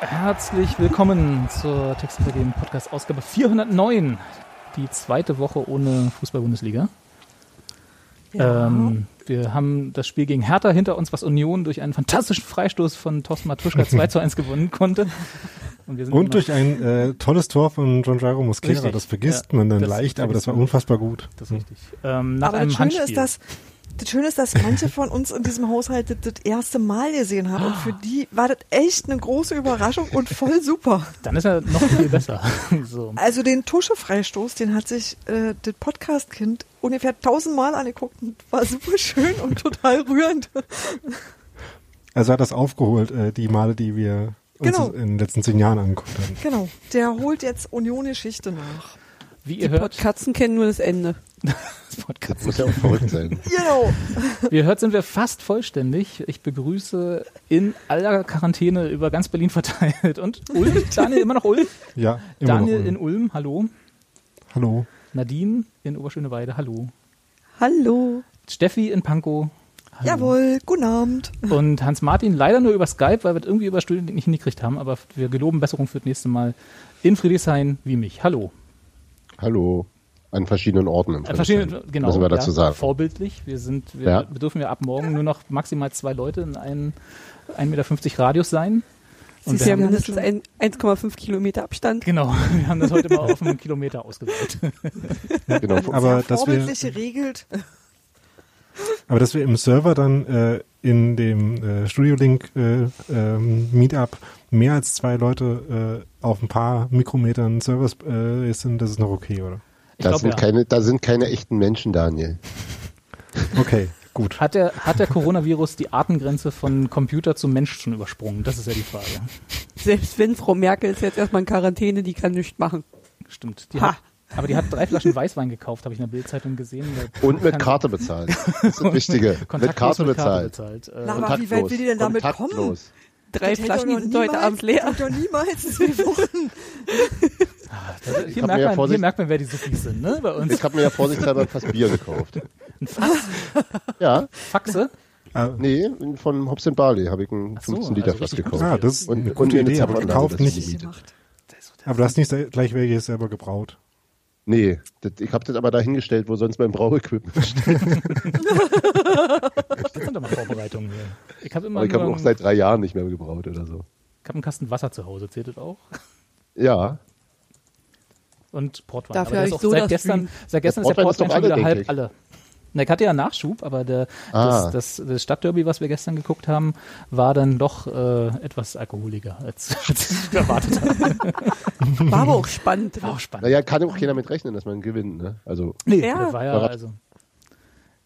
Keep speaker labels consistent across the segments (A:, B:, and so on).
A: Herzlich willkommen zur Textvergeben Podcast Ausgabe 409. Die zweite Woche ohne Fußball-Bundesliga.
B: Ja.
A: Ähm, wir haben das Spiel gegen Hertha hinter uns, was Union durch einen fantastischen Freistoß von Thorsten Matuschka 2 zu 1 gewonnen konnte. Und, wir sind immer-
C: Und durch ein äh, tolles Tor von John Jairo Mosquera.
A: Richtig.
C: Das vergisst man dann
A: das
C: leicht, aber
A: vergisst
C: das war
A: man.
C: unfassbar gut.
A: Das ist richtig. Ähm, nach
B: Aber
A: einem
B: das Schöne
A: Handspiel.
B: ist, dass das Schöne ist, dass manche von uns in diesem Haushalt das, das erste Mal gesehen haben. Und für die war das echt eine große Überraschung und voll super.
A: Dann ist er noch viel besser. so.
B: Also den Tusche-Freistoß, den hat sich äh, das Podcast-Kind ungefähr tausendmal angeguckt und war super schön und total rührend.
C: Also hat das aufgeholt, äh, die Male, die wir uns
B: Genau.
C: in den letzten zehn Jahren angeguckt haben.
B: Genau. Der holt jetzt Union-Geschichte nach.
A: Wie
D: Die
A: ihr hört,
D: Podkatzen kennen nur das Ende.
A: das
E: Das
A: Podcast.
E: muss ja auch verrückt sein.
B: Genau.
A: Wie ihr hört, sind wir fast vollständig. Ich begrüße in aller Quarantäne über ganz Berlin verteilt. Und Ulm, Daniel, immer noch Ulm.
C: Ja, immer
A: Daniel
C: noch.
A: in Ulm, hallo.
C: Hallo.
A: Nadine in Oberschöneweide, hallo.
D: Hallo.
A: Steffi in Pankow. Hallo.
B: Jawohl, guten Abend.
A: Und Hans-Martin leider nur über Skype, weil wir das irgendwie über Studio nicht hingekriegt haben, aber wir geloben Besserung für das nächste Mal in Friedrichshain wie mich. Hallo.
E: Hallo. An verschiedenen Orten. im
A: Äh,
E: Friedrichshain.
A: verschiedene, genau,
E: Müssen wir dazu
A: ja,
E: sagen.
A: Vorbildlich. Wir sind, wir
E: Ja.
A: dürfen ja ab morgen nur noch maximal zwei Leute in einen 1,50 Meter Radius sein. Und
D: Sie
A: wir
D: haben
A: haben,
D: mindestens ein- 1,5 Kilometer Abstand.
A: genau, wir haben das heute mal auf einen Kilometer ausgewählt.
E: Genau,
C: Aber
B: Sehr
C: dass, wir,
B: vorbildlich geregelt.
C: aber dass wir im Server dann äh, in dem äh, Studio-Link äh, ähm, Meetup mehr als zwei Leute äh, auf ein paar Mikrometern Servers äh, sind, das ist noch okay, oder?
A: Ich
E: da,
A: glaub,
E: sind
A: ja.
E: keine, da sind keine echten Menschen, Daniel.
C: Okay, gut.
A: Hat der, hat der Coronavirus die Artengrenze von Computer zu Mensch schon übersprungen? Das ist ja die Frage.
D: Selbst wenn Frau Merkel ist jetzt erstmal in Quarantäne, die kann nichts machen.
A: Stimmt. Die
D: Ha.
A: hat, aber die hat drei Flaschen Weißwein gekauft, habe ich in der Bildzeitung gesehen. Da-
E: Und mit
A: kann-
E: Karte bezahlt. Das ist das Wichtige. mit
A: kontaktlos
E: Karte bezahlt.
A: bezahlt.
B: Na,
A: Äh,
B: aber- wie weit will die denn damit
E: kontaktlos.
D: Drei
B: Das hätte
D: Flaschen
B: doch
D: sind
B: niemals-
D: heute Abend leer.
B: das hätte doch niemals in zwei Wochen.
A: also
E: Ich
A: hier,
E: hab mir
A: merkt
E: ja
A: man, hier
E: vorsicht-
A: merkt man, wer die Suffis sind, ne? Bei uns.
E: Ich habe mir ja vorsichtshalber ein Fass Bier gekauft.
A: Ein Fax,
E: Ja,
A: Faxe?
C: Ah,
E: nee, von Hobbs Barley habe ich ein
A: Ach so,
E: 15 Liter
A: also
E: Fass
A: richtig
E: gekauft.
C: ah, das ist
E: Und-
C: eine
E: und
C: gute
E: mir eine
C: Idee, aber
E: Zapfanlage
C: gekauft
E: dazu
C: nicht.
E: gebietet.
C: Aber du hast nicht se- gleich welches selber gebraut.
E: Nee, das, ich habe das aber dahingestellt, wo sonst mein Brauequipment steht.
A: Das sind doch mal Vorbereitungen hier. Ich habe immer
E: Aber ich habe
A: nur
E: auch
A: einen-
E: seit drei Jahren nicht mehr gebraut oder so.
A: ich hab einen Kasten Wasser zu Hause, zählt das auch?
E: Ja,
A: Und Portwein.
D: Dafür
A: der
D: habe
A: ist
D: ich
A: auch
D: so
A: seit
D: das
A: gestern,
D: Grün.
A: seit gestern ist der
E: Portwein ist doch
A: Portwein schon wieder
E: alle, denke
A: halb
E: ich.
A: alle. Na, ich hatte ja Nachschub, aber der,
E: Ah.
A: das, das, das Stadtderby, was wir gestern geguckt haben, war dann doch äh, etwas alkoholiger, als, als ich erwartet habe.
D: War aber auch spannend.
A: War auch spannend.
E: naja, kann auch keiner mit rechnen, dass man gewinnt. Ne? Also,
A: Nee,
B: Ja.
A: das war ja
E: Überrasch-
A: also.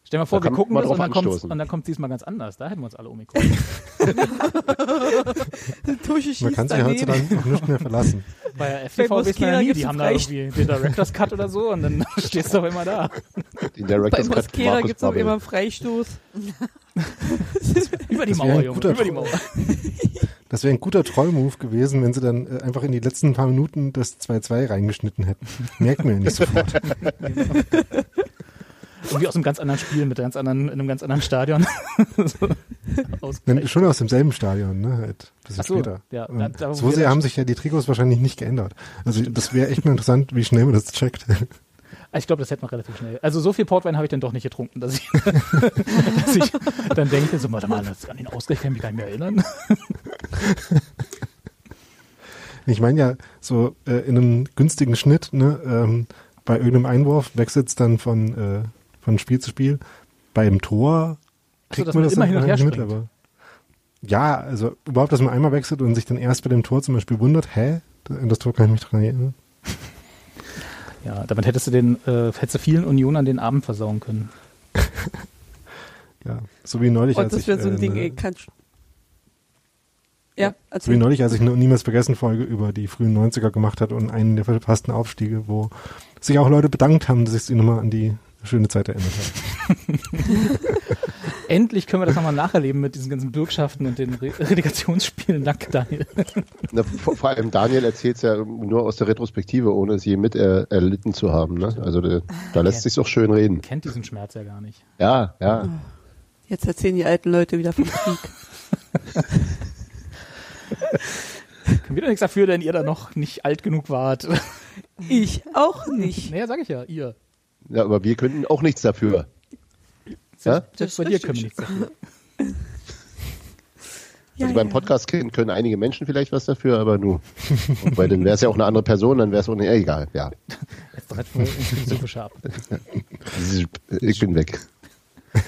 A: Stell mal vor,
E: Da
A: wir
E: kann
A: gucken
E: man
A: das
E: drauf
A: und dann, kommt's,
E: anstoßen.
A: und dann kommt diesmal ganz anders. Da hätten wir uns alle Omikron.
D: Tusche
C: Man kann sich
D: schießt daneben.
C: heutzutage auch nicht mehr verlassen.
A: Bei der
D: Bei
A: FTV wissen wir ja
D: Mosquera
A: nie,
D: gibt's
A: die haben da
D: frei-
A: irgendwie den Director's Cut oder so und dann stehst du auf immer da.
E: den
D: Bei
E: Director's Cut
D: Mosquera
E: Markus
D: gibt es auch
E: Babbel.
D: immer einen Freistoß.
A: Über die
C: Das wäre
A: Mauer,
C: ein
A: Junge,
C: guter
A: über die
C: Traum.
A: Mauer.
C: Das wäre ein guter Trollmove gewesen, wenn sie dann äh, einfach in die letzten paar Minuten das 2-2 reingeschnitten hätten. Merkt man ja nicht sofort.
A: Genau. Irgendwie aus einem ganz anderen Spiel mit ganz anderen, in einem ganz anderen Stadion. so.
C: Dann
A: Ausgleich.
C: schon aus demselben Stadion, ne? Halt, ein bisschen
A: Ach so,
C: später.
A: ja,
C: Und
A: da- da-
C: so sehr haben sich ja die Trikots wahrscheinlich nicht geändert. Also das wäre echt mal interessant, wie schnell man das checkt.
A: Ich glaube, das hätte man relativ schnell. Also so viel Portwein habe ich dann doch nicht getrunken, dass ich, dass ich dann denke, so, warte mal, das an den Ausgleich kann ich mich gar nicht mehr erinnern.
C: Ich meine ja, so äh, in einem günstigen Schnitt, ne, ähm, bei irgendeinem Einwurf wechselt es dann von, äh, von Spiel zu Spiel. Beim Tor
A: Ach so,
C: kriegt
A: dass
C: man
A: man
C: das
A: immer hin und
C: dann halt
A: her
C: mit,
A: springt.
C: aber ja, also überhaupt, dass man einmal wechselt und sich dann erst bei dem Tor zum Beispiel wundert, hä? An das Tor kann ich mich dran erinnern.
A: Ja, damit hättest du den, äh, hättest du vielen Unionern den Abend versauen können.
C: Ja, so wie neulich,
D: Und
C: als
D: Oh, das
C: ich,
D: wäre so
C: äh,
D: ein Ding,
C: eine,
D: ey, kannst Ja,
C: so wie
D: erzähl.
C: neulich, als ich eine niemals vergessen Folge über die frühen 90er gemacht hat und einen der verpassten Aufstiege, wo sich auch Leute bedankt haben, dass ich sie nochmal an die schöne Zeit erinnert habe.
A: Endlich können wir das nochmal nacherleben mit diesen ganzen Bürgschaften und den Re Relegationsspielen. Danke, Daniel.
E: Na, vor, vor allem Daniel erzählt es ja nur aus der Retrospektive, ohne es je mit er, erlitten zu haben. Ne? Also da, da lässt sich's auch schön reden.
A: Kennt diesen Schmerz ja gar nicht.
E: Ja, ja.
D: Jetzt erzählen die alten Leute wieder vom Krieg.
A: Schon wieder nichts dafür, denn ihr da noch nicht alt genug wart.
D: Ich auch nicht.
A: naja, sag ich ja, ihr.
E: Ja, aber wir könnten auch nichts dafür. Ja? Also,
A: Selbst bei dir können wir nichts dafür.
B: Ja,
E: also beim
B: ja.
E: Podcast können können einige Menschen vielleicht was dafür, aber nur. Und bei dem wäre es ja auch eine andere Person, dann wäre es auch nicht, egal. Ja,
A: Jetzt direkt mal ins Philosophische ab.
E: ich bin weg.
A: Ja,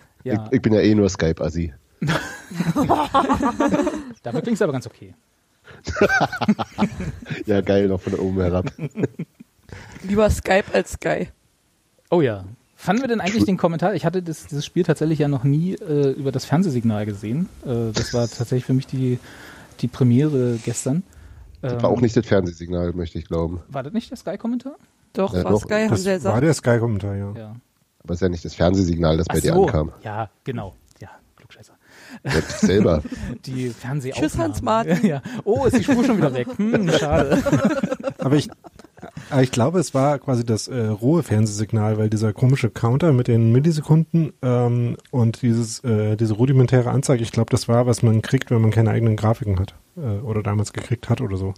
E: Ich, ich bin ja eh nur Skype-Assi.
A: dafür klingt's aber ganz okay.
E: Ja, geil, noch von oben herab.
D: Lieber Skype als Sky.
A: Oh ja. Fanden wir denn eigentlich den Kommentar? Ich hatte das, dieses Spiel tatsächlich ja noch nie äh, über das Fernsehsignal gesehen. Äh, das war tatsächlich für mich die, die Premiere gestern. Ähm,
E: Das war auch nicht das Fernsehsignal, möchte ich glauben.
A: War das nicht der Sky-Kommentar?
D: Doch,
E: Ja,
D: war
E: doch,
D: Sky, haben
C: Das
D: sie ja
C: war
D: gesagt.
C: der Sky-Kommentar, ja.
A: Ja.
E: Aber es ist ja nicht das Fernsehsignal, das bei dir ankam.
A: Ja, genau. Ja, Klugscheißer.
E: Ja, selber.
A: Die Fernsehaufnahmen.
D: Tschüss, Hans-Martin.
A: Ja. Oh, ist die Spur schon wieder weg. Hm, schade.
C: Aber ich, aber ich glaube, es war quasi das äh, rohe Fernsehsignal, weil dieser komische Counter mit den Millisekunden ähm, und dieses, äh, diese rudimentäre Anzeige, ich glaube, das war, was man kriegt, wenn man keine eigenen Grafiken hat äh, oder damals gekriegt hat oder so.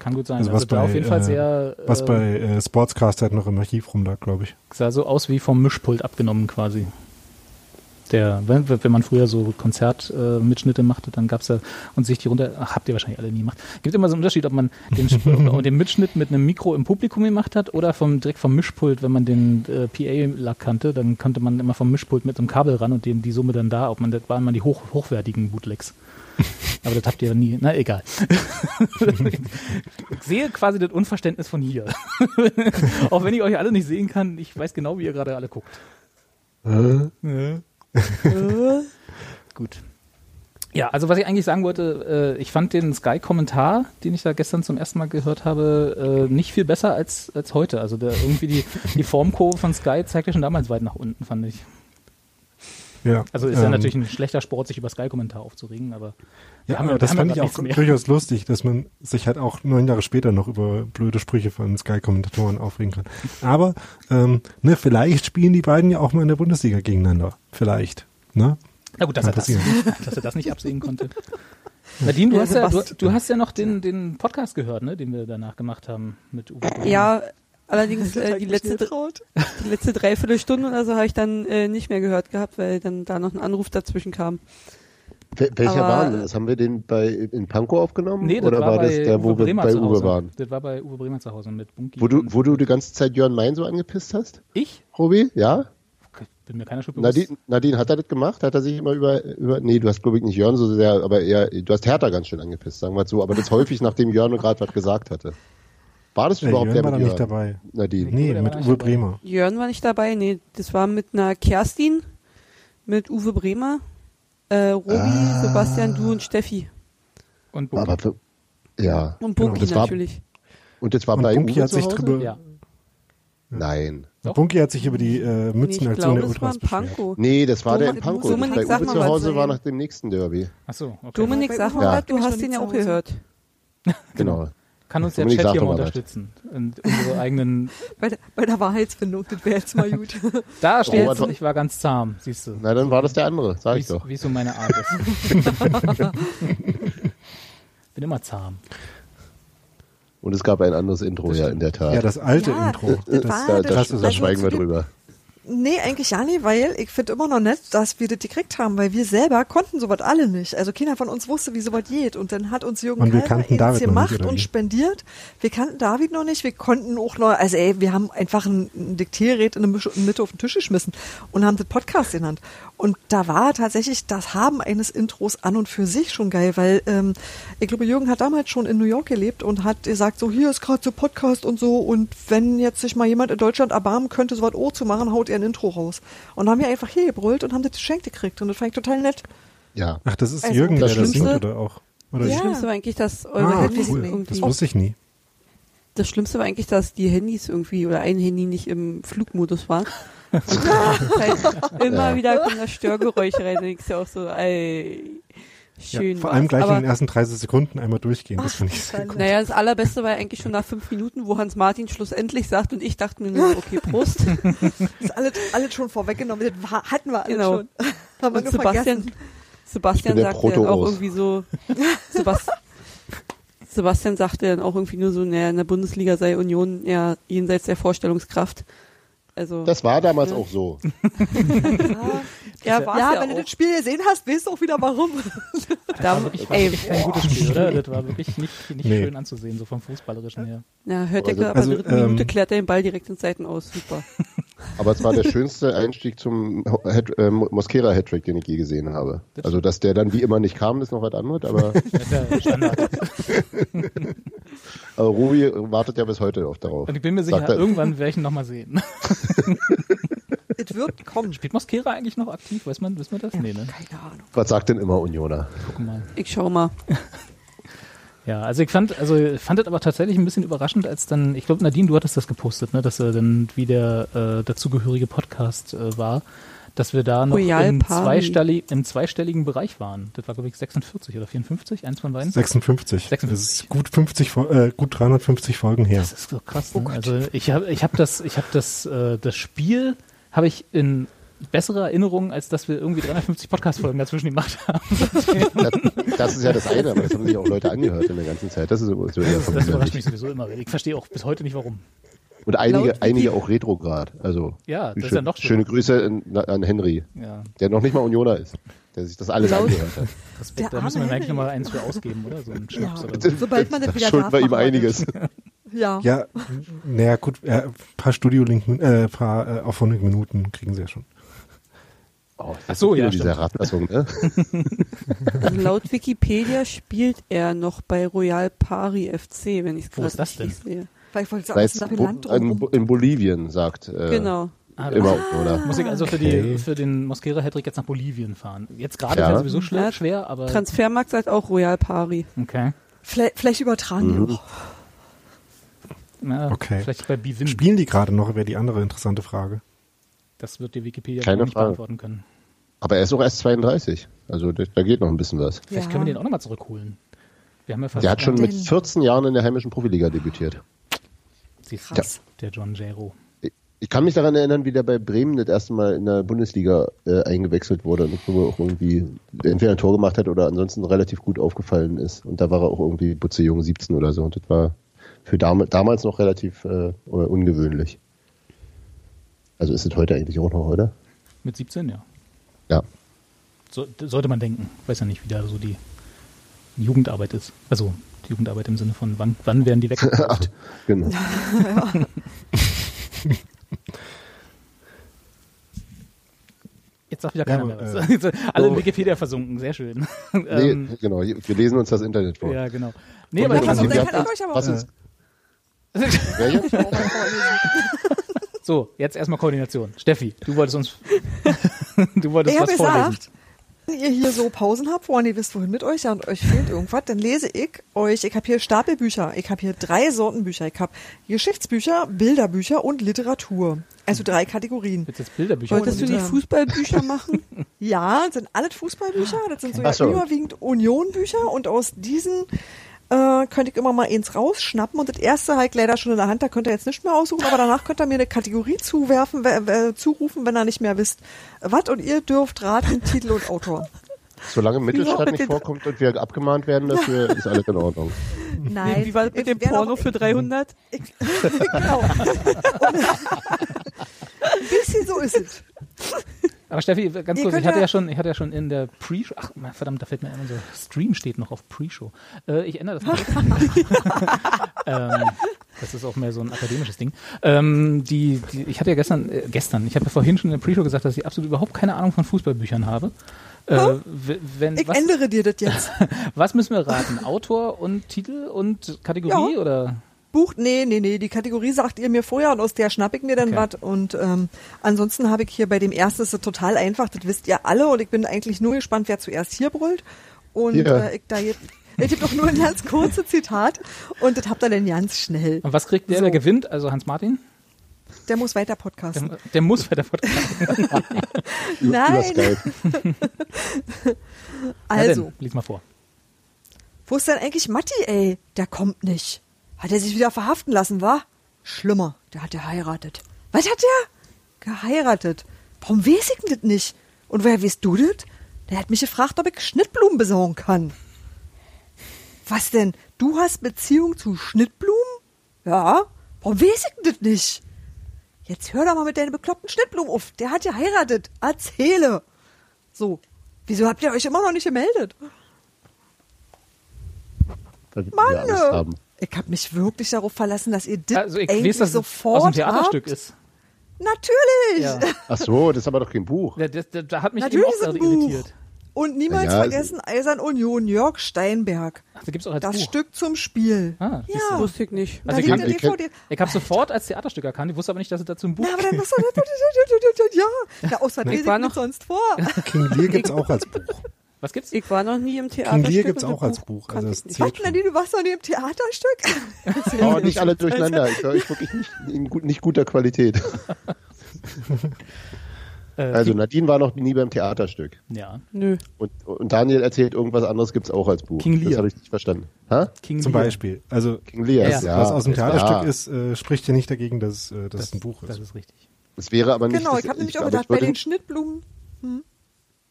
A: Kann gut sein.
C: Also was
A: da
C: bei,
A: auf jeden Fall
C: äh,
A: sehr,
C: Was
A: äh,
C: bei äh, Sportscast halt noch im Archiv rumlag, glaube ich.
A: sah so aus wie vom Mischpult abgenommen quasi. Der, wenn, wenn man früher so Konzertmitschnitte äh, Mitschnitte machte, dann gab's da und sich die runter, ach, habt ihr wahrscheinlich alle nie gemacht. Gibt immer so einen Unterschied, ob man den, Sp- ob den Mitschnitt mit einem Mikro im Publikum gemacht hat oder vom, direkt vom Mischpult, wenn man den äh, PA kannte, dann konnte man immer vom Mischpult mit einem Kabel ran und dem die Summe dann da, ob man, das waren mal die hoch, hochwertigen Bootlegs. Aber das habt ihr ja nie, na egal. ich sehe quasi das Unverständnis von hier. Auch wenn ich euch alle nicht sehen kann, ich weiß genau, wie ihr gerade alle guckt. Gut. Ja, also was ich eigentlich sagen wollte, äh, ich fand den Sky-Kommentar, den ich da gestern zum ersten Mal gehört habe, äh, nicht viel besser als, als heute. Also der, irgendwie die, die Formkurve von Sky zeigte schon damals weit nach unten, fand ich.
C: Ja.
A: Also ist ja
C: Ähm,
A: natürlich ein schlechter Sport, sich über Sky-Kommentar aufzuregen, aber wir
C: Ja,
A: haben
C: aber
A: wir
C: das
A: haben
C: fand ich
A: grad
C: auch
A: nichts mehr.
C: durchaus lustig, dass man sich halt auch neun Jahre später noch über blöde Sprüche von Sky-Kommentatoren aufregen kann. Aber ähm, ne, vielleicht spielen die beiden ja auch mal in der Bundesliga gegeneinander. Vielleicht. Ne?
A: Na gut, dass er,
C: Kann
A: das, dass er das nicht absehen konnte. Nadine, du,
B: Ja,
A: hast ja, du,
B: Sebastian.
A: du hast ja noch den, den Podcast gehört, ne, den wir danach gemacht haben mit Uwe. Boll.
D: Ja, allerdings
B: Das hat
D: äh,
B: halt
D: die, letzte,
B: geschnell traut.
D: die letzte Dreiviertelstunde oder so habe ich dann äh, nicht mehr gehört gehabt, weil dann da noch ein Anruf dazwischen kam.
E: Wel- Welcher
D: Aber-
E: war denn das? Haben wir den bei, in Pankow aufgenommen?
A: Nee, das
E: Oder
A: war,
E: war das
A: bei
E: der, wo
A: Uwe
E: wir
A: Bremer
E: bei
A: zu Hause.
E: Uwe waren?
A: Das war bei Uwe Bremer zu Hause mit Bunky.
E: Wo du,
A: und-
E: wo du die ganze Zeit Jörn Mein so angepisst hast,
A: ich?
E: Robi? Ja?
A: Bin mir keiner Schuld bewusst.
E: Nadine, Nadine, hat er das gemacht? Hat er sich immer über, über nee, du hast glaube ich nicht Jörn so sehr, aber eher, du hast Hertha ganz schön angepisst, sagen wir es so, aber das häufig, nachdem Jörn gerade was gesagt hatte. War das
C: Der
E: überhaupt
C: Jörn
E: der
C: war
E: mit
C: da
E: Jörn?
C: nicht dabei.
E: Nadine.
C: Nee,
A: der war
C: mit
A: da nicht
C: Uwe
A: dabei.
C: Bremer.
D: Jörn war nicht dabei, nee, das war mit einer Kerstin, mit Uwe Bremer, äh, Robi,
C: Ah.
D: Sebastian, du und Steffi.
A: und Bunky.
E: Aber für, ja.
D: Und
C: Genau,
D: Bunky
E: das war-
D: natürlich.
E: Und das war
C: Und
E: bei
C: Bunky
E: Uwe
C: hat
E: zu
C: sich
E: Hause?
C: drüber.
A: ja.
E: Nein.
A: Doch.
C: Bunky hat sich über die äh,
D: Nee, ich
C: Mützenaktion
D: glaube,
C: der
D: es war
C: Ultras
D: ein
C: beschwert.
D: Panko.
E: Nee, das war der in
D: Dominik-
E: Pankow. Das
D: Dominik,
E: bei
D: sag
E: Uwe
D: mal
E: zu
D: was,
E: Hause
D: Nadine.
E: war nach dem nächsten Derby.
A: Ach so, okay.
D: Dominik, sag mal
E: Ja.
D: was, du hast den ja auch gehört.
E: Genau.
A: Kann uns der
E: Dominik,
A: Chat
E: sag
A: hier
E: doch
A: mal
E: mal was.
A: unterstützen. Und unsere eigenen.
B: Bei der, bei der Wahrheitsfindung, das wäre jetzt mal gut.
A: Da steht
E: warte.
A: ich war ganz zahm, siehst du.
E: Na, dann war das der andere, sag
A: Wie
E: ich doch.
A: so meine Art ist. Bin immer zahm.
E: Und es gab ein anderes Intro, ja, in der Tat.
C: Ja, das alte
B: Ja,
C: Intro.
B: das
C: Das,
A: Ah,
B: war-
E: da, da,
C: das ist-
E: da
C: also
E: schweigen wir
B: zu dem-
E: drüber.
B: Nee, eigentlich ja nicht, weil ich finde immer noch nett, dass wir das gekriegt haben, weil wir selber konnten sowas alle nicht. Also keiner von uns wusste, wie sowas geht. Und dann hat uns Jürgen
C: Und wir
B: Kalber
C: kannten
B: eins
C: David noch nicht,
B: gemacht
C: oder
B: und
C: wie?
B: spendiert. Wir kannten David noch nicht, wir konnten auch noch, also ey, wir haben einfach ein, ein Diktiergerät in der Misch- Mitte auf den Tisch geschmissen und haben das Podcast genannt. Und da war tatsächlich das Haben eines Intros an und für sich schon geil, weil ähm, ich glaube, Jürgen hat damals schon in New York gelebt und hat gesagt, so hier ist gerade so Podcast und so und wenn jetzt sich mal jemand in Deutschland erbarmen könnte, so was O zu machen, haut er ein Intro raus. Und dann haben wir einfach hier gebrüllt und haben das geschenkt gekriegt und das fand ich total nett.
E: Ja.
C: Ach, das ist
B: Also,
C: Jürgen,
E: das
C: der das singt,
B: Schlimmste-
C: oder auch? Oder
D: Das
B: Ja.
D: Schlimmste war eigentlich, dass eure
C: Ah,
D: Handys
C: cool. Das
D: irgendwie.
C: wusste ich nie.
D: Das Schlimmste war eigentlich, dass die Handys irgendwie oder ein Handy nicht im Flugmodus war. Und halt immer wieder kommen da Störgeräusche rein. Da denkst du auch so, ey,
C: Ja,
D: schön.
C: vor allem
D: war's.
C: gleich in
D: Aber,
C: den ersten 30 Sekunden einmal durchgehen. Das fand ich sehr gut.
D: Naja, das Allerbeste war eigentlich schon nach fünf Minuten, wo Hans-Martin schlussendlich sagt und ich dachte mir nur, okay, Prost.
B: Das ist alles, alles schon vorweggenommen, das war- hatten wir alles
D: Genau.
B: schon. Haben wir
D: Und
B: nur
D: Sebastian,
B: vergessen.
D: Sebastian
E: Ich bin der
D: sagt ja auch
E: Proto-Os.
D: irgendwie so, Sebast Sebastian sagte dann auch irgendwie nur so, naja, in der Bundesliga sei Union ja jenseits der Vorstellungskraft. Also,
E: Das war damals auch so.
D: ja, war's
B: ja,
D: ja
B: wenn du
D: auch.
B: das Spiel gesehen hast, weißt du auch wieder warum.
D: Da,
A: Also,
D: ey,
A: Kein gutes Spiel, oder? Das war wirklich nicht, nicht
C: Nee.
A: schön anzusehen, so vom Fußballerischen her.
D: na, hört
E: Also-
D: der aber
C: also,
D: in der dritten Minute
C: ähm,
D: klärt er den Ball direkt ins Seiten aus. Super.
E: Aber es war der schönste Einstieg zum Head, äh, Mosquera-Hattrick, den ich je gesehen habe. Also, dass der dann wie immer nicht kam, ist noch was anderes, aber,
A: Das ist ja Standard.
E: aber Ruby wartet ja bis heute auch darauf.
A: Und ich bin mir sicher,
E: Sagt er-
A: irgendwann werde ich ihn nochmal sehen.
B: Es wird kommen.
A: Spielt Mosquera eigentlich noch aktiv? Weiß man, wissen wir das? Nee, ne?
B: Keine Ahnung.
E: Was sagt denn immer Unioner?
A: Guck mal.
D: Ich schau mal.
A: Ja, also ich fand, also ich fand das aber tatsächlich ein bisschen überraschend, als dann, ich glaube, Nadine, du hattest das gepostet, ne, dass er dann wie der äh, dazugehörige Podcast äh, war, dass wir da noch
D: Royal
A: im,
D: Palmi.
A: zweistelli im zweistelligen Bereich waren. Das war, glaube ich, 46 oder 54, eins von beiden.
C: 56.
A: 56.
C: Das ist gut 50, Fol- äh, gut 350 Folgen her.
A: Das ist so krass. Ne? also ich habe ich hab das, ich habe das, äh, das Spiel habe ich in besserer Erinnerung, als dass wir irgendwie 350 Podcast-Folgen dazwischen gemacht haben.
E: Das, das ist ja das eine, aber das haben sich auch Leute angehört in der ganzen Zeit. Das ist so, so
A: Das überrascht mich sowieso immer. Ich verstehe auch bis heute nicht, warum.
E: Und einige, einige auch retrograd. Also,
A: Ja, das ist
E: schön-
A: ja noch
E: Schöne Grüße in, an Henry,
A: Ja,
E: der noch nicht mal Unioner ist, der sich das alles
D: Laut-
E: angehört hat.
A: Respekt.
B: Der
A: da müssen wir
B: arme
A: ihm eigentlich
B: Henry.
A: nochmal eins für ausgeben, oder? So ein Schnaps
B: Ja.
A: oder so.
B: Sobald man das wieder
E: Schuld
B: darf,
E: war ihm
B: machen wir
E: einiges.
B: das. Ja.
C: Ja, naja, gut, äh, ein paar Studio-Link, äh, ein paar äh, aufwendige Minuten kriegen sie ja schon.
E: Oh,
A: Ach so, ja,
E: Dieser Radlassung, ne?
D: Also laut Wikipedia spielt er noch bei Royal Pari FC, wenn ich es
A: Wo ist
D: gerade
A: das
D: richtig sehe.
B: Weil ich wollte sagen, es
E: Seit,
B: ist nach dem
E: Bo-
B: Land
E: in,
B: drumherum.
E: Bo- in Bolivien, sagt äh,
D: Genau.
A: Ah,
E: immer Unioner.
A: Muss ich also für, die,
C: Okay.
A: für den Mosquera-Hattrick jetzt nach Bolivien fahren? Jetzt gerade
E: Ja.
A: wäre sowieso schwer,
D: Ja.
A: schwer, aber.
D: Transfermarkt sagt auch Royal Pari.
A: okay.
B: Vielleicht, vielleicht übertragen wir auch.
A: Na,
C: Okay.
A: Vielleicht bei Bivin.
C: Spielen die gerade noch, wäre die andere interessante Frage.
A: Das wird die Wikipedia
E: Keine
A: nicht
E: Frage.
A: beantworten können.
E: Aber er ist auch erst 32. Also da, da geht noch ein bisschen was.
A: Vielleicht
B: Ja.
A: können wir den auch nochmal zurückholen. Wir haben ja fast
E: Der hat schon mit
B: denn?
E: 14 Jahren in der heimischen Profiliga debütiert.
A: Siehst du,
B: Krass.
A: Der John Jero.
E: Ich kann mich daran erinnern, wie der bei Bremen das erste Mal in der Bundesliga äh, eingewechselt wurde und ich glaube auch irgendwie entweder ein Tor gemacht hat oder ansonsten relativ gut aufgefallen ist. Und da war er auch irgendwie Butze Jung 17 oder so. Und das war für dam damals noch relativ äh, ungewöhnlich. Also ist es heute eigentlich auch noch, oder?
A: Mit 17, ja.
E: Ja.
A: So, sollte man denken. Weiß ja nicht, wie da so die Jugendarbeit ist. Also die Jugendarbeit im Sinne von, wann, wann werden die weggekauft?
E: Genau.
A: Jetzt sagt wieder
C: Ja,
A: keiner mehr
C: aber,
A: was. Jetzt, Alle in
E: so.
A: Wikipedia versunken, sehr schön.
E: äh, oh. Nee,
A: Ähm,
E: genau, wir lesen uns das Internet vor.
A: ja, genau. Nee,
E: Und
A: aber
E: wir
A: das
B: was-
E: haben-
A: ist
B: dann
E: wir
B: kann
E: haben-
B: ich euch aber
E: was
B: auch-
E: uns- Ja, ja.
A: So, jetzt erstmal Koordination. Steffi, du wolltest uns du wolltest
B: Ich habe
A: was vorlesen.
B: gesagt, wenn ihr hier so Pausen habt, woran ihr wisst, wohin mit euch ja und euch fehlt irgendwas, dann lese ich euch, ich habe hier Stapelbücher, ich habe hier drei Sorten Bücher, ich habe Geschichtsbücher, Bilderbücher und Literatur. Also drei Kategorien.
A: Willst du jetzt Bilderbücher
D: Wolltest du
A: vorlesen?
D: nicht Fußballbücher machen?
B: Ja, das sind alles Fußballbücher, das sind so,
E: Ach so.
B: überwiegend Union-Bücher und aus diesen äh, könnte ich immer mal eins rausschnappen und das erste halt leider schon in der Hand, da könnt ihr jetzt nicht mehr aussuchen, aber danach könnt ihr mir eine Kategorie zuwerfen, we- we- zurufen, wenn ihr nicht mehr wisst, was und ihr dürft raten, Titel und Autor.
E: Solange Mittelstadt nicht vorkommt und wir abgemahnt werden dafür, ist alles in Ordnung.
B: Nein.
D: Wie war das mit dem
B: Ich wär
D: Porno
B: doch-
D: für 300?
B: genau. Ein bisschen so ist es.
A: Aber Steffi, ganz
B: Ihr
A: kurz, ich
B: könnt
A: hatte
B: ja-
A: ja schon, ich hatte ja schon in der Pre-Show, ach mein verdammt, da fällt mir ein, unser Stream steht noch auf Pre-Show. Äh, ich ändere das mal. ähm, das ist auch mehr so ein akademisches Ding. Ähm, die, die, ich hatte ja gestern, äh, gestern, ich habe ja vorhin schon in der Pre-Show gesagt, dass ich absolut überhaupt keine Ahnung von Fußballbüchern habe. Äh, w- wenn,
B: Ich
A: was,
B: ändere dir das jetzt.
A: was müssen wir raten? Autor und Titel und Kategorie
B: Ja.
A: oder?
B: Buch, nee, nee, nee, die Kategorie sagt ihr mir vorher und aus der schnapp ich mir dann
A: Okay.
B: was. Und ähm, ansonsten habe ich hier bei dem ersten, ist es total einfach, das wisst ihr alle und ich bin eigentlich nur gespannt, wer zuerst hier brüllt. Und
E: Ja.
B: äh, ich da jetzt, ich gebe doch nur ein ganz kurzes Zitat und das habt ihr dann ganz schnell.
A: Und was kriegt der,
B: So.
A: der gewinnt? Also Hans Martin?
B: Der muss weiter podcasten.
A: Der, der muss bei der Podcast.
E: Über, über
B: Nein,
E: Skype.
A: Na
B: also,
A: denn, lies mal vor.
B: wo ist denn eigentlich Matti, ey? Der kommt nicht. Hat er sich wieder verhaften lassen, wa? Schlimmer, der hat geheiratet. Was hat der? Geheiratet. Warum weiß ich denn das nicht? Und woher weißt du das? Der hat mich gefragt, ob ich Schnittblumen besorgen kann. was denn? Du hast Beziehung zu Schnittblumen? Ja. Warum weiß ich das nicht? Jetzt hör doch mal mit deinen bekloppten Schnittblumen auf. Der hat ja heiratet. Erzähle. So. Wieso habt ihr euch immer noch nicht gemeldet?
E: Weil wir
B: Mann, ne?
E: Angst haben.
B: ich habe mich wirklich darauf verlassen, dass ihr das
A: Also ich
B: eigentlich
A: weiß, dass es
B: sofort
A: aus dem Theaterstück
B: habt.
A: ist.
B: Natürlich.
A: Ja.
E: Ach so, das ist aber doch kein Buch.
A: Da, das, da, da hat mich eben
B: Natürlich
A: auch
B: ist es
A: gerade
B: ein Buch.
A: irritiert.
B: Und niemals
E: Ja, äh,
B: vergessen Eisern Union, Jörg Steinberg.
A: Ach, da gibt's auch als
B: Das
A: Buch.
B: Stück zum Spiel.
A: Ah, siehst
B: ja.
D: Wusste ich nicht.
B: Da
A: Also
B: liegt
A: ich-
B: der
E: ich-
B: DVD.
A: Ich habe sofort als Theaterstück erkannt, ich wusste aber nicht, dass es dazu ein Buch
B: Na, aber dann
A: gibt.
B: musst du. Ja. Na, aus was
D: Ich
B: lese
D: war
B: ich noch
D: noch-
B: sonst vor?
C: King Lear gibt's auch als Buch.
A: Was gibt's?
D: Ich war noch nie im Theater.
C: King Lear gibt's auch als Buch. Also das
B: Was,
C: zählt schon.
B: Nadine, du warst noch nie im Theaterstück?
E: Oh, nicht alle durcheinander. Ich höre euch wirklich nicht in gut, nicht guter Qualität. Also Nadine war noch nie beim Theaterstück.
A: Äh, Ja,
D: Nö.
E: Und, und Daniel erzählt, irgendwas anderes gibt es auch als Buch.
A: King Lear.
E: Das habe ich nicht verstanden. Ha?
A: King
C: Zum
A: Lear.
C: Beispiel. Also
E: King Lear.
A: Ja.
E: Ja, ja.
C: was aus dem
E: Ja.
C: Theaterstück ist, äh, spricht ja nicht dagegen, dass, äh, dass es ein Buch
A: Das
C: ist.
A: ist richtig.
E: Es wäre aber nicht.
B: genau,
E: das-
B: ich habe nämlich auch
E: aber
B: gedacht,
E: ich
B: bei
E: würde,
B: den Schnittblumen.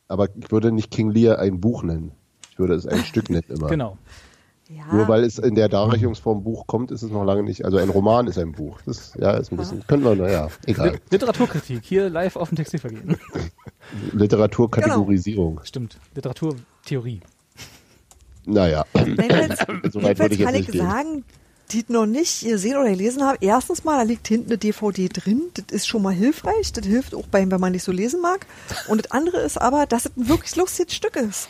E: Aber ich würde nicht King Lear ein Buch nennen. Ich würde es ein Stück nennen immer.
A: Genau.
B: Ja.
E: Nur weil es in der Darreichungsform Buch kommt, ist es noch lange nicht. Also ein Roman ist ein Buch. Das ja, ist ein bisschen. Können wir, naja, egal.
A: Literaturkritik, hier live auf dem Textilvergehen.
E: Literaturkategorisierung.
A: Stimmt, Literaturtheorie.
E: Naja.
B: Nein, jetzt,
E: Also, So weit
B: jedenfalls
E: würde ich jetzt
B: kann ich
E: nicht gehen.
B: sagen, die es noch nicht gesehen oder gelesen haben, erstens mal, da liegt hinten eine DVD drin. Das ist schon mal hilfreich. Das hilft auch beim, wenn man nicht so lesen mag. Und das andere ist aber, dass es ein wirklich lustiges Stück ist.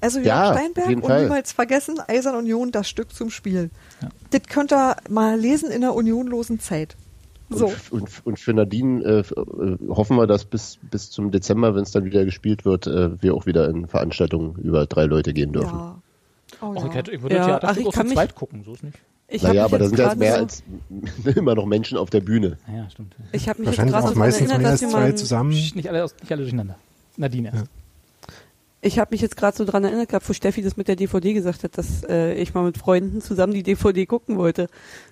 B: Also Jörg
E: Ja, auf
B: Steinberg
E: jeden
B: und
E: Fall.
B: niemals vergessen, Eisern Union, das Stück zum Spiel. Das könnt ihr mal lesen in der unionlosen Zeit. So.
E: Und, und, und für Nadine äh, f- äh, hoffen wir, dass bis, bis zum Dezember, wenn es dann wieder gespielt wird, äh, wir auch wieder in Veranstaltungen über drei Leute gehen dürfen.
B: Ja. Oh,
A: Also ich,
B: ja.
A: hätte, ich würde
D: Ja,
A: Theaterstück
D: ach, ich
A: auch
D: kann
A: zu
D: mich-
A: zweit gucken, so ist nicht.
D: Ich
E: naja,
D: hab mich
E: aber da sind ja
D: gerade
E: mehr
D: so-
E: als immer noch Menschen auf der Bühne.
A: Ja, stimmt.
D: Ich habe mich jetzt
C: Wahrscheinlich
D: gerade so
C: auch
D: dran
C: meistens
D: erinnert,
C: mehr
D: dass
C: als
D: wir
C: zwei
D: mal,
C: zusammen.
A: Psst, Nicht alle, aus, nicht alle durcheinander. Nadine erst.
D: ich habe mich jetzt gerade so dran erinnert gehabt, wo Steffi das mit der DVD gesagt hat, dass äh, ich mal mit Freunden zusammen die DVD gucken wollte.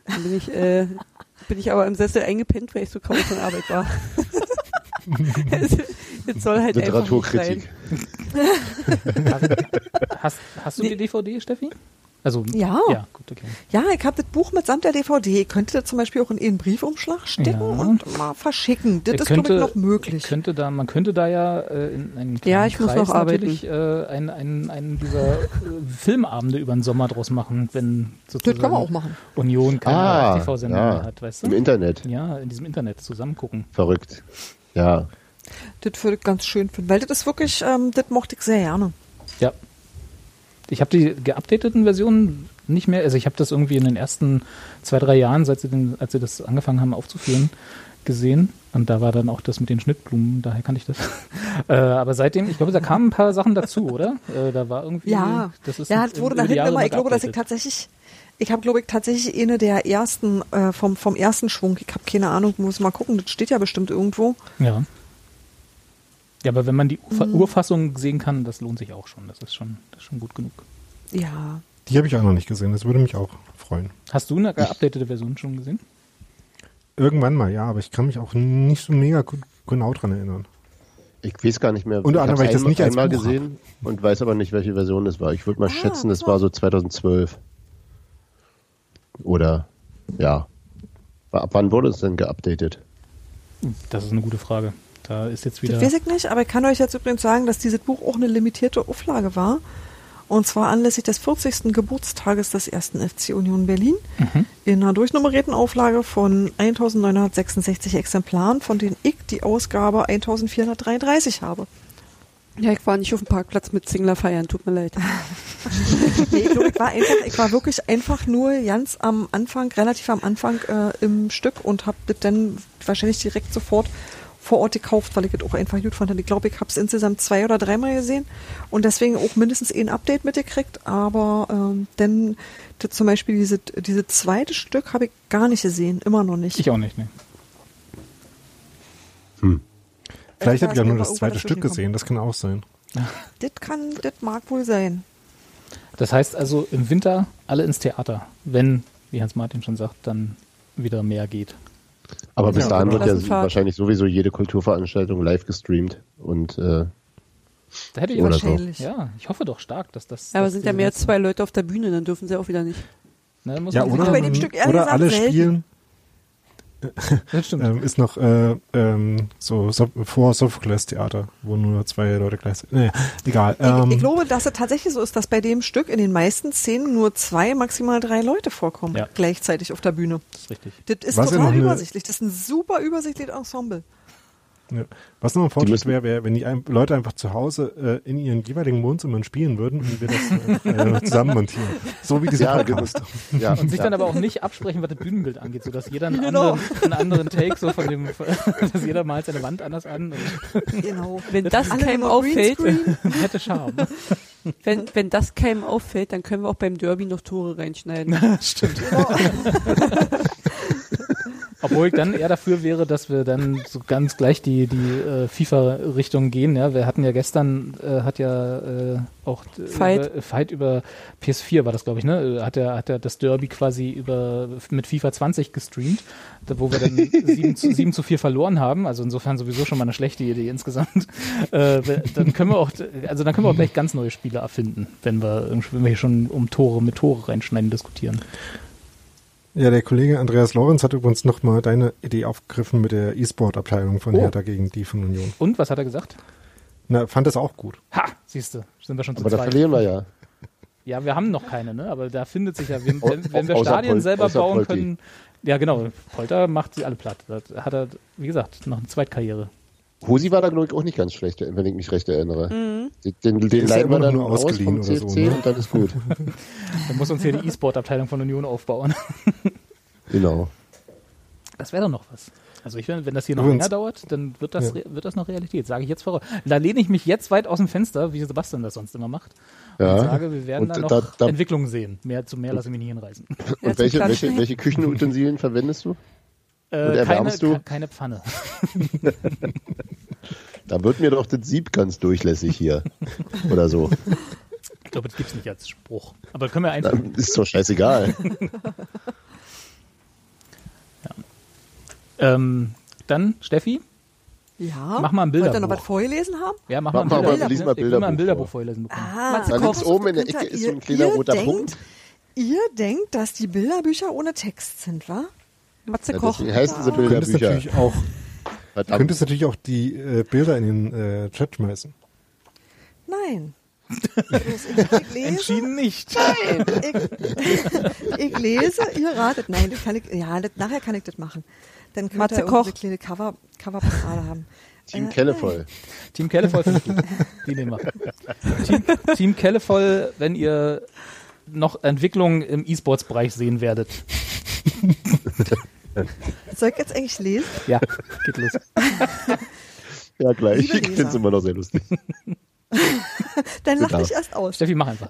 D: Dann bin ich, äh, bin ich aber im Sessel eingepennt, weil ich so kaum von Arbeit war. jetzt soll halt einfach nicht
E: Literaturkritik.
D: sein.
A: Hast, hast du die DVD, Steffi? Also,
B: Ja.
A: Ja, gut, okay.
B: Ja, ich habe das Buch mitsamt der DVD. Ihr könntet das zum Beispiel auch in Ihren Briefumschlag stecken
A: Ja.
B: und mal verschicken. Das
A: Ihr
B: ist, glaube ich, noch möglich.
A: ihr Äh, Könnte da, man könnte da ja äh, in einem kleinen
D: Ja, ich muss
A: Kreis
D: noch arbeiten.
A: natürlich äh, einen, einen, einen dieser äh, Filmabende über den Sommer draus machen, wenn sozusagen
B: man auch machen.
A: Union keine
E: Ah,
A: TV-Sendung mehr
E: ja.
A: hat, weißt
E: Im
A: du?
E: Internet.
A: Ja, in diesem Internet zusammen gucken.
E: Verrückt. Ja.
B: Das würde ich ganz schön finden, weil das ist wirklich, ähm, das mochte ich sehr gerne.
A: Ja. Ich habe die geupdateten Versionen nicht mehr, also ich habe das irgendwie in den ersten zwei, drei Jahren, seit sie den, als sie das angefangen haben aufzuführen, gesehen. Und da war dann auch das mit den Schnittblumen, daher kannte ich das. äh, aber seitdem, ich glaube, da kamen ein paar Sachen dazu, oder? Äh, da war irgendwie.
B: Ja,
A: das ist
B: ja,
A: im-
B: das wurde
A: über
B: nach
A: die
B: hinten
A: Jahre
B: immer,
A: mal
B: ich glaube, dass ich
A: geupdatet.
B: tatsächlich, ich habe, glaube ich, tatsächlich eine der ersten, äh, vom, vom ersten Schwung, ich habe keine Ahnung, muss mal gucken, das steht ja bestimmt irgendwo.
A: Ja. Ja, aber wenn man die Urfa-
B: Mhm.
A: Urfassung sehen kann, das lohnt sich auch schon. Das ist schon, das ist schon gut genug.
B: Ja,
C: Die habe ich auch noch nicht gesehen. Das würde mich auch freuen.
A: Hast du eine geupdatete Version schon gesehen?
C: Irgendwann mal, ja, aber ich kann mich auch nicht so mega gu- genau dran erinnern.
E: Ich weiß gar nicht mehr.
C: Unter
E: ich
C: anderem,
E: habe
C: weil ich das nicht als
E: einmal
C: Buch hab.
E: gesehen und weiß aber nicht, welche Version das war. Ich würde mal
B: Ah,
E: schätzen, das
B: klar.
E: war so 2012. Oder ja. Ab wann wurde es denn geupdatet?
A: Das ist eine gute Frage. Da ist jetzt wieder.
B: das weiß ich nicht, aber ich kann euch jetzt übrigens sagen, dass dieses Buch auch eine limitierte Auflage war. Und zwar anlässlich des 40. Geburtstages des ersten FC Union Berlin. In einer durchnummerierten Auflage von 1966 Exemplaren, von denen ich die Ausgabe 1433 habe.
D: Ja, ich war nicht auf dem Parkplatz mit Zingler feiern, tut mir leid.
B: Nee, ich, glaub, ich, war einfach, ich war wirklich einfach nur ganz am Anfang, relativ am Anfang äh, im Stück und habe das dann wahrscheinlich direkt sofort vor Ort gekauft, weil ich das auch einfach gut fand. Und Ich glaube, ich habe es insgesamt zwei oder dreimal gesehen und deswegen auch mindestens eh ein Update mitgekriegt. Aber ähm, dann das zum Beispiel diese, diese zweite Stück habe ich gar nicht gesehen, immer noch nicht.
A: Ich auch nicht, ne.
C: Vielleicht
B: weiß
C: habe ich auch
B: nicht,
C: nur
B: ob
C: das
B: irgendwann
C: zweite
B: dazwischen
C: Stück gesehen. Das kann auch sein.
B: das kann, das mag wohl sein.
A: Das heißt also im Winter alle ins Theater, wenn, wie Hans Martin schon sagt, dann wieder mehr geht.
E: Aber bis
C: Ja,
E: dahin
C: genau.
E: wird ja
D: Klassenfahrt.
E: wahrscheinlich sowieso jede Kulturveranstaltung live gestreamt und äh,
A: Da hätte ich
E: Oder so.
B: Wahrscheinlich.
A: Ja, ich hoffe doch stark, dass das.
D: Aber
A: dass
D: sind
A: diese
D: ja mehr als
A: ganzen-
D: zwei Leute auf der Bühne, dann dürfen sie auch wieder nicht.
A: Ne, muss
C: Ja,
A: man-
C: oder,
B: bei dem
C: ähm,
B: Stück ehrlich
C: oder
B: gesagt
C: alle
B: selten.
C: spielen,
A: Das stimmt.
C: ähm, ist noch äh, ähm, so, so vor Sophocles Theater, wo nur zwei Leute gleichzeitig. Naja, egal. Ähm,
B: ich, ich glaube, dass es tatsächlich so ist, dass bei dem Stück in den meisten Szenen nur zwei, maximal drei Leute vorkommen
A: Ja.
B: gleichzeitig auf der Bühne.
A: Das ist richtig.
B: Das ist
C: Was ja noch
B: total
C: eine-
B: übersichtlich. Das ist ein super übersichtliches Ensemble.
C: Ja. Was noch ein Fortschritt
E: müssen-
C: wäre, wäre, wenn die ein- Leute einfach zu Hause äh, in ihren jeweiligen Wohnzimmern spielen würden und wir das äh, zusammen montieren. So wie dieser
E: Ja,
C: Podcast.
E: Ja,
A: Und sich
E: ja.
A: dann aber auch nicht absprechen, was das Bühnenbild angeht, sodass jeder einen,
B: Genau.
A: anderen, einen anderen Take so von dem, dass jeder malt seine Wand anders an und
B: Genau.
D: Wenn das
B: Alle
D: keinem
B: nur
D: auffällt,
B: Greenscreen.
A: hätte Charme.
D: wenn, wenn das keinem auffällt, dann können wir auch beim Derby noch Tore reinschneiden.
A: Stimmt. Obwohl ich dann eher dafür wäre, dass wir dann so ganz gleich die, die äh, FIFA-Richtung gehen. Ja, wir hatten ja gestern, äh, hat ja äh, auch äh,
D: Fight.
A: Über, Fight über PS4 war das, glaube ich, ne? Äh, Hat er hat er das Derby quasi über mit FIFA 20 gestreamt, da, wo wir dann 7 zu, 7 zu 4 verloren haben. Also insofern sowieso schon mal eine schlechte Idee insgesamt. Äh, wir- dann können wir auch, also dann können wir auch gleich ganz neue Spiele erfinden, wenn wir, irgendwie- wenn wir hier schon um Tore mit Tore reinschneiden diskutieren.
C: Ja, der Kollege Andreas Lorenz hat übrigens nochmal deine Idee aufgegriffen mit der E-Sport-Abteilung von
A: Oh.
C: Hertha gegen die von Union.
A: Und was hat er gesagt?
C: Na, fand das auch gut.
A: Ha, siehst du, sind wir schon zu
E: Aber da
A: zweit.
E: verlieren wir ja.
A: Ja, wir haben noch keine, ne? Aber da findet sich ja, wenn,
E: Au-
A: wenn, wenn wir
E: außer
A: Stadien
E: Pol-
A: selber
E: außer
A: bauen
E: Polti.
A: können. Ja, genau. Polter macht sie alle platt. Das hat er, wie gesagt, noch eine Zweitkarriere.
E: Hosi war da, glaube ich, auch nicht ganz schlecht, wenn ich mich recht erinnere. Den, den,
C: Der
E: den
C: ist ja
E: leiten
C: immer
E: wir
C: noch
E: dann
C: nur
E: aus
C: ausgeliehen
E: vom
C: oder so,
E: CFC
C: ne?
E: und dann ist gut.
A: Dann muss uns hier die E-Sport-Abteilung von Union aufbauen.
E: genau.
A: Das wäre doch noch was. Also ich, wenn wenn das hier noch
C: Übrigens-
A: länger dauert, dann wird das,
C: Ja.
A: re- wird das noch Realität. Sage ich jetzt voraus. Da lehne ich mich jetzt weit aus dem Fenster, wie Sebastian das sonst immer macht.
E: Ja.
A: Und sage, wir werden
E: Und
A: da noch
E: da- da-
A: Entwicklungen sehen. Mehr zu mehr lassen wir nicht hinreißen.
D: Ja,
E: Und
D: zum
E: welche,
D: Planschen.
E: welche, welche Küchenutensilien verwendest du?
A: Äh, keine,
E: erwärmst du?
A: ke- keine Pfanne.
E: Da wird mir doch das Sieb ganz durchlässig hier. Oder so.
A: Ich glaube, das gibt's nicht als Spruch. Aber können wir einfach
E: Dann ist doch scheißegal.
A: Ähm, dann, Steffi,
B: Ja.
A: Mach mal ein
B: Wollt ihr noch
A: Bilderbuch.
B: was vorlesen haben?
A: ja, mach,
E: Mach
A: mal
E: mal,
A: ein Bilderbuch.
E: lies
A: ne?
E: mal
A: ich will mal ein
E: Bilderbuch
A: Bilderbuch
E: vor.
A: vorlesen bekommen.
B: Ah,
D: Matze
E: Da
D: Koch.
E: links oben in der
B: Günther,
E: Ecke ist so ein
B: ihr-
E: kleiner
B: ihr
E: roter
B: denkt,
E: Punkt.
B: Ihr denkt, dass die Bilderbücher ohne Text sind, wa?
D: Matze
E: Ja,
D: Koch.
E: deswegen heißen sie
C: Du könntest
E: Bilderbücher.
C: natürlich auch,
E: Verdammt.
C: könntest natürlich auch die äh, Bilder in den äh, Chat schmeißen.
B: Nein. Bloß ich, ich lese,
A: Entschieden nicht.
B: ich, ich lese, ihr ratet. Nein, das kann ich, ja, das, nachher kann ich das machen. Dann könnt
D: Matze
B: ihr irgendwie
D: Koch.
B: eine kleine Cover, Coverparade haben.
E: Team
B: Äh,
E: Kellevoll.
A: Team Kellevoll finde ich gut. Die nehmen wir. Team, Team Kellevoll, wenn ihr noch Entwicklungen im E-Sports-Bereich sehen werdet.
B: Soll ich jetzt eigentlich lesen?
A: Ja, geht los.
E: Ja, gleich. Ich
B: Liebe Leser.
E: finde es immer noch sehr lustig.
B: Dann lach
E: Genau.
B: mich erst aus.
A: Steffi, mach einfach.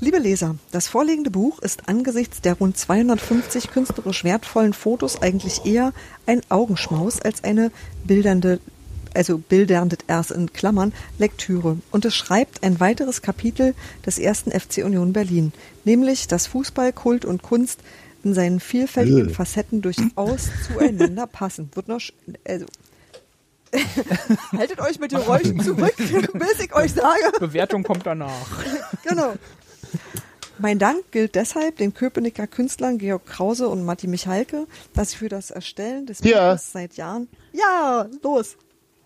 B: Liebe Leser, das vorliegende Buch ist angesichts der rund 250 künstlerisch wertvollen Fotos eigentlich eher ein Augenschmaus als eine bildernde, also bildernd erst in Klammern, Lektüre. Und es schreibt ein weiteres Kapitel des ersten FC Union Berlin, nämlich dass Fußball, Kult und Kunst in seinen vielfältigen
E: Äh.
B: Facetten durchaus zueinander passen. Wird noch, sch- also, haltet euch mit den Räuschen zurück, bis ich euch sage,
A: Bewertung kommt danach.
B: genau. Mein Dank gilt deshalb den Köpenicker Künstlern Georg Krause und Matti Michalke, dass sie für das Erstellen des
E: Ja.
B: Videos seit Jahren. Ja, los.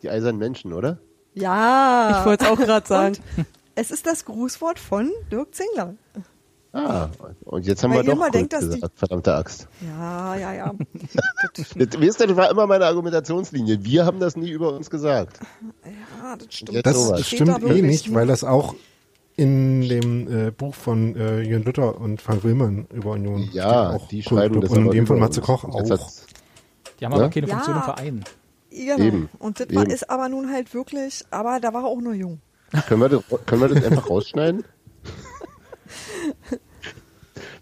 E: Die eisernen Menschen, oder?
B: Ja.
D: Ich wollte es auch gerade sagen.
B: Und es ist das Grußwort von Dirk Zingler.
E: Ah, und jetzt haben
B: Weil
E: wir
B: ihr
E: doch
B: immer
E: Kult
B: denkt, dass die-
E: gesagt. Verdammte Axt.
B: Ja, ja, ja. das,
E: Jetzt, wisst ihr, das war immer meine Argumentationslinie. Wir haben das nie über uns gesagt.
B: ja, das stimmt.
E: Jetzt
C: Das
E: sowas.
B: Steht da
C: stimmt eh
B: wirklich
C: nicht, weil das auch in dem äh, Buch von äh, Jürgen Luther und Frank Willmann über Union
E: Ja,
C: steht auch
E: die
C: Kultclub
E: schreiben das
C: und in
E: aber
C: dem von
E: über
C: Matze
E: uns.
C: Koch
E: Jetzt
C: auch.
E: hat's-
A: Die haben aber
E: Ja?
A: keine Funktion
B: Ja.
A: im Verein.
B: Genau.
E: Eben.
B: Und das war,
E: Eben.
B: ist aber nun halt wirklich, aber da war er auch nur jung.
E: Können wir das, können wir das einfach rausschneiden?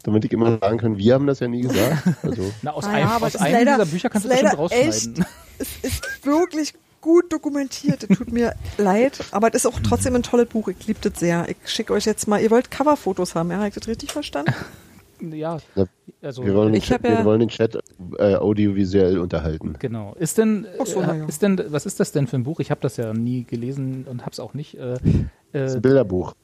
E: Damit ich immer sagen kann, wir haben das ja nie gesagt. Also,
A: Na, aus
B: Ah
A: einem,
B: ja, aber
A: aus
B: es ist
A: einem
B: leider-
A: dieser Bücher kannst du
B: es
A: bestimmt
B: ist leider
A: rausschneiden.
B: Es ist wirklich gut dokumentiert. Es tut mir leid, aber es ist auch trotzdem ein tolles Buch. Ich liebe das sehr. Ich schicke euch jetzt mal, ihr wollt Coverfotos haben, ja? Habe ich das richtig verstanden?
A: ja,
E: Ja,
A: also
E: Wir wollen den
D: Ich
E: Chat,
D: hab ja-
E: wir wollen den Chat äh, audiovisuell unterhalten.
A: genau. Ist denn,
B: Ach so,
A: äh,
B: na ja.
A: ist denn, was ist das denn für ein Buch? Ich habe das ja nie gelesen und hab's auch nicht. Äh,
E: Das ist
A: äh,
E: ein Bilderbuch.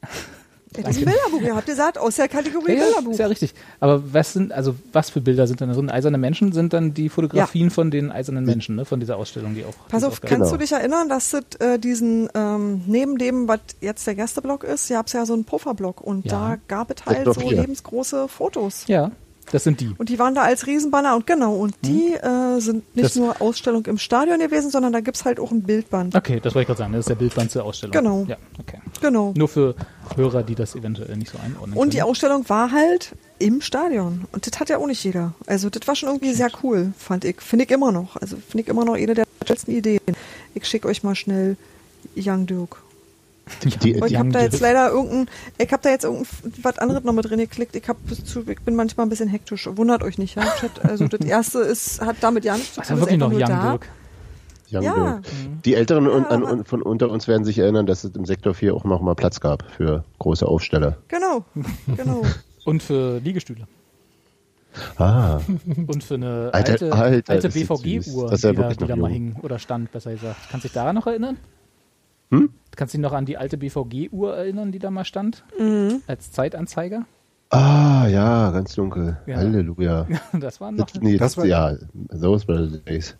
B: Ja, das ist ein Bilderbuch, ihr habt gesagt, aus der Kategorie
A: ja, ja,
B: Bilderbuch.
A: ist ja richtig. Aber was sind, also was für Bilder sind denn da drin? Eiserne Menschen sind dann die Fotografien von den eisernen Menschen, ne? Von dieser Ausstellung, die auch.
B: Pass
A: die
B: auf,
A: Aufgabe-
B: kannst du
E: Genau.
B: dich erinnern, dass das, äh, diesen, ähm, neben dem, was jetzt der Gästeblock ist, gab es ja so einen Pufferblock und
A: Ja.
B: da gab es
E: ist
B: halt
E: doch
B: so
E: hier.
B: lebensgroße Fotos.
A: Ja, das sind die.
B: Und die waren da als Riesenbanner und genau, und die äh, sind
A: Hm?
B: nicht
A: Das-
B: nur Ausstellung im Stadion gewesen, sondern da gibt's halt auch ein Bildband.
A: Okay, das wollte ich gerade sagen. Das ist der Bildband zur Ausstellung.
B: Genau.
A: Ja, okay.
B: Genau.
A: Nur für Hörer, die das eventuell nicht so einordnen
B: Und die
A: können.
B: Ausstellung war halt im Stadion. Und das hat ja auch nicht jeder. Also das war schon irgendwie sehr cool, fand ich. Finde ich immer noch. Also finde ich immer noch eine der tollsten Ideen. Ich schicke euch mal schnell Young Duke.
E: Die-
B: Und ich habe
A: haben
B: da
A: die-
B: jetzt leider irgendein, ich habe da jetzt irgendwas anderes noch mit drin geklickt. Ich, hab zu, ich bin manchmal ein bisschen hektisch. Wundert euch nicht, ja, Chat. Also das erste ist, hat damit ja nichts zu
A: Ach, da Also
B: tun.
A: wirklich
B: ist
A: noch
B: einfach
A: Young
B: nur da.
A: Dirk.
E: Young
B: Ja.
E: Dirk.
A: Mhm.
E: Die Älteren un-
B: Ja,
E: an,
B: aber-
E: un, von unter uns werden sich erinnern, dass es im Sektor 4 auch noch mal Platz gab für große Aufsteller.
B: Genau, genau.
A: Und für Liegestühle.
E: Ah,
A: Und für eine
E: Alter,
A: alte,
E: Alter,
A: alte
E: ist das süß.
A: BVG-Uhr,
E: Das ist ja
A: die, da,
E: wirklich
A: die da
E: noch
A: mal
E: jung.
A: hing oder stand, besser gesagt. Kannst du dich daran noch erinnern?
E: Hm?
A: Kannst du dich noch an die alte BVG-Uhr erinnern, die da mal stand? Als Zeitanzeiger?
E: ah ja, ganz dunkel.
A: Ja.
E: Halleluja.
A: Das waren noch.
E: Nee,
C: Das war-
E: ja, those were the days.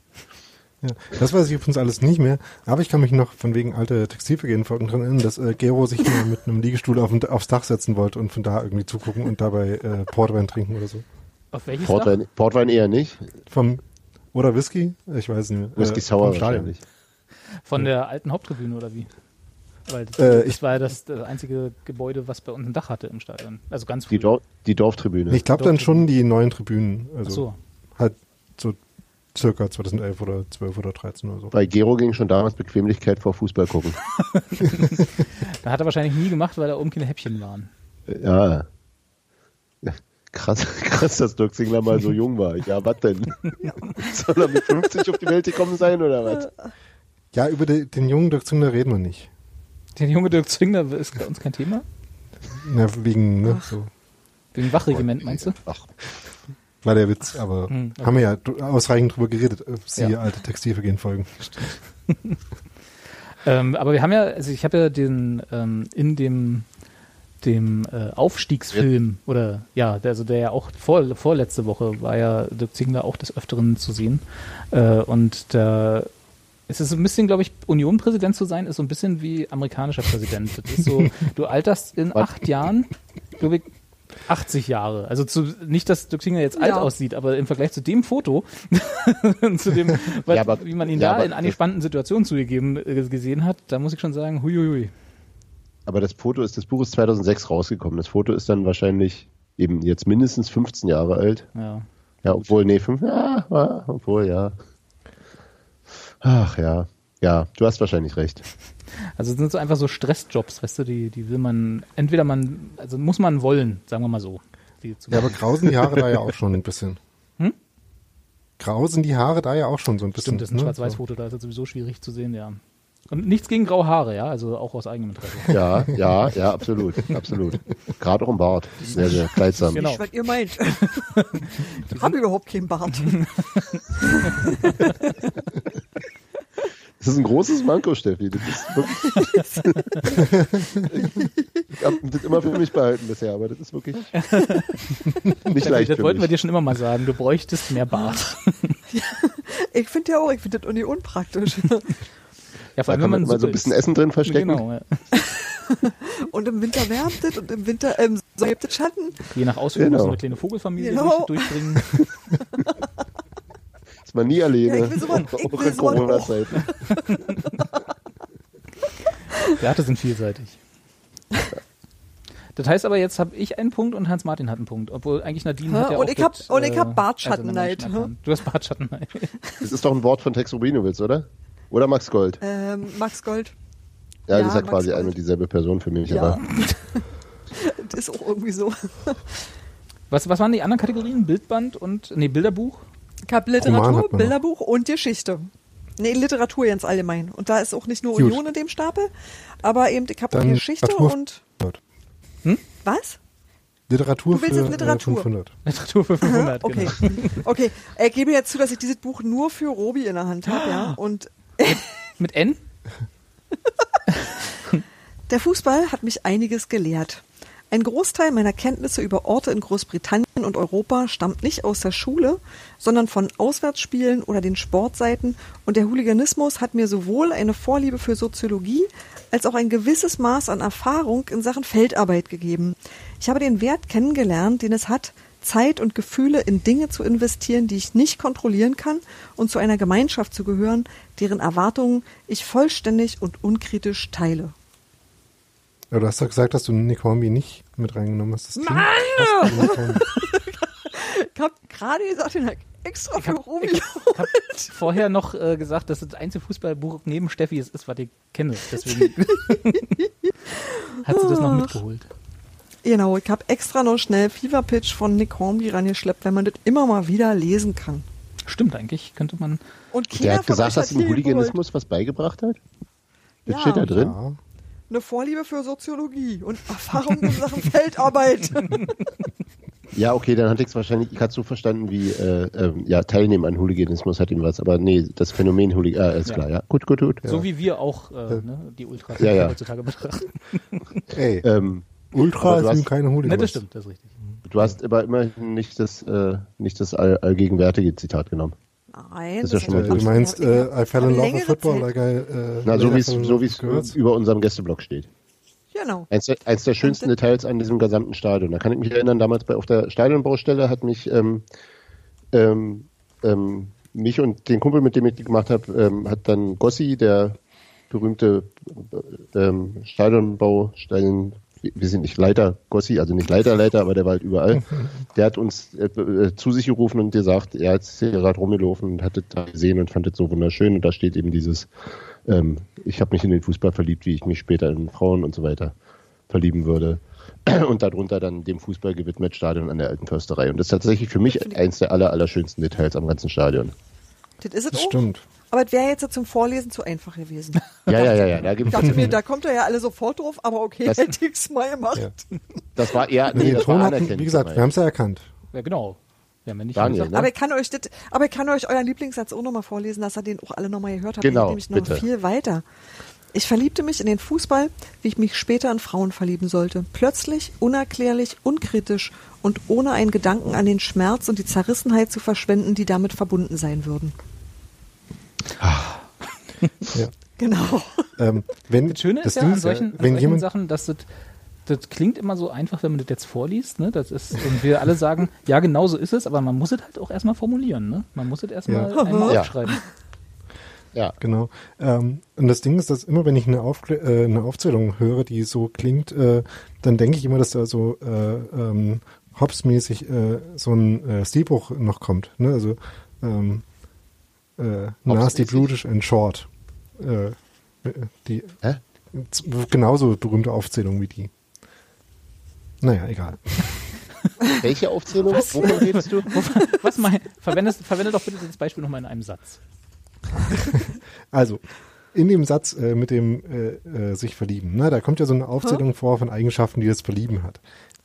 C: Ja, das weiß ich übrigens alles nicht mehr, aber ich kann mich noch von wegen alte Textilvergehen-Folgen dran erinnern, dass äh, Gero sich mal mit einem Liegestuhl auf, aufs Dach setzen wollte und von da irgendwie zugucken und dabei äh, Portwein trinken oder so.
A: Auf welches Dach?
E: Portwein, Portwein eher nicht.
C: Vom, oder Whisky? Ich weiß nicht mehr.
E: Whisky
C: Äh, vom
E: Sour
C: Stadion.
E: wahrscheinlich.
A: Von der alten Haupttribüne oder wie? Weil das,
C: Äh,
A: das
C: ich-
A: war ja das, das einzige Gebäude, was bei uns ein Dach hatte im Stadion. Also ganz früh.
E: Die, Dor die Dorftribüne.
C: Ich glaube dann schon die neuen Tribünen.
A: Ach
C: Also
A: so.
C: halt so circa 2011 oder 12 oder 13 oder so.
E: Bei Gero ging schon damals Bequemlichkeit vor Fußball gucken.
A: Da hat er wahrscheinlich nie gemacht, weil da oben keine Häppchen waren.
E: Äh, ja. Krass, krass, dass Dirk Singler mal so jung war. Ja, was denn? Soll er mit 50 auf die Welt gekommen sein oder was?
C: Ja, über de, den jungen Dirk Züngler reden wir nicht.
A: Der junge Dirk Zwingler ist bei uns kein Thema.
C: Na, wegen, ne, so.
A: Wegen Wachregiment, meinst du?
E: Ach,
C: War der Witz, aber
A: Hm, okay.
C: haben wir ja dr- ausreichend drüber geredet, äh, siehe
A: Ja.
C: alte Textilvergehen-Folgen.
A: Ähm, aber wir haben ja, also ich habe ja den ähm, in dem dem äh, Aufstiegsfilm oder ja, der- also der ja auch vor, vorletzte Woche war ja Dirk Ziegler auch des Öfteren zu sehen. Äh, und da es ist so ein bisschen, glaube ich, Union-Präsident zu sein, ist so ein bisschen wie amerikanischer Präsident. Das ist so, du alterst in acht Jahren, glaube ich, 80 Jahre. Also zu, nicht, dass Dirk Ziegler jetzt alt
B: Ja.
A: aussieht, aber im Vergleich zu dem Foto, zu dem, was,
E: Ja, aber-
A: wie man ihn
E: ja,
A: da
E: aber
A: in angespannten Situationen zugegeben äh, gesehen hat, da muss ich schon sagen, huiuiui.
E: Aber das Foto ist, das Buch ist 2006 rausgekommen. Das Foto ist dann wahrscheinlich eben jetzt mindestens 15 Jahre alt.
A: Ja.
E: Ja, obwohl, nee, fünf, ja, ja, obwohl, ja. Ach ja, ja, du hast wahrscheinlich recht.
A: Also es sind so einfach so Stressjobs, weißt du, die, die will man, entweder man, also muss man wollen, sagen wir mal so. Die zu
C: Ja, aber grausen die Haare da ja auch schon ein bisschen.
A: Hm?
C: Grausen die Haare da ja auch schon so ein bisschen.
A: Stimmt, das ist ein
C: ne?
A: Schwarz-Weiß-Foto, da ist das sowieso schwierig zu sehen, ja. Und nichts gegen graue Haare, ja, also auch aus eigenem Interesse.
E: Ja, ja, ja, absolut, absolut. Gerade auch im Bart. Sehr, sehr kleidsam.
A: Genau.
B: Ich, was ihr meint. ich habe überhaupt keinen Bart.
E: Das ist ein großes Manko, Steffi. Das ist wirklich, ich habe das immer für mich behalten bisher, aber das ist wirklich nicht leicht.
A: das
E: für
A: wollten wir
E: mich.
A: dir schon immer mal sagen, du bräuchtest mehr Bart.
B: Ich finde ja auch, ich finde das irgendwie unpraktisch.
A: Ja, vor
E: Da
A: allem,
E: kann
A: wenn man
E: man mal so ein
A: ist.
E: bisschen Essen drin verstecken.
A: Genau, ja.
B: Und im Winter wärmt es und im Winter ähm, so gibt es Schatten.
A: je nach Ausführung
E: Genau.
A: muss so eine kleine Vogelfamilie
B: Genau.
A: durch, durchdringen.
E: Ist man nie alleine.
B: Ja, ich will sowas- ich
E: auch
B: will
E: in
B: sowas auch.
E: Corona-Zeiten.
A: Werte sind vielseitig. Das heißt aber, jetzt habe ich einen Punkt und Hans-Martin hat einen Punkt. Obwohl eigentlich Nadine
B: Hä?
A: hat ja
B: Und
A: auch
B: ich hab-
A: das,
B: und ich hab
A: äh,
B: halt. Bartschattenneid,
A: also eine Menschen- Du hast halt. Bartschattenneid.
E: Das ist doch ein Wort von Tex Rubinowitz, oder? Oder Max Gold.
B: Ähm, Max Gold
E: Ja,
B: ja,
E: das ist ja
B: Max
E: quasi
B: Gold.
E: eine und dieselbe Person für mich.
B: Ja.
E: Aber
B: das ist auch irgendwie so.
A: Was, was waren die anderen Kategorien? Bildband und, nee, Bilderbuch?
B: Ich habe
C: Roman hat
B: Literatur,
C: man noch.
B: Bilderbuch und Geschichte. Nee, Literatur ganz allgemein. Und da ist auch nicht nur
C: Gut.
B: Union in dem Stapel, aber eben, ich habe
C: Dann
B: Geschichte
C: Natur-
B: und
C: Gut.
B: was?
C: Literatur
B: Du willst
C: für
B: jetzt Literatur.
C: Äh, 500.
A: Literatur für 500,
B: Okay.
A: genau.
B: Okay, ich gebe jetzt zu, dass ich dieses Buch nur für Robi in der Hand habe, ja. Und
A: Mit N?
B: Der Fußball hat mich einiges gelehrt. Ein Großteil meiner Kenntnisse über Orte in Großbritannien und Europa stammt nicht aus der Schule, sondern von Auswärtsspielen oder den Sportseiten und der Hooliganismus hat mir sowohl eine Vorliebe für Soziologie als auch ein gewisses Maß an Erfahrung in Sachen Feldarbeit gegeben. Ich habe den Wert kennengelernt, den es hat, Zeit und Gefühle in Dinge zu investieren, die ich nicht kontrollieren kann und zu einer Gemeinschaft zu gehören, deren Erwartungen ich vollständig und unkritisch teile.
C: Aber du hast doch gesagt, dass du Nick Hornby nicht mit reingenommen hast. Das Mann!
B: Ich hab gerade gesagt, den hab ich extra für Robi.
A: Ich habe vorher noch äh, gesagt, dass das einzige Fußballbuch neben Steffi ist, ist was ich kenne. Deswegen hat sie
B: Ah.
A: das noch mitgeholt.
B: Genau, ich habe extra noch schnell Fever Pitch von Nick Hornby rangeschleppt, wenn man das immer mal wieder lesen kann.
A: Stimmt eigentlich, könnte man.
B: Und
E: Der
B: keiner
E: hat
B: von
E: gesagt,
B: euch
E: dass
B: hat
E: ihm
B: hier geholt.
E: Hooliganismus was beigebracht hat? Das
B: Ja.
E: steht da drin.
C: Ja.
B: Eine Vorliebe für Soziologie und Erfahrung in Sachen Feldarbeit.
E: Ja, okay, dann hatte ich es wahrscheinlich, ich hatte so verstanden wie, äh, ähm, ja, Teilnehmen an Hooliganismus hat ihm was, aber nee, das Phänomen Hooliganismus, ah, alles
A: Ja.
E: klar, ja, gut, gut, gut.
A: So wie wir auch äh, ne, die Ultras
E: Ja, ja.
A: heutzutage betrachten.
C: Ey,
E: Ähm,
C: Ultra
E: aber du
C: sind
E: hast-
C: keine Hooligans.
A: Ne, das stimmt, das ist richtig.
E: du hast aber immerhin nicht das, äh, nicht das all, allgegenwärtige Zitat genommen.
B: Nein,
E: Das ist ja schon mal
B: hab
E: gut.
C: Du
B: ich-
C: meinst,
B: hab ich-
C: äh, I fell in
B: hab
C: love
B: längere
C: with football,
B: Zeit-
C: like I, äh,
E: Na, so
C: like
E: wie es
C: I
E: so wie's
C: gehört.
E: über unserem Gästeblock steht.
B: Genau.
E: Eins der, eins der schönsten Details an diesem gesamten Stadion. Da kann ich mich erinnern, damals bei, auf der Stadionbaustelle hat mich, ähm, ähm, ähm, mich und den Kumpel, mit dem ich die gemacht habe, ähm, hat dann Gossi, der berühmte äh, ähm, Stadionbau, Stadion, wir sind nicht Leiter Gossi, also nicht Leiter Leiter, aber der war halt überall. Der hat uns äh, äh, zu sich gerufen und gesagt, er hat hier gerade rumgelaufen und hat das da gesehen und fand das so wunderschön. Und da steht eben dieses, ähm, ich habe mich in den Fußball verliebt, wie ich mich später in Frauen und so weiter verlieben würde. Und darunter dann dem Fußball gewidmet Stadion an der alten Försterei. Und das ist tatsächlich für mich eins der aller, allerschönsten Details am ganzen Stadion.
B: Das ist es
C: Das
B: auch.
C: stimmt.
B: Aber es wäre jetzt zum Vorlesen zu einfach gewesen.
E: Ja, ja, ja, ja. Da
B: Ich
E: gibt's,
B: dachte mir, da kommt er ja alle sofort drauf, aber okay,
E: Das-
B: hätte ich es mal gemacht.
C: Ja.
E: das war eher,
C: Nee,
E: nee,
C: den
E: das
C: Ton
E: war
C: hatten,
E: anerkennend
C: wie gesagt, wir
E: gemeint.
C: haben es ja erkannt.
A: Ja, genau. Wir haben ja nicht
E: Daniel,
A: gesagt,
E: ne?
B: Aber ich kann euch das, aber ich kann euch euren Lieblingssatz auch nochmal vorlesen, dass ihr den auch alle nochmal gehört habt.
E: Genau,
B: Der geht nämlich noch
E: bitte.
B: viel weiter. Ich verliebte mich in den Fußball, wie ich mich später in Frauen verlieben sollte. Plötzlich, unerklärlich, unkritisch und ohne einen Gedanken an den Schmerz und die Zerrissenheit zu verschwenden, die damit verbunden sein würden.
C: Ja.
B: Genau.
C: Ähm, wenn,
A: Das Schöne ist ja
C: Ding
A: an solchen, an
C: wenn
A: solchen
C: jemand,
A: Sachen, dass das, das klingt immer so einfach, wenn man das jetzt vorliest. Ne? Das ist, und wir alle sagen, ja, genau so ist es, aber man muss es halt auch erstmal formulieren. Ne? Man muss es erstmal
C: Ja.
A: einmal
E: Ja.
A: aufschreiben.
E: Ja,
C: Genau. Ähm, und das Ding ist, dass immer wenn ich eine, Aufklä äh, eine Aufzählung höre, die so klingt, äh, dann denke ich immer, dass da so äh, ähm, Hobbs-mäßig äh, so ein äh, Stilbruch noch kommt. Ne? Also ähm, äh, nasty,
E: Hobbs-mäßig.
C: brutish and short. Äh, die
E: Hä?
C: z- genauso berühmte Aufzählung wie die. Naja, egal.
E: Welche Aufzählung? Wovon redest du?
A: Was mein, verwendest, verwende doch bitte das Beispiel nochmal in einem Satz.
C: Also, in dem Satz äh, mit dem äh, äh, sich verlieben, ne, da kommt ja so eine Aufzählung vor von Eigenschaften, die das Verlieben hat.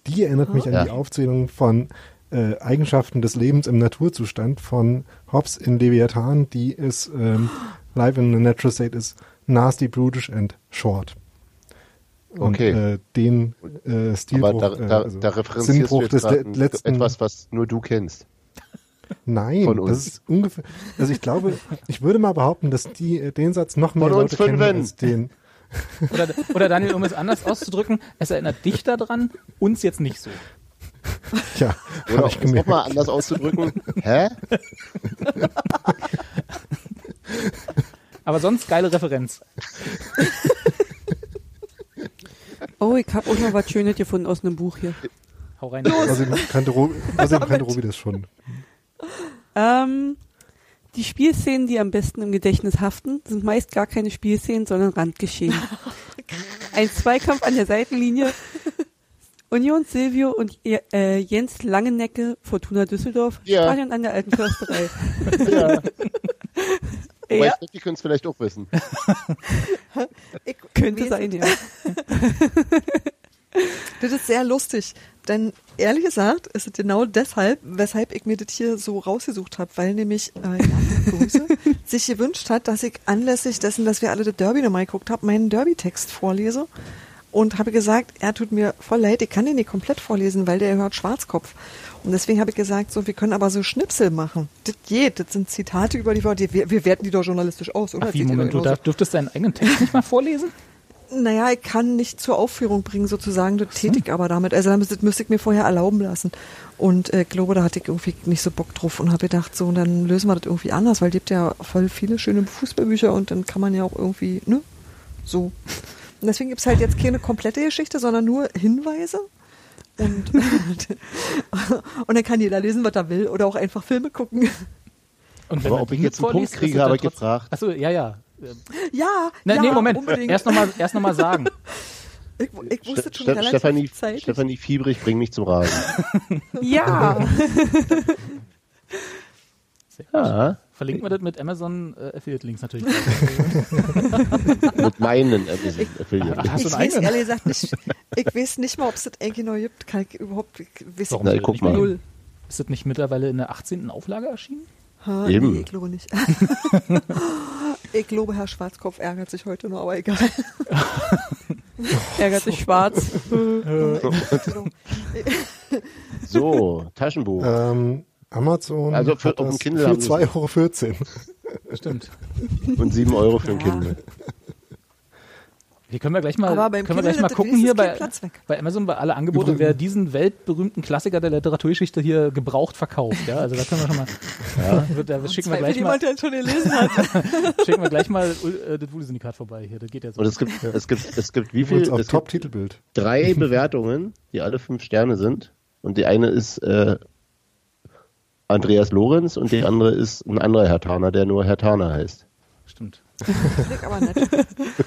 C: Die erinnert mich an
E: Ja.
C: die Aufzählung von äh, Eigenschaften des Lebens im Naturzustand von Hobbes in Leviathan, die ist ähm, Life in the Natural State is nasty, brutish and short. Und,
E: Okay.
C: Äh, den äh,
E: Aber
C: Stilbruch,
E: da,
C: äh,
E: da,
C: also
E: da referenzierst du
C: Sinnbruch
E: jetzt
C: des
E: gerade
C: le-
E: ein-
C: letzten
E: etwas, was nur du kennst.
C: Nein,
E: Von uns.
C: das ist ungefähr. Also ich glaube, ich würde mal behaupten, dass die äh, den Satz noch mehr
E: Von uns
C: Leute kennen
E: Fünfen.
C: als den.
A: Oder, oder Daniel, um es anders auszudrücken, es erinnert dich daran, uns jetzt nicht so.
C: Ja,
E: Oder
C: hab
E: um
C: ich
E: es nochmal
C: gemerkt.
E: anders auszudrücken. Hä?
A: Aber sonst geile Referenz.
D: Oh, ich hab auch noch was Schönes gefunden aus einem Buch hier.
A: Hau rein.
C: Außerdem kannte, Robi, außerdem kannte Robi das schon.
D: Ähm, die Spielszenen, die am besten im Gedächtnis haften, sind meist gar keine Spielszenen, sondern Randgeschehen. Ein Zweikampf an der Seitenlinie. Union Silvio und ihr- äh, Jens Langenecke, Fortuna Düsseldorf,
E: Ja.
D: Stadion an der Alten Försterei.
E: Wobei
D: ja,
E: ich glaube, die können es vielleicht auch wissen.
B: Ich
D: könnte
B: weiß-
D: sein, ja.
B: Das ist sehr lustig. denn ehrlich gesagt ist es genau deshalb, weshalb ich mir das hier so rausgesucht habe, weil nämlich äh, Jakob Grüße sich gewünscht hat, dass ich anlässlich dessen, dass wir alle das Derby nochmal geguckt haben, meinen Derby-Text vorlese und habe gesagt, er tut mir voll leid, ich kann den nicht komplett vorlesen, weil der hört Schwarzkopf. Und deswegen habe ich gesagt, so, wir können aber so Schnipsel machen. Das geht, das sind Zitate über die Wörter, wir, wir werten die doch journalistisch aus, oder?
A: Ach,
B: Das
A: wie,
B: seht ihr
A: Moment,
B: doch
A: du
B: genauso.
A: darf, dürftest deinen eigenen Text nicht mal vorlesen?
B: Naja, ich kann nicht zur Aufführung bringen, sozusagen. Das täte ich aber damit. Also, das müsste ich mir vorher erlauben lassen. Und äh, ich glaube, da hatte ich irgendwie nicht so Bock drauf und habe gedacht, so, dann lösen wir das irgendwie anders, weil es gibt ja voll viele schöne Fußballbücher und dann kann man ja auch irgendwie, ne? So. Und deswegen gibt's halt jetzt keine komplette Geschichte, sondern nur Hinweise. Und, und dann kann jeder lesen, was er will oder auch einfach Filme gucken.
A: Und
E: Aber
A: man
E: ob
A: die
E: ich jetzt
A: mit
E: einen Punkt
A: vorliest, ist
E: kriege,
A: es
E: habe
A: dann
E: ich
A: trotzdem-
E: gefragt.
A: Achso, ja, ja. Ähm,
B: Ja,
A: Nein,
B: ja,
A: nee, Moment.
B: unbedingt.
A: Erst nochmal erst noch mal sagen.
B: ich, ich wusste schon
E: Ste-
B: relativ
E: Stefanie,
B: zeitig.
E: Stefanie Fiebrich, bring mich zum Rasen.
D: Ja.
E: Ja,
A: Verlinken wir das mit Amazon äh, Affiliate Links natürlich.
E: mit meinen Amazon Affiliate.
A: Hast du
B: ich
A: einen
B: weiß
A: eigenen?
B: ehrlich gesagt nicht, ich weiß nicht mal, ob es das eigentlich noch gibt. Kann ich überhaupt, ich weiß
A: Warum
E: Na,
A: soll
E: ich
A: das
E: guck
A: nicht
E: mal.
A: geben?
B: null.
A: Ist das nicht mittlerweile in der 18. Auflage erschienen?
B: Ha,
E: Eben.
B: Nee, ich glaube nicht. ich glaube, Herr Schwarzkopf ärgert sich heute nur, aber egal.
D: Ärgert sich schwarz.
E: So, Taschenbuch.
C: Ähm, Amazon
E: Also für-
C: hat
E: auf dem
C: das
E: Kindle
C: für
E: haben sie-
C: 2,14 Euro.
A: Stimmt.
E: Und 7 Euro für ein
B: Ja.
E: Kindle.
A: Hier können wir gleich mal,
B: Aber beim
A: können wir gleich
B: Kindle
A: mal
B: das
A: gucken
B: ist
A: hier
B: kein
A: bei,
B: Platz weg.
A: bei Amazon bei alle Angebote,
C: Übrigens-
A: wer diesen weltberühmten Klassiker der Literaturgeschichte hier gebraucht verkauft. Ja, also da können wir schon mal, wird- da schicken wir gleich mal,
B: jemand, der schon gelesen hat.
A: schicken wir gleich mal äh, das Wule-Syndikat vorbei hier. Das geht jetzt.
E: Und es gibt, es gibt, es gibt wie viel?
C: Übrigens auf
E: Es gibt
C: Top-Titelbild.
E: drei Bewertungen, die alle fünf Sterne sind. Und die eine ist äh, Andreas Lorenz und die andere ist ein anderer Herr Tarner, der nur Herr Tarner heißt.
A: Stimmt.
B: Blick aber nett.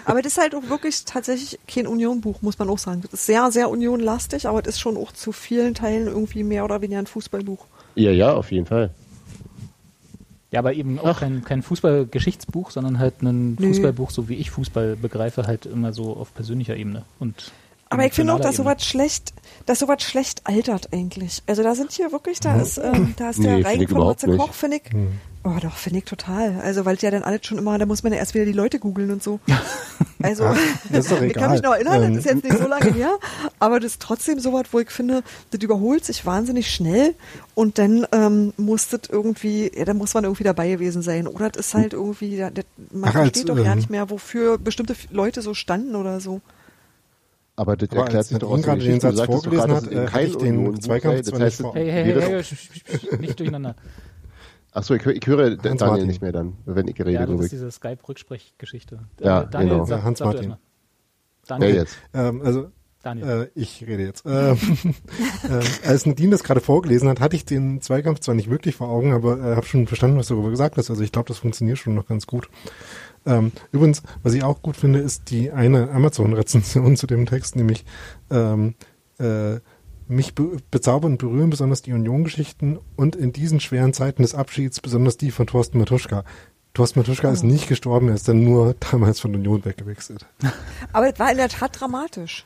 B: Aber das ist halt auch wirklich tatsächlich kein Union-Buch, muss man auch sagen. Das ist sehr, sehr Union-lastig, aber es ist schon auch zu vielen Teilen irgendwie mehr oder weniger ein Fußballbuch.
E: Ja, ja, auf jeden Fall.
A: Ja, aber eben auch
E: Ach.
A: kein, kein Fußballgeschichtsbuch, sondern halt ein
B: Nö.
A: Fußballbuch, so wie ich Fußball begreife, halt immer so auf persönlicher Ebene. Und
B: Aber ich finde auch,
A: emotionaler
B: dass
A: Ebene.
B: sowas schlecht, dass sowas schlecht altert eigentlich. Also da sind hier wirklich,
C: Mhm.
B: da ist, ähm, da ist der
E: Nee, find
B: Reigen
E: ich
B: von
E: überhaupt
B: Matze
E: nicht.
B: Koch, finde ich. Oh doch, finde ich total. Also weil ja dann alles schon immer, da muss man ja erst wieder die Leute googeln und so. Also
C: das ist doch
B: ich kann
C: egal.
B: mich noch erinnern,
C: Ähm.
B: das ist jetzt nicht so lange her, aber das ist trotzdem sowas, wo ich finde, das überholt sich wahnsinnig schnell und dann ähm, muss das irgendwie, ja, dann muss man irgendwie dabei gewesen sein. Oder das ist halt irgendwie, da- das, man
C: Ach, als,
B: versteht doch gar
C: ähm,
B: nicht mehr, wofür bestimmte Leute so standen oder so.
E: Aber das
C: Aber
E: erklärt
C: als
E: sich doch
C: Nadine
E: aus
C: gerade den
E: der Geschichte. Du
C: Satz
E: sagtest doch
C: vorgelesen
E: gerade,
C: hat,
E: dass es eben
C: äh,
E: kein
C: hatte ich den
E: Unionenbuch
C: Zweikampf
E: sei. Das
C: zwar
E: heißt,
C: nicht vor-
A: Hey, hey,
E: wäre
A: hey,
E: doch-
A: hey, sch- sch- sch- nicht durcheinander.
E: Achso, ich, hö- ich höre Daniel
C: Hans-Martin.
E: nicht mehr dann, wenn ich rede.
A: Ja, das
E: Rubik.
A: ist diese Skype-Rücksprechgeschichte.
E: Ja,
A: Äh, Daniel,
E: genau.
A: sag,
C: Hans
A: sag du
C: Martin.
A: erst mal. Daniel,
E: Ja, jetzt.
C: Ähm, also
A: Daniel.
C: Äh, ich rede jetzt. Ähm, ähm, als Nadine das gerade vorgelesen hat, hatte ich den Zweikampf zwar nicht wirklich vor Augen, aber äh, habe schon verstanden, was du darüber gesagt hast. Also ich glaube, das funktioniert schon noch ganz gut. Ähm, übrigens, was ich auch gut finde, ist die eine Amazon-Rezension zu dem Text, nämlich ähm, äh, mich be bezaubern, berühren besonders die Union-Geschichten und in diesen schweren Zeiten des Abschieds besonders die von Thorsten Matuschka. Thorsten Matuschka ist nicht gestorben, er ist dann nur damals von Union weggewechselt.
B: Aber es war in der Tat dramatisch.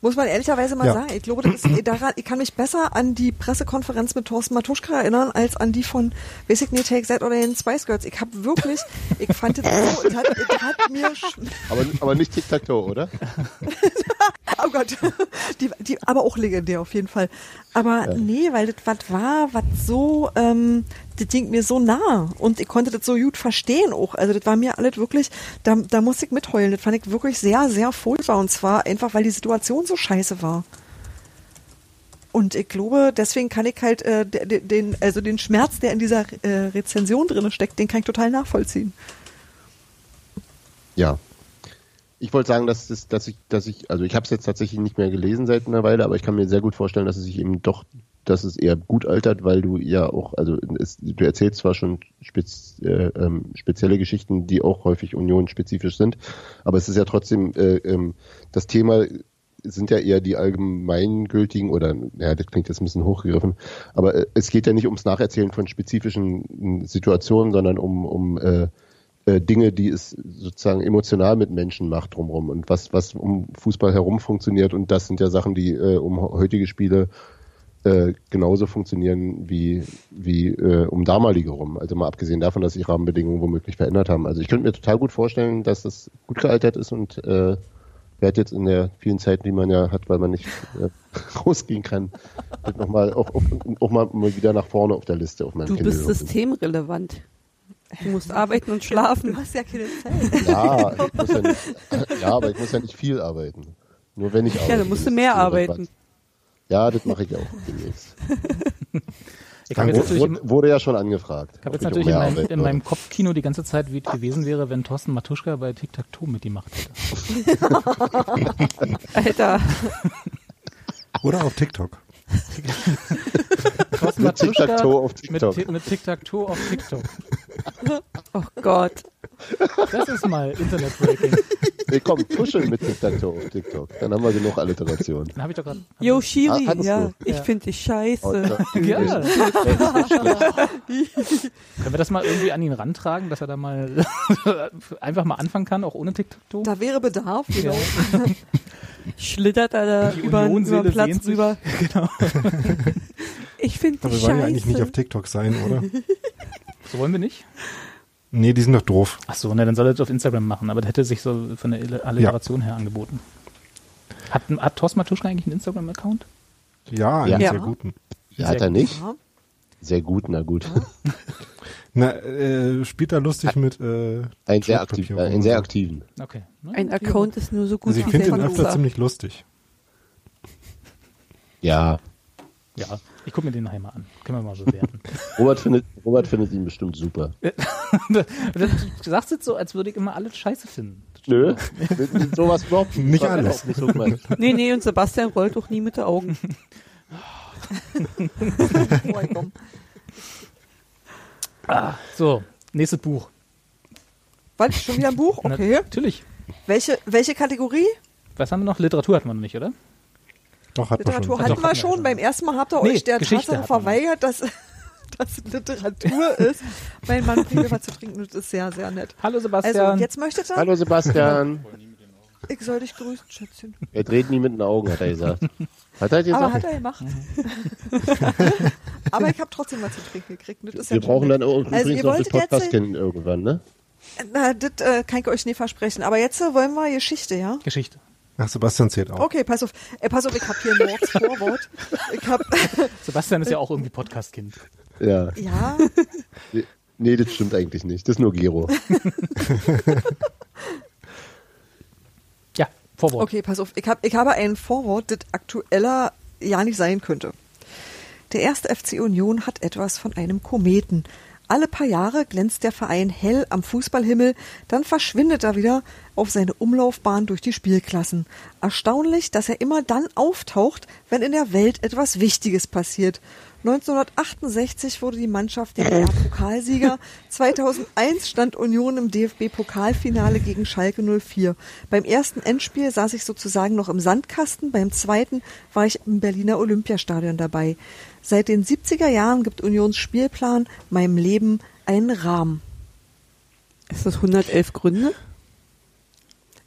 B: Muss man ehrlicherweise mal
C: Ja.
B: sagen. Ich glaube, das ist, daran, ich kann mich besser an die Pressekonferenz mit Thorsten Matuschka erinnern, als an die von, weiß ich nicht, Take Z oder den Spice Girls. Ich habe wirklich, ich fand das so, es hat, es hat mir, sch-
E: Aber, aber nicht Tic-Tac-Toe, oder?
B: oh Gott, die, die, aber auch legendär auf jeden Fall. Aber nee, weil das was war, was so, ähm, das ging mir so nah und ich konnte das so gut verstehen auch. Also das war mir alles wirklich, da, da musste ich mitheulen. Das fand ich wirklich sehr, sehr furchtbar und zwar einfach, weil die Situation so scheiße war. Und ich glaube, deswegen kann ich halt äh, de- de- den, also den Schmerz, der in dieser äh, Rezension drin steckt, den kann ich total nachvollziehen.
E: Ja. Ich wollte sagen, dass, das, dass ich, dass ich, also ich habe es jetzt tatsächlich nicht mehr gelesen seit einer Weile, aber ich kann mir sehr gut vorstellen, dass es sich eben doch, dass es eher gut altert, weil du ja auch, also es, du erzählst zwar schon spez, äh, ähm, spezielle Geschichten, die auch häufig unionsspezifisch sind, aber es ist ja trotzdem, äh, ähm, das Thema sind ja eher die allgemeingültigen oder, ja, das klingt jetzt ein bisschen hochgegriffen, aber äh, es geht ja nicht ums Nacherzählen von spezifischen äh, Situationen, sondern um, um äh, äh, Dinge, die es sozusagen emotional mit Menschen macht drumherum und was, was um Fußball herum funktioniert. Und das sind ja Sachen, die äh, um heutige Spiele äh, genauso funktionieren wie, wie äh, um damalige rum. Also mal abgesehen davon, dass sich Rahmenbedingungen womöglich verändert haben. Also ich könnte mir total gut vorstellen, dass das gut gealtert ist und äh, werde jetzt in der vielen Zeit, die man ja hat, weil man nicht äh, rausgehen kann, wird nochmal auch, auch, auch mal, mal wieder nach vorne auf der Liste auf meinem
D: Du bist
E: Kindle.
D: systemrelevant. Du musst arbeiten und
B: Du
D: schlafen.
B: hast ja keine Zeit.
E: Ja, ich muss ja, nicht, ja, aber ich muss ja nicht viel arbeiten. Nur wenn ich arbeite.
D: Ja, dann musst du mehr arbeiten.
E: Ja, das mache ich auch demnächst.
A: Ich habe
E: Dann
A: jetzt
E: wurde,
A: natürlich, im,
E: wurde- wurde ja schon angefragt.
A: ich hab
E: ob
A: jetzt
E: ich um
A: natürlich in,
E: auch mehr
A: meinem,
E: arbeiten
A: in meinem
E: würde.
A: Kopfkino die ganze Zeit, wie es gewesen wäre, wenn Thorsten Matuschka bei Tic-Tac-Toe mitgemacht hätte.
D: Alter,
C: Oder auf TikTok.
A: Thorsten
E: Mit
A: Matuschka
E: Tic-Tac-Toe auf
A: mit
E: TikTok.
A: Ti- Mit Tic-Tac-Toe auf TikTok.
D: oh Gott.
A: Das ist mal Internet-Breaking.
E: Nee, komm, tuscheln mit Tic-Tac-Toe auf TikTok. Dann haben wir genug Alliteration.
A: Dann habe ich doch gerade...
D: Yo,
E: Ah,
D: Shiri,
E: hattest
D: ja,
E: du.
D: ich
A: Ja.
D: finde dich
E: Oh,
D: scheiße.
E: ja.
A: Ja.
E: Das ist nicht schlecht.
A: Können wir das mal irgendwie an ihn rantragen, dass er da mal einfach mal anfangen kann, auch ohne Tic-Tac-Toe?
B: Da wäre Bedarf.
A: Ja.
B: Genau.
D: Schlittert er da
A: Die
D: über, über
A: Union-Seele
D: den
A: sehnt
D: Platz
A: sich. Genau.
D: rüber. Ich finde
C: Aber wir
D: dich
C: wollen ja eigentlich nicht auf
D: scheiße.
C: TikTok sein, oder?
A: So wollen wir nicht?
C: Nee, die sind doch doof.
A: Ach so, na, dann soll er es auf Instagram machen, aber das hätte sich so von der Alle- Alliteration her angeboten. Hat, hat Thorsten Matuschka eigentlich einen Instagram-Account?
C: Ja, einen
E: Ja.
C: sehr guten.
E: Ja, hat er nicht?
B: Ja.
E: Sehr gut, na gut.
C: Na, äh, spielt da lustig mit. Äh,
E: Ein sehr, aktiv,
C: Toilettenpapier
E: äh, einen
C: rum
E: sehr
C: und so.
E: aktiven.
A: Okay. ne? Na,
D: Ein
A: ja.
D: Account ist nur so gut
C: Also
D: wie
C: ich finde
D: der
C: den öfter
D: Nutzer.
C: ziemlich lustig.
E: Ja.
A: Ja, ich gucke mir den nachher mal an. Können wir mal so werden.
E: Robert findet, Robert findet ihn bestimmt super.
A: du sagst jetzt so, als würde ich immer alles scheiße finden.
E: Nö, mit, mit sowas überhaupt
C: Nicht
E: überhaupt
C: alles.
E: Nicht so gemeint.
D: Nee, nee, und Sebastian rollt doch nie mit den Augen.
B: Boah, komm.
A: So, nächstes Buch.
B: Warte, schon wieder ein Buch?
A: Na,
B: Okay.
A: Natürlich.
B: Welche, welche Kategorie?
A: Was haben wir noch? Literatur hatten wir noch nicht, oder?
C: Doch, hat man
B: Literatur
C: schon.
B: hatten
A: Doch, also
B: wir
A: hatten wir
B: schon.
A: schon.
B: Beim ersten Mal habt ihr
A: Nee,
B: euch der
A: Geschichte
B: Tatsache
A: hatten wir.
B: verweigert, dass das Literatur ist. Mein Mann bringt mir was zu trinken, das ist sehr, sehr nett.
A: Hallo Sebastian.
B: Also, jetzt möchtet ihr?
E: Hallo Sebastian.
B: Ich soll dich grüßen, Schätzchen.
E: Er dreht nie mit den Augen, hat er gesagt. Hat er gesagt?
B: Aber hat er gemacht. Aber ich habe trotzdem was zu trinken gekriegt. ne? Das ist ja
E: Mhm. wir
B: schon
E: brauchen
B: nett.
E: dann irgendwie
B: Also, ihr
E: übrigens noch den
B: wolltet jetzt-
E: Podcast kennen irgendwann, ne?
B: Na, das äh, kann ich euch nie versprechen. Aber jetzt äh, wollen wir Geschichte, ja?
A: Geschichte.
C: Ach, Sebastian zählt auch.
B: Okay, pass auf. Äh, pass auf, ich habe hier ein Mordsvorwort. Ich habe,
A: Sebastian ist ja auch irgendwie Podcast-Kind.
E: Ja.
B: ja,
E: Nee, das stimmt eigentlich nicht. Das ist nur Gero.
A: Ja, Vorwort.
B: Okay, pass auf. Ich, hab, ich habe ein Vorwort, das aktueller ja nicht sein könnte. Der erste FC Union hat etwas von einem Kometen. Alle paar Jahre glänzt der Verein hell am Fußballhimmel, dann verschwindet er wieder auf seine Umlaufbahn durch die Spielklassen. Erstaunlich, dass er immer dann auftaucht, wenn in der Welt etwas Wichtiges passiert. 1968 wurde die Mannschaft DDR-Pokalsieger. 2001 stand Union im DFB-Pokalfinale gegen Schalke 04. Beim ersten Endspiel saß ich sozusagen noch im Sandkasten, beim zweiten war ich im Berliner Olympiastadion dabei. Seit den 70er Jahren gibt Unions Spielplan meinem Leben einen Rahmen.
D: Ist das 111 Gründe?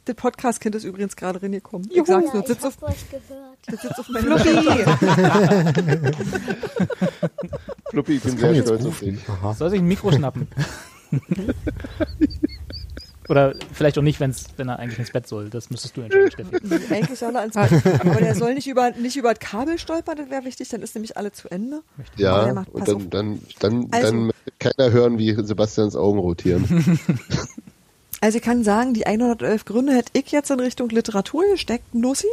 B: Das Podcast-Kind ist übrigens gerade reingekommen. Ich
F: Juhu,
B: sag's nur,
F: ich
B: sitzt auf,
F: hab euch gehört.
B: das sitzt auf meinem Floppi.
E: Fluppi, ich bin
C: Kann
E: sehr
C: man jetzt
E: stolz auf
C: rufen.
E: dich.
C: Aha.
A: Soll sich ein Mikro schnappen. Oder vielleicht auch nicht, wenn's, wenn er eigentlich ins Bett soll. Das müsstest du entscheiden, Steffi.
B: Eigentlich soll er ans Bett. Aber der soll nicht über, nicht über das Kabel stolpern, das wäre wichtig, dann ist nämlich alle zu Ende. Aber
E: Ja,
B: der macht-
E: und
B: pass
E: dann,
B: auf.
E: dann, dann,
B: Also-
E: dann keiner hören, wie Sebastians Augen rotieren.
B: Also ich kann sagen, die 111 Gründe hätte ich jetzt in Richtung Literatur gesteckt, Nussi,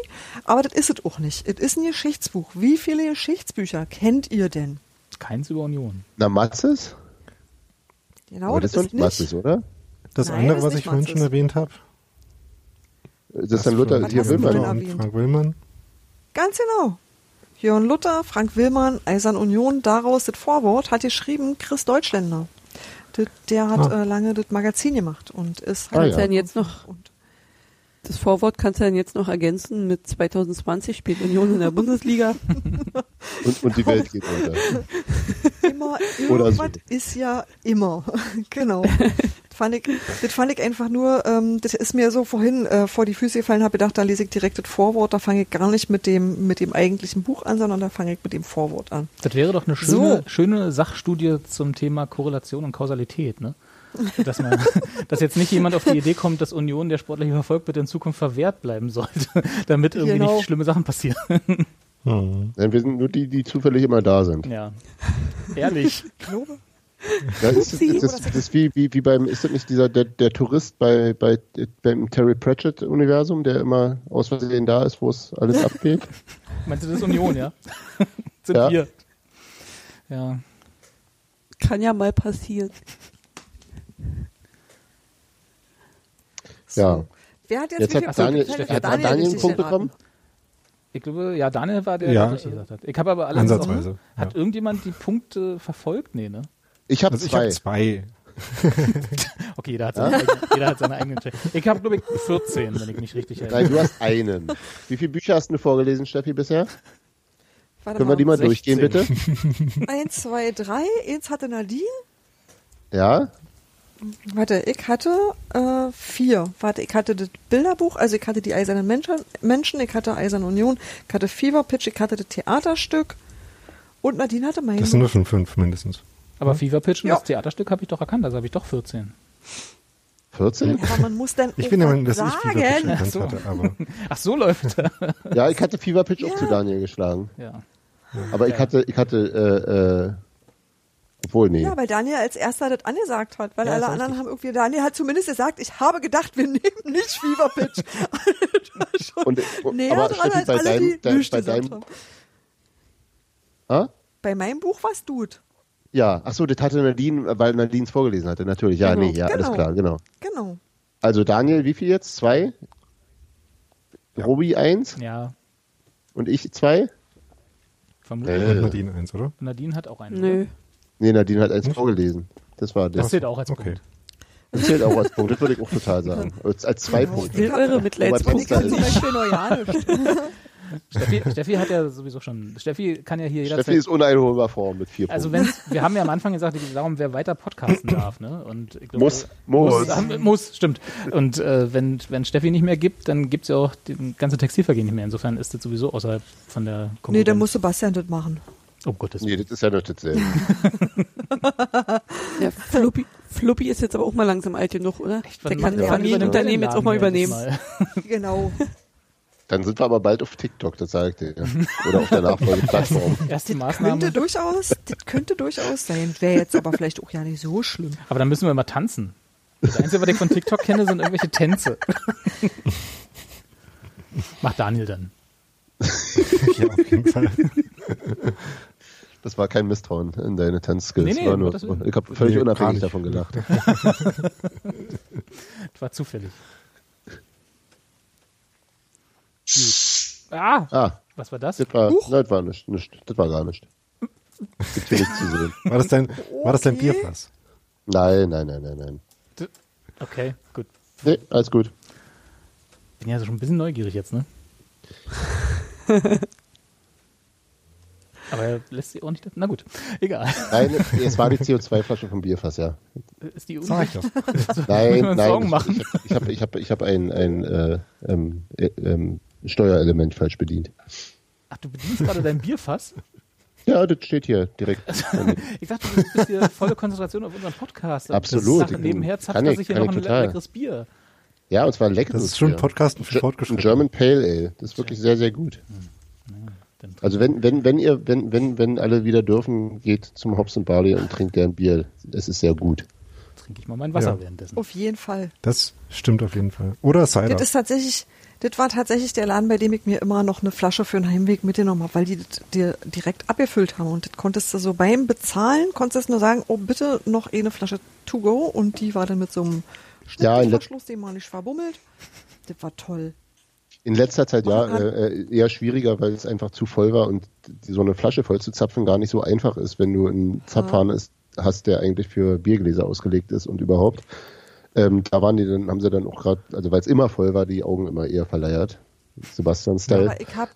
B: aber das ist es auch nicht. Es ist ein Geschichtsbuch. Wie viele Geschichtsbücher kennt ihr denn?
A: Keins über Union.
E: Na, Matzes?
B: Genau,
E: Aber das ist doch nicht Matzes, oder?
C: Das
B: Nein,
C: andere,
B: das
C: was
B: ist
C: ich vorhin
B: nicht
C: schon
B: Matzes.
C: erwähnt habe.
E: Das ist dann Luther,
B: Was
E: hier
B: hast du
E: Wilmer.
B: vorhin
C: und
B: erwähnt?
C: Frank Willmann.
B: Ganz genau. Jörn Luther, Frank Willmann, Eisern Union, daraus das Vorwort hat geschrieben Chris Deutschländer. Das, der hat
C: Ah.
B: äh, lange das Magazin gemacht und ist halt
E: Ah,
D: Kannst du
E: ja.
D: denn jetzt noch,
B: und
D: das Vorwort kannst du denn jetzt noch ergänzen mit 2020 spielt Union in der Bundesliga?
B: Genau.
E: Und, und die Welt geht unter.
B: immer
E: Oder
B: irgendwas
E: so.
B: ist ja immer. genau. fand ich, das fand ich einfach nur, ähm, das ist mir so vorhin äh, vor die Füße gefallen, habe gedacht, da lese ich direkt das Vorwort, da fange ich gar nicht mit dem, mit dem eigentlichen Buch an, sondern da fange ich mit dem Vorwort an.
A: Das wäre doch eine schöne, schöne Sachstudie zum Thema Korrelation und Kausalität, ne? Dass, man, dass jetzt nicht jemand auf die Idee kommt, dass Union der sportliche Erfolg bitte in Zukunft verwehrt bleiben sollte, damit irgendwie
B: Genau.
A: nicht schlimme Sachen passieren.
C: Hm.
E: Nein, wir sind nur die, die zufällig immer da sind.
A: Ja. Ehrlich.
E: Das ist,
B: Upsi.
E: das, das ist wie, wie, wie beim, ist das nicht dieser, der, der Tourist bei, bei, beim Terry Pratchett-Universum, der immer aus Versehen da ist, wo es alles abgeht?
A: Meinst du, das ist Union, ja? Sind
E: Ja.
A: wir. Ja.
D: Kann ja mal passieren.
E: Ja.
B: Wer hat jetzt,
E: Jetzt
B: welche
E: hat
A: Ach so,
E: Daniel,
B: Punkte?
E: hat,
A: Stefan-
E: hat
A: Daniel
E: Daniel einen
B: richtig
E: Punkt
B: geraten.
E: bekommen?
A: Ich glaube, ja, Daniel war der,
C: Ja.
A: der das richtig gesagt hat. Ich habe aber alle.
C: Ansatzweise. Ja.
A: Hat irgendjemand die Punkte verfolgt? Nee, ne?
E: Ich habe
C: Also ich
E: zwei.
C: habe zwei.
A: Okay, jeder hat seine, eigene, jeder hat seine eigene Check. Ich habe, glaube ich, 14, wenn ich mich richtig erinnere.
E: Nein, du hast einen. Wie viele Bücher hast du vorgelesen, Steffi, bisher?
B: Warte
E: Können wir die mal
A: 16.
E: durchgehen, bitte?
B: Eins, zwei, drei. Eins hatte Nadine.
E: Ja?
B: Warte, ich hatte äh, vier. Warte, ich hatte das Bilderbuch, also ich hatte die Eisernen Menschen, Menschen ich hatte Eiserne Union, ich hatte Fever Pitch, ich hatte das Theaterstück und Nadine hatte mein.
C: Das sind nur schon fünf mindestens.
A: Aber Fever Pitch und
B: Ja.
A: das Theaterstück habe ich doch erkannt, also habe ich doch 14.
E: 14?
B: aber man muss dann
C: Ich
B: auch
C: bin der Meinung,
B: was
C: dass ich
B: sagen.
C: Fever Pitch
A: Ach
C: erkannt
A: so.
C: hatte, aber
A: Ach, so läuft das.
E: Ja, ich hatte Fever Pitch auch zu Daniel geschlagen.
A: Ja.
E: Aber ich hatte, ich hatte, äh, äh, obwohl, nee.
B: Ja, weil Daniel als erster das angesagt hat, weil
A: Ja, ist
B: alle
A: richtig.
B: anderen haben irgendwie, Daniel hat zumindest gesagt, ich habe gedacht, wir nehmen nicht Fever Pitch. Das war schon
E: Und, äh,
B: näher
E: aber
B: dran
E: Steffi,
B: als
E: bei
B: alle,
E: deinem,
B: die
E: dein,
B: nichts
E: bei
B: gesagt
E: deinem,
B: haben.
E: ah?
B: Bei meinem Buch warst du es.
E: Ja, ach so, das hatte Nadine, weil Nadine es vorgelesen hatte, natürlich. Ja,
B: Genau.
E: nee, ja, alles
B: Genau.
E: klar, genau.
B: Genau.
E: Also Daniel, wie viel jetzt? Zwei? Robi eins
A: Ja,
E: und ich zwei?
A: vermutlich.
E: Äh.
C: und Nadine eins, oder?
A: Nadine hat auch einen.
D: Nö.
E: Nee, Nadine hat eins vorgelesen. Das war
A: Das
E: das.
A: zählt auch als
C: Okay.
A: Punkt.
E: Das zählt auch als Punkt, das würde ich auch total sagen. Als, als zwei
D: Ich
E: Punkte.
D: will eure
E: Punkt
B: Ich kann
E: ist-
D: Mitleidspunkte.
B: zum Beispiel Neujahrisch.
A: Steffi, Steffi hat ja sowieso schon. Steffi kann ja hier jederzeit.
E: Steffi ist uneinholbar vor mit vier
A: also
E: Punkten.
A: wenn wir haben ja am Anfang gesagt, darum wer weiter podcasten darf, ne? Und ich glaube,
E: Muss, muss.
A: muss, muss, stimmt. Und äh, wenn wenn Steffi nicht mehr gibt, dann gibt es ja auch den ganzen Textilvergehen nicht mehr. Insofern ist das sowieso außerhalb von der Konkurrenz.
B: Nee, dann muss Sebastian das machen.
A: Oh Gottes Willen.
E: Nee, das ist ja noch dasselbe.
D: Ja, Fluppi, Fluppi ist jetzt aber auch mal langsam alt genug, oder? Der kann
B: der
D: das Familienunternehmen jetzt auch mal übernehmen.
B: Genau.
E: Dann sind wir aber bald auf TikTok, das sage ich dir. ja. Oder auf der Nachfolgeplattform.
A: Erste
B: Könnte
A: Maßnahme.
B: durchaus, das könnte durchaus sein. Wäre jetzt aber vielleicht auch ja nicht so schlimm.
A: Aber dann müssen wir mal tanzen. Das Einzige, was ich von TikTok kenne, sind irgendwelche Tänze. Macht Daniel dann.
C: Ja, auf jeden Fall.
E: Das war kein Misstrauen in deine Tanzskills.
A: Nee, nee, um
E: war nur,
A: Gottes Willen.
E: ich habe völlig
C: Nee, gar
E: unabhängig
C: nicht.
E: davon gedacht.
A: Das war zufällig. Gut. Ah,
E: Ah,
A: was war das?
E: das war, nein, das war nicht, nicht. Das war gar nicht. Gibt hier nichts zu sehen.
C: War das dein, war das dein
B: Okay.
C: Bierfass?
E: Nein, nein, nein, nein, nein.
A: Okay, gut.
E: Nee, alles gut.
A: Bin ja so schon ein bisschen neugierig jetzt, ne? Aber er lässt sie auch nicht. Na gut, egal.
E: Nein, es war die CO2-Flasche vom Bierfass, ja.
A: Ist die
C: Sag ich
A: unrecht?
C: doch.
E: Nein,
A: Wenn wir uns
E: nein.
A: Sorgen
E: ich-
A: machen.
E: Ich habe ich hab, ich hab ein, ein äh, ähm, äh, ähm, Steuerelement falsch bedient.
A: Ach, du bedienst gerade dein Bierfass?
E: Ja, das steht hier direkt.
A: Ich dachte, du bist hier volle Konzentration auf unseren Podcast. Und
E: Absolut.
A: Das Sache nebenher zapft
E: Kann
A: er
E: ich-
A: sich hier
E: kann
A: noch ein
E: ich total.
A: leckeres Bier.
E: Ja, und zwar ein leckeres
C: Das ist schon ein
E: Bier.
C: Podcast für
E: Ein
C: Fortgeschrittene.
E: German Pale Ale. Das ist wirklich sehr, sehr gut.
A: Dann trink-
E: Also wenn, wenn, wenn ihr, wenn, wenn, wenn alle wieder dürfen, geht zum Hops and Barley und trinkt gern Bier. Es ist sehr gut.
A: trinke ich mal mein Wasser
C: Ja.
A: währenddessen.
B: Auf jeden Fall.
C: Das stimmt auf jeden Fall. Oder Cider.
B: Das ist tatsächlich, das war tatsächlich der Laden, bei dem ich mir immer noch eine Flasche für den Heimweg mitgenommen habe, weil die das dir direkt abgefüllt haben. Und das konntest du so beim Bezahlen, konntest du nur sagen, oh bitte noch eine Flasche to go. Und die war dann mit so einem
E: Ja, in Let-
B: Schnittverschluss, den man nicht verbummelt. Das war toll.
E: In letzter Zeit ja
B: Machen
E: äh, äh, eher schwieriger, weil es einfach zu voll war und die, so eine Flasche voll zu zapfen gar nicht so einfach ist, wenn du einen Zapfhahn ist, hast, der eigentlich für Biergläser ausgelegt ist und überhaupt. Ähm, da waren die dann, haben sie dann auch gerade, also weil es immer voll war, die Augen immer eher verleiert. Sebastian-Style.
B: Aber ich habe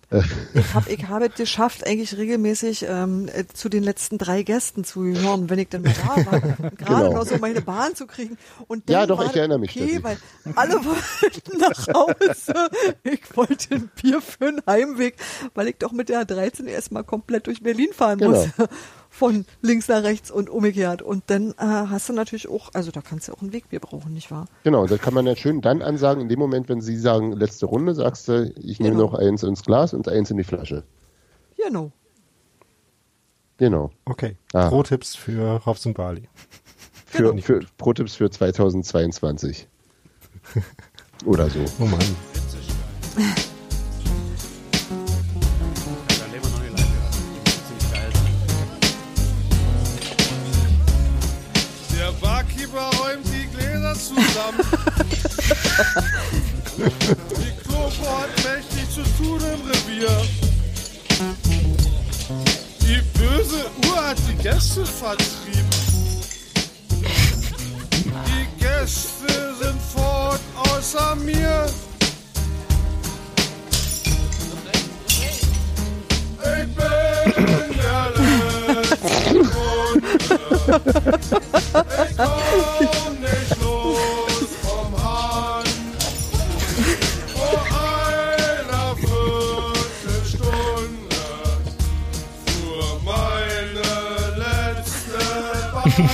B: ich hab, ich hab es geschafft, eigentlich regelmäßig ähm, äh, zu den letzten drei Gästen zu hören, wenn ich dann mal da war. Gerade
E: Genau.
B: noch so meine Bahn zu kriegen. Und
E: Ja,
B: dann
E: doch,
B: war
E: ich
B: das
E: erinnere mich,
B: Okay,
E: Steffi.
B: weil alle wollten nach Hause. Ich wollte ein Bier für einen Heimweg, weil ich doch mit der 13 erstmal komplett durch Berlin fahren
E: Genau.
B: musste. Von links nach rechts und umgekehrt. Und dann äh, hast du natürlich auch, also da kannst du ja auch ein Wegbier brauchen, nicht wahr?
E: Genau, da kann man ja schön dann ansagen, in dem Moment, wenn sie sagen, letzte Runde, sagst du, ich nehme
B: Genau.
E: noch eins ins Glas und eins in die Flasche.
B: Genau.
E: Genau.
C: Okay.
E: Ah.
C: Pro-Tipps für Raufs und Bali.
E: Für,
B: Genau.
E: für Pro-Tipps für 2022. Oder so.
C: Oh Mann.
F: Dann nehmen wir noch eine Leitung. Ziemlich geil.
G: Der Barkeeper räumt die Gläser zusammen. die Kloko hat mächtig zu tun im Revier. Die böse Uhr hat die Gäste vertrieben. Die Gäste sind fort außer mir. Ich bin der letzte Grund. Ich komm nicht los vom Hahn. Vor einer Viertelstunde fuhr meine letzte Bahn.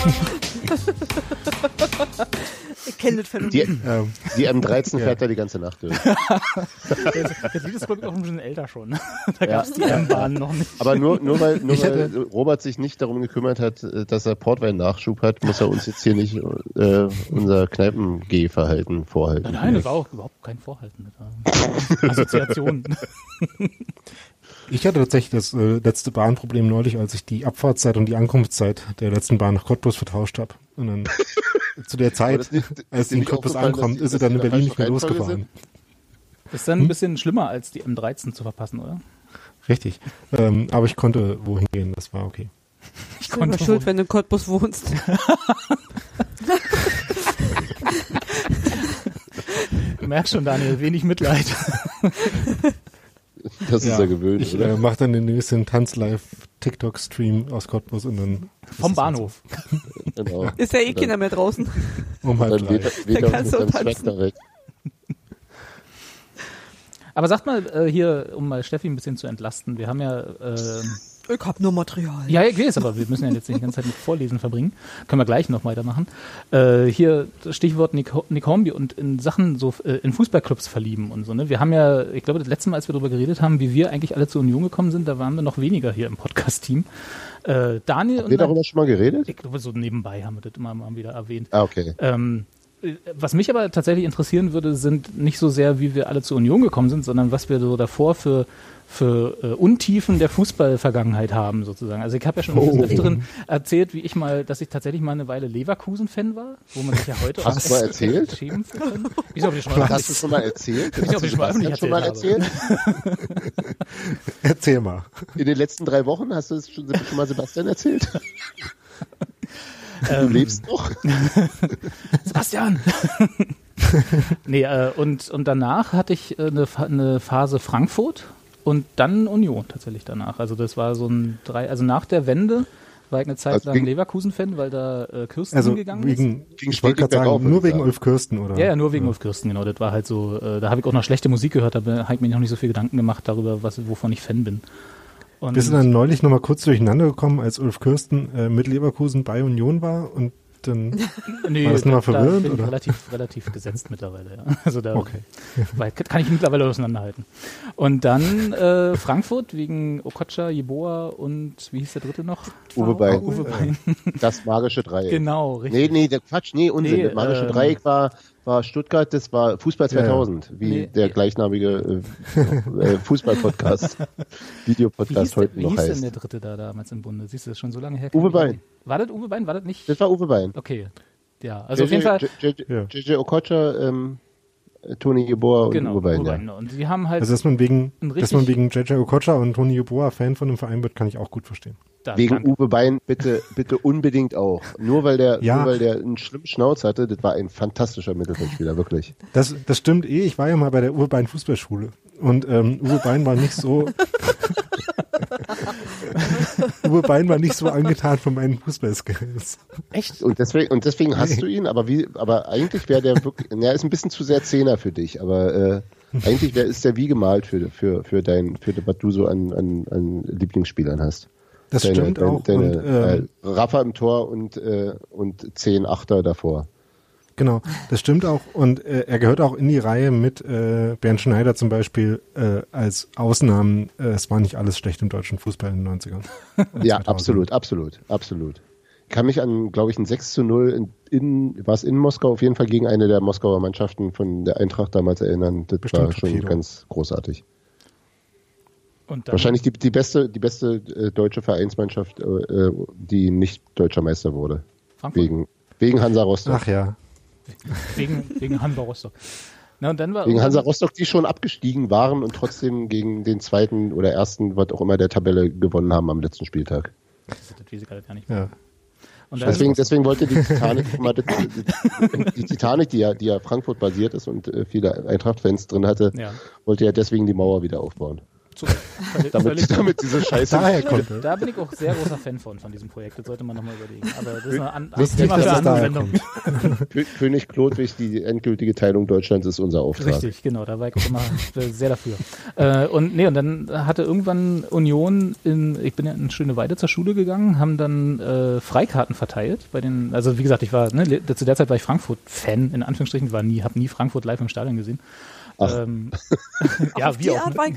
B: Ich kenne das Phänomen.
E: Die,
C: Ähm,
E: die M13 fährt da die ganze Nacht durch.
A: Das Lied ist, glaube ich, auch ein bisschen älter schon. Da gab es die M-Bahn noch nicht.
E: Aber nur, nur weil, nur weil Robert sich nicht darum gekümmert hat, äh, dass er Portwein-Nachschub hat, muss er uns jetzt hier nicht äh, unser Kneipen-G-Verhalten vorhalten.
A: Nein, das war auch überhaupt kein Vorhalten. Das war Assoziation.
C: Ich hatte tatsächlich das äh, letzte Bahnproblem neulich, als ich die Abfahrtszeit und die Ankunftszeit der letzten Bahn nach Cottbus vertauscht habe. Und dann zu der
E: Aber
C: Zeit,
E: das nicht-
C: als
E: ist
C: sie
E: dir
C: in
E: nicht
C: Cottbus
E: aufgefallen,
C: ankommt,
E: dass
C: ist sie
E: die-
C: dann in
E: dass die
C: Berlin
E: in
C: nicht mehr
E: der falschen Reihenfolge
C: losgefahren.
A: Ist dann ein bisschen schlimmer, als die M13 zu verpassen, oder?
C: Richtig. Ähm, aber ich konnte wohin gehen, das war okay.
A: Ich
D: Ich bin immer schuld, wenn du in Cottbus wohnst.
A: Merk schon, Daniel, wenig Mitleid.
E: Das ist ja gewöhnlich,
C: Ich
E: oder?
C: äh, mache dann den nächsten Tanz-Live-TikTok-Stream aus Cottbus und dann
A: Vom Bahnhof.
E: genau.
D: Ist ja eh keiner mehr draußen.
C: um halb
E: Dann
C: drei.
E: weht, weht er uns mit
D: kannst du
E: einem
D: tanzen.
E: Speck da weg.
A: Aber sagt mal äh, hier, um mal Steffi ein bisschen zu entlasten, wir haben ja, äh,
B: Ich hab nur Material.
A: ja, ich weiß, aber wir müssen ja jetzt nicht die ganze Zeit mit Vorlesen verbringen. Können wir gleich noch weitermachen. Äh, hier, Stichwort Nick, Ho- Nick Hornby und in Sachen so, äh, in Fußballclubs verlieben und so, ne. Wir haben ja, ich glaube, das letzte Mal, als wir darüber geredet haben, wie wir eigentlich alle zur Union gekommen sind, da waren wir noch weniger hier im Podcast-Team. Äh, Daniel
E: Haben wir darüber schon mal geredet?
A: ich glaube, so nebenbei haben wir das immer mal wieder erwähnt.
E: Ah, okay.
A: Ähm, äh, was mich aber tatsächlich interessieren würde, sind nicht so sehr, wie wir alle zur Union gekommen sind, sondern was wir so davor für, für äh, Untiefen der Fußballvergangenheit haben, sozusagen. Also ich habe ja schon oh. des Öfteren erzählt, wie ich mal, dass ich tatsächlich mal eine Weile Leverkusen-Fan war, wo man sich ja heute
E: Hast du mal
A: echt
E: erzählt?
A: schämen für kann. Wieso hab ich schon mal
E: Hast du schon mal erzählt?
A: weiß nicht, ob
E: Hast
A: ich
E: du
A: schon mal öffentlich
E: Sebastian schon mal
A: erzählt
E: erzählt?
C: Erzähl mal.
E: In den letzten drei Wochen hast du es schon, schon mal Sebastian erzählt? Du lebst noch?
A: Sebastian! nee, äh, und, und danach hatte ich äh, eine, Pha- eine Phase Frankfurt und dann Union tatsächlich danach. Also das war so ein drei, also nach der Wende war ich eine Zeit
E: Also
A: lang
E: ging-
A: Leverkusen-Fan, weil da äh, Kirsten
C: Also
A: gegangen ist.
C: wegen,
E: Ging
C: ich wollte
E: stetig
C: gerade
E: bergauf,
C: sagen,
E: würde ich
C: nur wegen
E: sagen.
C: Ulf Kirsten, oder?
A: Ja, ja, nur wegen Ulf Kirsten, genau. Das war halt so, äh, da habe ich auch noch schlechte Musik gehört, da habe ich mir noch nicht so viel Gedanken gemacht darüber, was, wovon ich Fan bin. Und
C: Wir sind dann neulich nochmal kurz durcheinander gekommen, als Ulf Kirsten äh, mit Leverkusen bei Union war und dann
A: nee,
C: war das nochmal verwirrend,
A: da bin ich
C: oder?
A: relativ, relativ gesetzt mittlerweile, ja. Also da
C: Okay.
A: Weil, kann ich mittlerweile auseinanderhalten. Und dann äh, Frankfurt wegen Okocha, Jeboa und wie hieß der dritte noch?
E: Uwe Bein.
A: Uwe Bein.
E: Das magische Dreieck.
A: Genau,
E: Nee,
A: richtig.
E: nee, der Quatsch, nee, Unsinn.
A: Nee,
E: das magische
A: ähm,
E: Dreieck war, war Stuttgart, das war Fußball
C: Ja, ja.
E: 2000, wie
A: Nee.
E: der gleichnamige äh, äh, Fußball-Podcast,
A: Wie hieß,
E: Videopodcast
A: der,
E: heute
A: wie
E: noch
A: hieß denn der
E: heißt.
A: dritte da damals im Bunde? Siehst du, das ist schon so lange her.
E: Uwe
A: Kann ich-
E: Bein.
A: War das Uwe Bein? War das nicht?
E: Das war Uwe Bein.
A: Okay. Ja, also auf jeden Fall.
C: Ja.
E: JJ Okocha, ähm, Toni Geboa und
A: Genau,
E: Uwe Bein, ja.
A: Und die haben halt
C: Also, dass man wegen,
A: Ein
C: dass man wegen
A: richtig-
C: JJ Okocha und Toni Jeboa Fan von einem Verein wird, kann ich auch gut verstehen.
A: da
E: Wegen
A: danke.
E: Uwe Bein bitte, bitte unbedingt auch. Nur weil der,
C: Ja.
E: nur weil der einen schlimmen Schnauz hatte, das war ein fantastischer Mittelfeldspieler, wirklich.
C: Das, das stimmt eh. Ich war ja mal bei der Urbein Fußballschule Und ähm, Uwe Bein war nicht so. Uwe Bein war nicht so angetan von meinen Fußballskills.
A: Echt?
E: Und deswegen, und deswegen hast du ihn, aber wie, aber eigentlich wäre der wirklich, na, ist ein bisschen zu sehr Zehner für dich, aber äh, eigentlich wär, ist der wie gemalt für, für, für dein, für was du so an, an, an Lieblingsspielern hast.
C: Das
E: deine,
C: stimmt
E: deine,
C: auch.
E: Deine,
C: und, ähm,
E: äh, Rafa im Tor und, äh, und zehn Achter davor.
C: Genau, das stimmt auch. Und äh, er gehört auch in die Reihe mit äh, Bernd Schneider zum Beispiel äh, als Ausnahmen. Äh, es war nicht alles schlecht im deutschen Fußball in den 90ern. Äh,
E: Ja,
C: 2000ern.
E: absolut, absolut, absolut. Ich kann mich an, glaube ich, ein 6 zu 0 in, in war es in Moskau, auf jeden Fall gegen eine der Moskauer Mannschaften von der Eintracht damals erinnern. Das
C: Bestimmt
E: war schon
C: Torpedo.
E: ganz großartig.
A: Und dann,
E: Wahrscheinlich die, die beste, die beste äh, deutsche Vereinsmannschaft, äh, äh, die nicht deutscher Meister wurde.
A: Frankfurt?
E: Wegen, wegen Hansa Rostock.
C: Ach ja.
A: Wegen, wegen Hansa Rostock. Na, und dann war oh,
E: Wegen Hansa Rostock, die schon abgestiegen waren und trotzdem gegen den zweiten oder ersten, was auch immer der Tabelle gewonnen haben am letzten Spieltag.
A: Das weiß ich gerade gar nicht.
C: ja.
A: Und dann,
E: Deswegen, deswegen wollte die Titanic guck mal, das- die, die Titanic, die ja, die ja Frankfurt basiert ist und äh, viele Eintracht-Fans drin hatte,
A: Ja.
E: wollte ja deswegen die Mauer wieder aufbauen.
A: zu, völlig, völlig,
E: Damit, damit diese Scheiße.
C: Daher kommt er.
A: da bin ich auch sehr großer Fan von, von diesem Projekt. Das sollte man nochmal überlegen. Aber das ist noch ein, ein
E: Wisst ihr,
A: Thema
E: dass
A: für
E: das
A: andere
C: daher
A: Sendung.
E: Kö- König Klodwig, die endgültige Teilung Deutschlands ist unser Auftrag.
A: Richtig, genau, da war ich auch immer äh, sehr dafür. Äh, und nee, und dann hatte irgendwann Union in, ich bin ja in Schöneweide zur Schule gegangen, haben dann äh, Freikarten verteilt bei den, also wie gesagt, ich war, ne, le- zu der Zeit war ich Frankfurt-Fan, in Anführungsstrichen, war nie, habe nie Frankfurt live im Stadion gesehen.
E: Ach.
A: Ähm, ja,
B: Auf
A: wie
B: die
A: auch,
B: Art war ich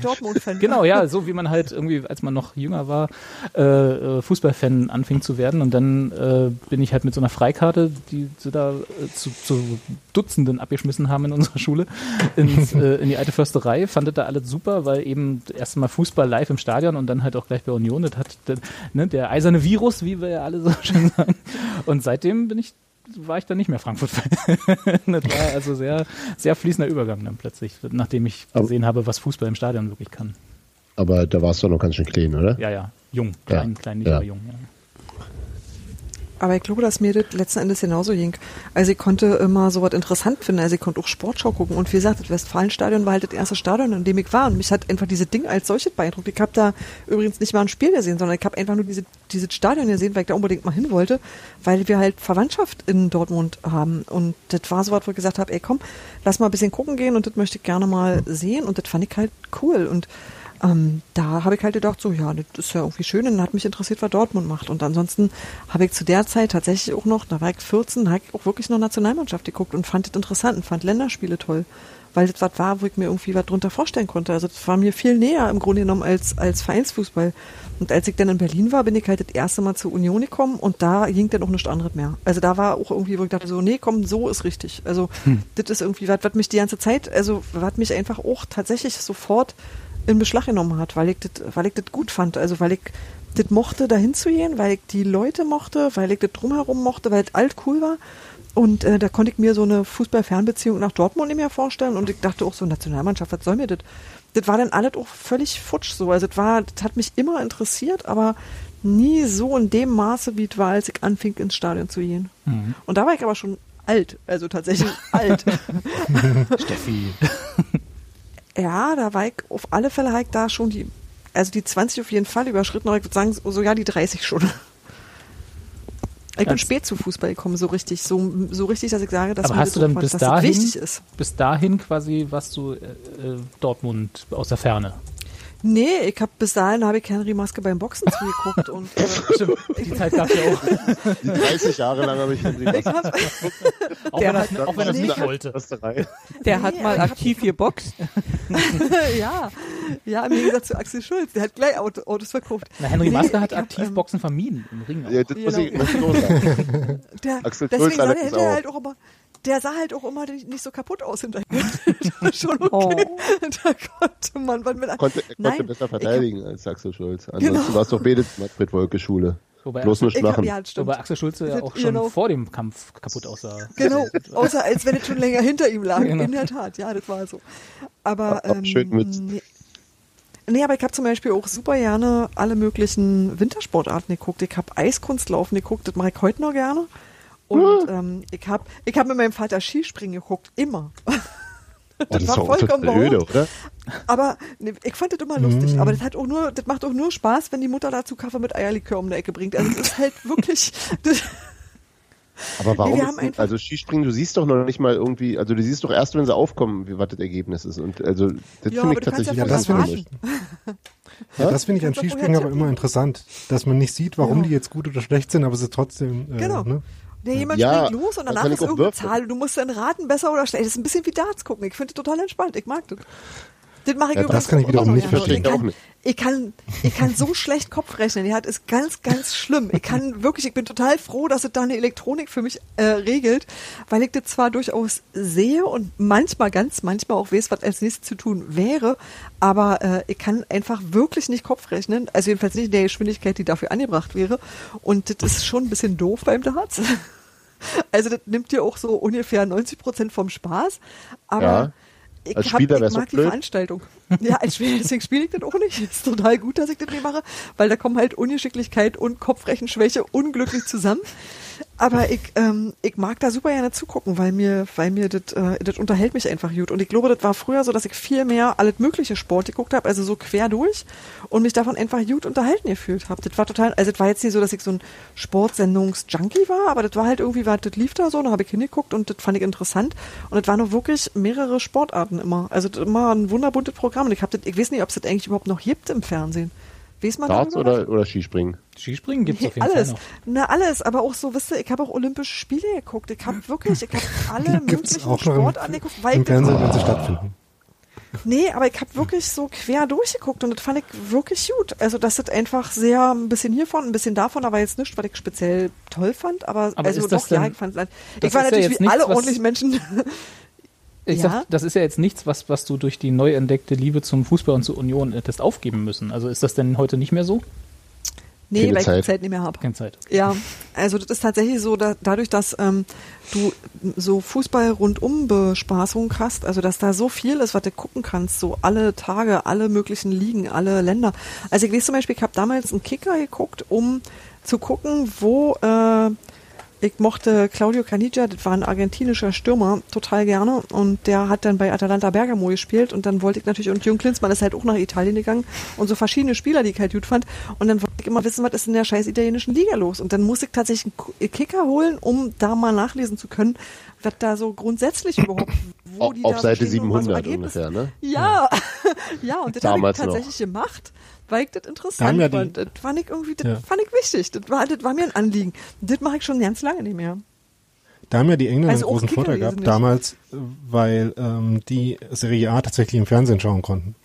B: Dortmund-Fan.
A: Genau, ja, so wie man halt irgendwie, als man noch jünger war, äh, äh, Fußballfan anfing zu werden. Und dann äh, bin ich halt mit so einer Freikarte, die sie da äh, zu, zu Dutzenden abgeschmissen haben in unserer Schule, ins, äh, in die alte Försterei. Fandet da alles super, weil eben das erste Mal Fußball live im Stadion und dann halt auch gleich bei Union. Das hat das, ne, der eiserne Virus, wie wir ja alle so schön sagen. Und seitdem bin ich war ich dann nicht mehr Frankfurt-Fan. Das war also sehr, sehr fließender Übergang dann plötzlich, nachdem ich gesehen habe, was Fußball im Stadion wirklich kann.
E: Aber da warst du noch ganz schön klein, oder?
A: Ja, ja, jung, klein, klein, nicht
E: ja.
A: aber jung. Ja.
B: Aber ich glaube, dass mir das letzten Endes genauso ging. Also ich konnte immer so was interessant finden. Also ich konnte auch Sportschau gucken. Und wie gesagt, das Westfalenstadion war halt das erste Stadion, in dem ich war. Und mich hat einfach dieses Ding als solches beeindruckt. Ich habe da übrigens nicht mal ein Spiel gesehen, sondern ich habe einfach nur diese, dieses Stadion gesehen, weil ich da unbedingt mal hin wollte, weil wir halt Verwandtschaft in Dortmund haben. Und das war so was, wo ich gesagt habe, ey komm, lass mal ein bisschen gucken gehen und das möchte ich gerne mal sehen. Und das fand ich halt cool. Und ähm, da habe ich halt gedacht, so, ja, das ist ja irgendwie schön und dann hat mich interessiert, was Dortmund macht. Und ansonsten habe ich zu der Zeit tatsächlich auch noch, da war ich 14, da habe ich auch wirklich noch Nationalmannschaft geguckt und fand das interessant und fand Länderspiele toll. Weil das was war, wo ich mir irgendwie was drunter vorstellen konnte. Also das war mir viel näher im Grunde genommen als, als Vereinsfußball. Und als ich dann in Berlin war, bin ich halt das erste Mal zur Union gekommen und da ging dann auch nichts anderes mehr. Also da war auch irgendwie, wo ich dachte so, nee, komm, so ist richtig. Also das ist irgendwie was, was mich die ganze Zeit, also was mich einfach auch tatsächlich sofort in Beschlag genommen hat, weil ich das, weil ich das gut fand. Also weil ich das mochte, dahin zu gehen, weil ich die Leute mochte, weil ich das drumherum mochte, weil es alt cool war. Und äh, da konnte ich mir so eine Fußballfernbeziehung nach Dortmund nicht mehr vorstellen. Und ich dachte auch so, Nationalmannschaft, was soll mir das? Das war dann alles auch völlig futsch so. Also das, war, das hat mich immer interessiert, aber nie so in dem Maße, wie es war, als ich anfing, ins Stadion zu gehen. Und da war ich aber schon alt, also tatsächlich alt.
A: Steffi.
B: Ja, da war ich auf alle Fälle halt da schon die, also die 20 auf jeden Fall überschritten, aber ich würde sagen, so- sogar die 30 schon. Ich bin
A: Ganz-
B: spät zu Fußball gekommen, so richtig, so, so richtig, dass ich sage, dass
A: Aber
B: mir
A: hast
B: das
A: du dann
B: auch-
A: bis
B: dass das
A: dahin,
B: wichtig ist.
A: bis dahin quasi warst du äh, äh, Dortmund aus der Ferne?
B: Nee, ich habe bis dahin habe ich Henry Maske beim Boxen zugeguckt und äh,
A: Stimmt, die Zeit gab es ja auch.
E: Die 30 Jahre lang habe ich Henry Maske
B: äh,
A: Auch
D: Der
A: wenn das, auch wenn das
B: Nee,
A: nicht
B: ich
A: wollte.
D: Der
B: Nee,
D: hat mal
B: aber ich hab-
D: aktiv geboxt.
B: ja, ja, im Gegensatz zu Axel Schulz, der hat gleich Auto, Autos verkauft.
A: Na, Henry
B: Nee,
A: Maske hat
B: ich hab,
A: aktiv
B: ähm,
A: Boxen vermieden im Ring. auch.
E: Ja, das muss ich, muss ich los sagen.
B: Der,
E: Axel
B: deswegen sah
E: Schulz
B: der
E: allerdings
B: hinterher
E: auch.
B: halt auch immer, der sah halt auch immer nicht nicht so kaputt aus hinterher. Das war schon
D: Oh.
A: Oh.
B: okay. Da konnte man, man mit
E: Konnte, er
B: Nein,
E: konnte besser
B: ich hab-
E: verteidigen als Axel Schulz. Ansonsten
B: Genau.
E: war es doch Bedet Manfred Wolke Schule.
A: Wobei-
E: Bloß nicht
B: Ich hab,
E: machen.
B: ja, das stimmt.
A: Wobei Axel Schulze ja
B: Das
A: auch
B: ist
A: schon
B: genau-
A: vor dem Kampf kaputt aussah.
B: Genau, außer als wenn es schon länger hinter ihm lag.
A: Genau.
B: In der Tat, ja, das war so. Aber
E: Ab-
B: ähm,
E: schön mit-
B: nee. nee, aber ich habe zum Beispiel auch super gerne alle möglichen Wintersportarten geguckt. Ich habe Eiskunstlaufen geguckt, das mache ich heute noch gerne.
E: Hm.
B: Und ähm, ich habe ich hab mit meinem Vater Skispringen geguckt, immer.
E: Oh, das ist
B: war
E: doch auch total
B: vollkommen
E: blöde, Hm. oder?
B: Aber nee, ich fand das immer lustig. Aber das hat auch nur, das macht auch nur Spaß, wenn die Mutter dazu Kaffee mit Eierlikör um die Ecke bringt. Also das ist halt wirklich. Das,
E: Aber warum?
B: wir
E: ist
B: haben
E: denn-
B: einfach-
E: also Skispringen, du siehst doch noch nicht mal irgendwie, also du siehst doch erst, wenn sie aufkommen, wie was das Ergebnis ist. Und also das
B: Ja,
E: finde
B: aber
E: ich
B: du kannst ja
E: tatsächlich
C: Ja, das finde ich,
B: warten.
C: ja, das finde ich an
B: Kannst du
C: Skispringen aber
B: vorher
C: immer interessant, dass man nicht sieht, warum
B: Ja.
C: die jetzt gut oder schlecht sind, aber sie trotzdem. Äh,
B: Genau.
C: Ne?
B: der jemand
E: Ja,
B: springt los und
E: dann
B: danach
E: kann ich
B: ist
E: auch
B: irgendeine
E: würfeln.
B: Zahl und du musst dann raten, besser oder schlecht. Das ist ein bisschen wie Darts gucken. Ich finde das total entspannt. Ich mag das. Das mache ich
E: Ja, das
B: übrigens
C: kann ich
B: auch
C: wiederum
B: immer
C: nicht
B: noch gerne.
E: verstehen.
B: Ich kann,
E: Auch nicht.
B: Ich kann, ich kann so schlecht Kopf rechnen. Ja, das ist ganz, ganz schlimm. Ich kann wirklich, ich bin total froh, dass es da eine Elektronik für mich äh, regelt, weil ich das zwar durchaus sehe und manchmal, ganz manchmal auch weiß, was als nächstes zu tun wäre, aber äh, ich kann einfach wirklich nicht Kopf rechnen. Also jedenfalls nicht in der Geschwindigkeit, die dafür angebracht wäre. Und das ist schon ein bisschen doof beim Darts. Also das nimmt dir auch so ungefähr 90 Prozent vom Spaß. Aber
E: Ja.
B: ich,
E: Als
B: hab,
E: Spieler
B: ich
E: wär's
B: mag
E: auch
B: die
E: blöd.
B: Veranstaltung. Ja, als Spieler, deswegen spiele ich das auch nicht. Ist total gut, dass ich das nicht mache, weil da kommen halt Ungeschicklichkeit und Kopfrechenschwäche unglücklich zusammen. Aber ich, ähm, ich mag da super gerne zugucken, weil mir, weil mir das, äh, das unterhält mich einfach gut. Und ich glaube, das war früher so, dass ich viel mehr alles mögliche Sport geguckt habe, also so quer durch und mich davon einfach gut unterhalten gefühlt habe. Das war total, also das war jetzt nicht so, dass ich so ein Sportsendungs-Junkie war, aber das war halt irgendwie, war, das lief da so, da habe ich hingeguckt und das fand ich interessant. Und das waren nur wirklich mehrere Sportarten immer. Also das immer ein wunderbuntes Programm. Und ich habe das, ich weiß nicht, ob es das eigentlich überhaupt noch gibt im Fernsehen. Weiß man
E: Darts
B: darüber was?
E: oder, oder Skispringen?
A: Skispringen gibt es auf jeden
B: alles.
A: Fall noch.
B: Na, alles. Aber auch so, wisst ihr, ich habe auch Olympische Spiele geguckt. Ich habe wirklich, ich habe alle
C: Gibt es
B: möglichen
C: auch noch
B: Sportarten
C: im,
B: geguckt, weil
C: im
B: ich das
C: Fernsehen, wenn sie stattfinden.
B: Nee, aber
A: Hm.
B: ich habe wirklich so quer durchgeguckt und das fand ich wirklich gut. Also das ist einfach sehr ein bisschen hiervon, ein bisschen davon, aber jetzt nicht, was ich speziell toll fand, aber,
A: Aber
B: also
A: ist das
B: doch, ja,
A: denn-
B: ich fand es
A: das
B: Ich war
A: ist ja
B: natürlich
A: jetzt
B: wie
A: nichts,
B: alle
A: was-
B: ordentlichen Menschen.
A: Ich
B: Ja.
A: sag, das ist ja jetzt nichts, was, was du durch die neu entdeckte Liebe zum Fußball und zur Union hättest aufgeben müssen. Also ist das denn heute nicht mehr so?
B: Nee,
E: Keine
B: weil ich die
E: Zeit.
B: Zeit nicht mehr habe.
A: Keine Zeit.
B: Ja, also das ist tatsächlich so, da, dadurch, dass ähm, du so Fußball-Rundum-Bespaßung hast, also dass da so viel ist, was du gucken kannst, so alle Tage, alle möglichen Ligen, alle Länder. Also ich weiß zum Beispiel, ich habe damals einen Kicker geguckt, um zu gucken, wo äh, ich mochte Claudio Caniggia, das war ein argentinischer Stürmer, total gerne. Und der hat dann bei Atalanta Bergamo gespielt. Und dann wollte ich natürlich, und Jürgen Klinsmann ist halt auch nach Italien gegangen. Und so verschiedene Spieler, die ich halt gut fand. Und dann wollte ich immer wissen, was ist in der scheiß italienischen Liga los? Und dann musste ich tatsächlich einen Ku- Kicker holen, um da mal nachlesen zu können, was da so grundsätzlich überhaupt, wo
E: Au-
B: Oh, die
E: auf
B: da so
E: Seite
B: stehen und was so
E: 700
B: Ergebnisse-
E: ungefähr, ne?
B: Ja, ja, und das habe ich
E: Damals noch.
B: tatsächlich gemacht, weil ich das interessant
C: Da haben ja die-
B: fand. Das fand ich irgendwie, das
C: Ja.
B: fand ich wichtig. Das war, das war mir ein Anliegen. Das mache ich schon ganz lange nicht mehr.
C: Da haben ja die Engländer
B: Also
C: einen
B: auch
C: großen
B: Kicker
C: Vorteil
B: lesen
C: gehabt
B: nicht.
C: damals, äh, weil ähm, die Serie A tatsächlich im Fernsehen schauen konnten.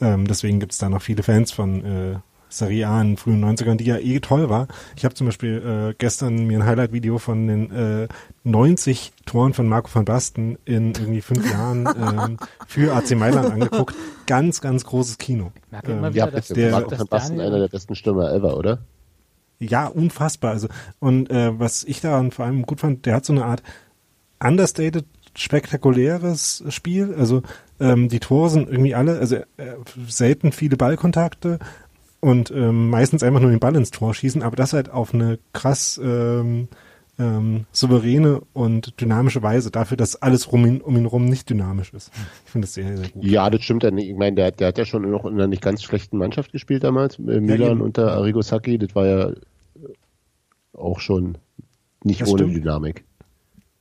C: Ähm, deswegen gibt es da noch viele Fans von äh, Serie A in den frühen 90ern, die ja eh toll war. Ich habe zum Beispiel äh, gestern mir ein Highlight-Video von den äh, 90 Toren von Marco van Basten in irgendwie fünf Jahren ähm, für AC Mailand angeguckt. Ganz, ganz großes Kino. Ähm,
A: merke immer
E: Ja,
A: Ja, das-
E: bitte.
C: der-
E: Marco
A: das
E: van Basten,
A: Daniel-
E: einer der besten Stürmer ever, oder?
C: Ja, unfassbar. Also, und äh, was ich daran vor allem gut fand, der hat so eine Art understated, spektakuläres Spiel. Also ähm, die Tore sind irgendwie alle, also äh, selten viele Ballkontakte und ähm, meistens einfach nur den Ball ins Tor schießen, aber das halt auf eine krass ähm, ähm, souveräne und dynamische Weise dafür, dass alles um ihn, um ihn rum nicht dynamisch ist. Ich finde das sehr, sehr gut.
E: Ja, das stimmt ja nicht. Ich meine, der, der hat ja schon noch in einer nicht ganz schlechten Mannschaft gespielt damals. Äh, Milan
C: eben.
E: unter Arrigo Sacchi, das war ja äh, auch schon nicht
C: Das
E: ohne
C: stimmt.
E: Dynamik.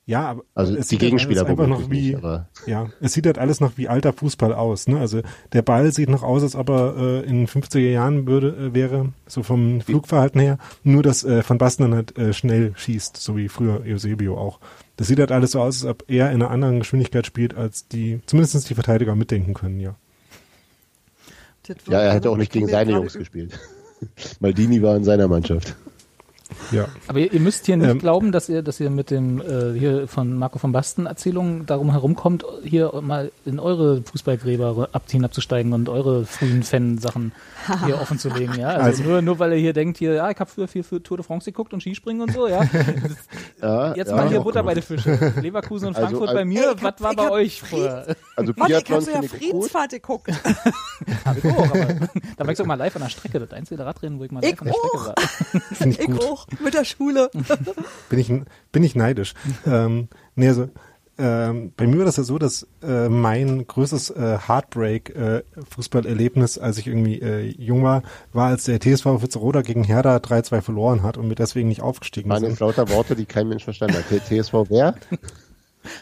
C: Ja, aber
E: Also
C: es
E: die
C: sieht halt
E: Gegenspieler
C: alles einfach noch
E: womöglich
C: wie,
E: nicht, aber-
C: ja, es sieht halt alles noch wie alter Fußball aus. Ne? Also der Ball sieht noch aus, als ob er äh, in den 50er Jahren würde, äh, wäre, so vom Flugverhalten her. Nur, dass äh, Van Basten dann halt äh, schnell schießt, so wie früher Eusebio auch. Das sieht halt alles so aus, als ob er in einer anderen Geschwindigkeit spielt, als die, zumindestens die Verteidiger mitdenken können, ja.
B: Das wird
E: Ja, er
B: gerade-
E: hätte auch nicht
B: ich kann
E: gegen
B: mir
E: seine
B: gerade
E: Jungs
B: üb-
E: gespielt. Maldini war in seiner Mannschaft.
C: Ja.
A: Aber ihr, ihr müsst hier nicht
C: Ähm.
A: glauben, dass ihr, dass ihr mit dem äh, hier von Marco von Basten Erzählungen darum herumkommt, hier mal in eure Fußballgräber ab, hinabzusteigen und eure frühen Fansachen hier offen zu legen. Ja? Also,
C: Also-
A: nur, nur weil ihr hier denkt, hier, ja, ich habe früher viel für Tour de France geguckt und Skispringen und so, ja.
E: Ja,
A: Jetzt
E: ja.
A: mal hier Butter bei den Fischen. Leverkusen und
E: Also,
A: Frankfurt
E: also-
A: bei mir,
B: Ey, ich
A: was
B: hab-
A: war
B: ich
A: bei
B: hab
A: euch
B: Fried-
A: vorher?
E: Also
B: Mann, ich
E: Biathlon
B: habe so ja
E: finde ich gut.
B: Friedensfahrt geguckt.
A: Hab ich auch, aber da war ich so mal live an der Strecke. Das einzige Radrennen, wo ich mal live
B: Ich
A: an der Strecke
B: auch.
A: war.
C: Finde ich
B: Ich
C: gut.
B: auch, mit der Schule.
C: Bin ich, bin ich neidisch. ähm, nee, also, ähm, bei mir war das ja so, dass äh, mein größtes äh, Heartbreak-Fußballerlebnis, als ich irgendwie äh, jung war, war, als der TSV Witzeroda gegen Hertha 3-2 verloren hat und wir deswegen nicht aufgestiegen
E: Waren
C: sind.
E: jetzt lauter Worte, die kein Mensch verstanden hat. Der TSV wer?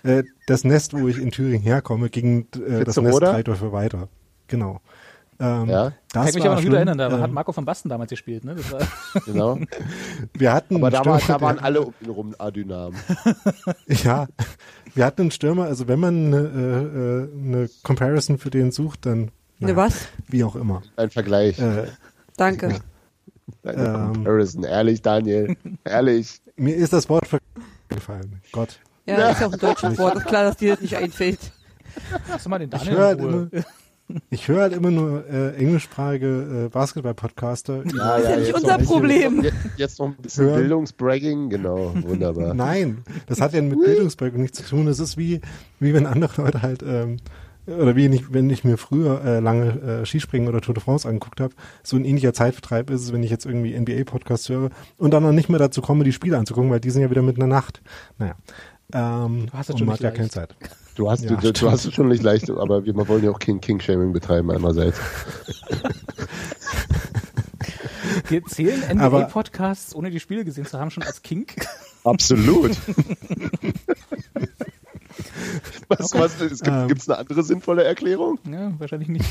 C: Äh, das Nest, wo ich in Thüringen herkomme, ging äh, das Nest
E: Witzeroda?
C: drei Dörfer weiter. Genau. Ähm,
E: Ja.
A: Kann
C: das
A: ich mich
C: war
A: aber noch
C: schlimm.
A: wieder erinnern, da
C: Ähm,
A: hat Marco van Basten damals gespielt, ne? Das war,
E: Genau.
C: wir hatten
E: Aber da,
C: einen
E: war,
C: Stürmer,
E: da waren alle um ihn rum Adynamen.
C: Ja, wir hatten einen Stürmer, also wenn man eine, äh, eine Comparison für den sucht, dann
D: Ne, was?
C: wie auch immer.
E: Ein Vergleich.
C: Äh,
B: Also
D: Danke.
E: Eine
C: ähm.
E: Comparison. Ehrlich, Daniel. Ehrlich.
C: mir ist das Wort ver- gefallen. Gott.
D: Ja, ist ja auch ein deutsches Wort. Ist klar, dass dir das nicht einfällt.
A: lass doch mal den
C: Ich
A: Daniel
C: höre halt
A: in Ruhe.
C: immer, ich höre halt immer nur äh, englischsprachige äh, Basketball-Podcaster.
E: Ja,
D: Das ist ja nicht
E: jetzt
D: unser
E: noch-
D: Problem.
E: Jetzt, jetzt noch ein bisschen
C: Hören.
E: Bildungsbragging. Genau, wunderbar.
C: Nein, das hat ja mit Bildungsberg nichts zu tun. Das ist wie, wie wenn andere Leute halt, ähm, oder wie nicht, wenn ich mir früher äh, lange äh, Skispringen oder Tour de France angeguckt habe, so ein ähnlicher Zeitvertreib ist es, wenn ich jetzt irgendwie NBA-Podcasts höre und dann noch nicht mehr dazu komme, die Spiele anzugucken, weil die sind ja wieder mit einer Nacht. Naja. Ähm,
A: Du hast das
C: und
A: schon
C: man
A: nicht
C: hat ja
A: leicht.
C: keine Zeit.
E: Du hast,
C: Ja,
E: du, du,
C: stimmt.
E: du hast es schon nicht leicht, aber wir wir wollen ja auch kein King-Shaming betreiben einerseits.
A: Wir zählen
C: Aber-
A: NBA-Podcasts, ohne die Spiele gesehen zu haben, schon als Kink.
E: Absolut. was, was, es gibt
C: Ähm.
E: gibt's eine andere sinnvolle Erklärung?
A: Ja, ne? wahrscheinlich nicht.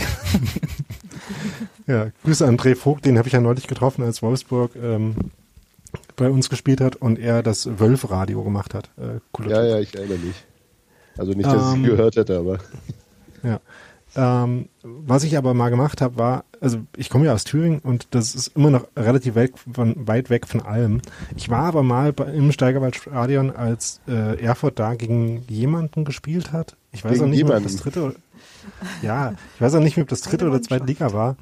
C: Ja, Grüße an André Vogt, den habe ich ja neulich getroffen, als Wolfsburg ähm, bei uns gespielt hat und er das Wölf-Radio gemacht hat. Äh, cooler
E: Ja,
C: Typ.
E: ja, ich erinnere mich. Also nicht, dass ich
C: Ähm.
E: es gehört hätte, aber
C: Ja. Ähm, was ich aber mal gemacht habe, war, also ich komme ja aus Thüringen und das ist immer noch relativ weit, von, weit weg von allem. Ich war aber mal bei, im Steigerwaldstadion, als äh, Erfurt da gegen jemanden gespielt hat. Ich weiß
E: Gegen
C: auch nicht, mehr, ob
E: jemanden.
C: das dritte oder, ja, ich weiß auch nicht, mehr, ob das dritte
B: Eine
C: oder zweite Liga war.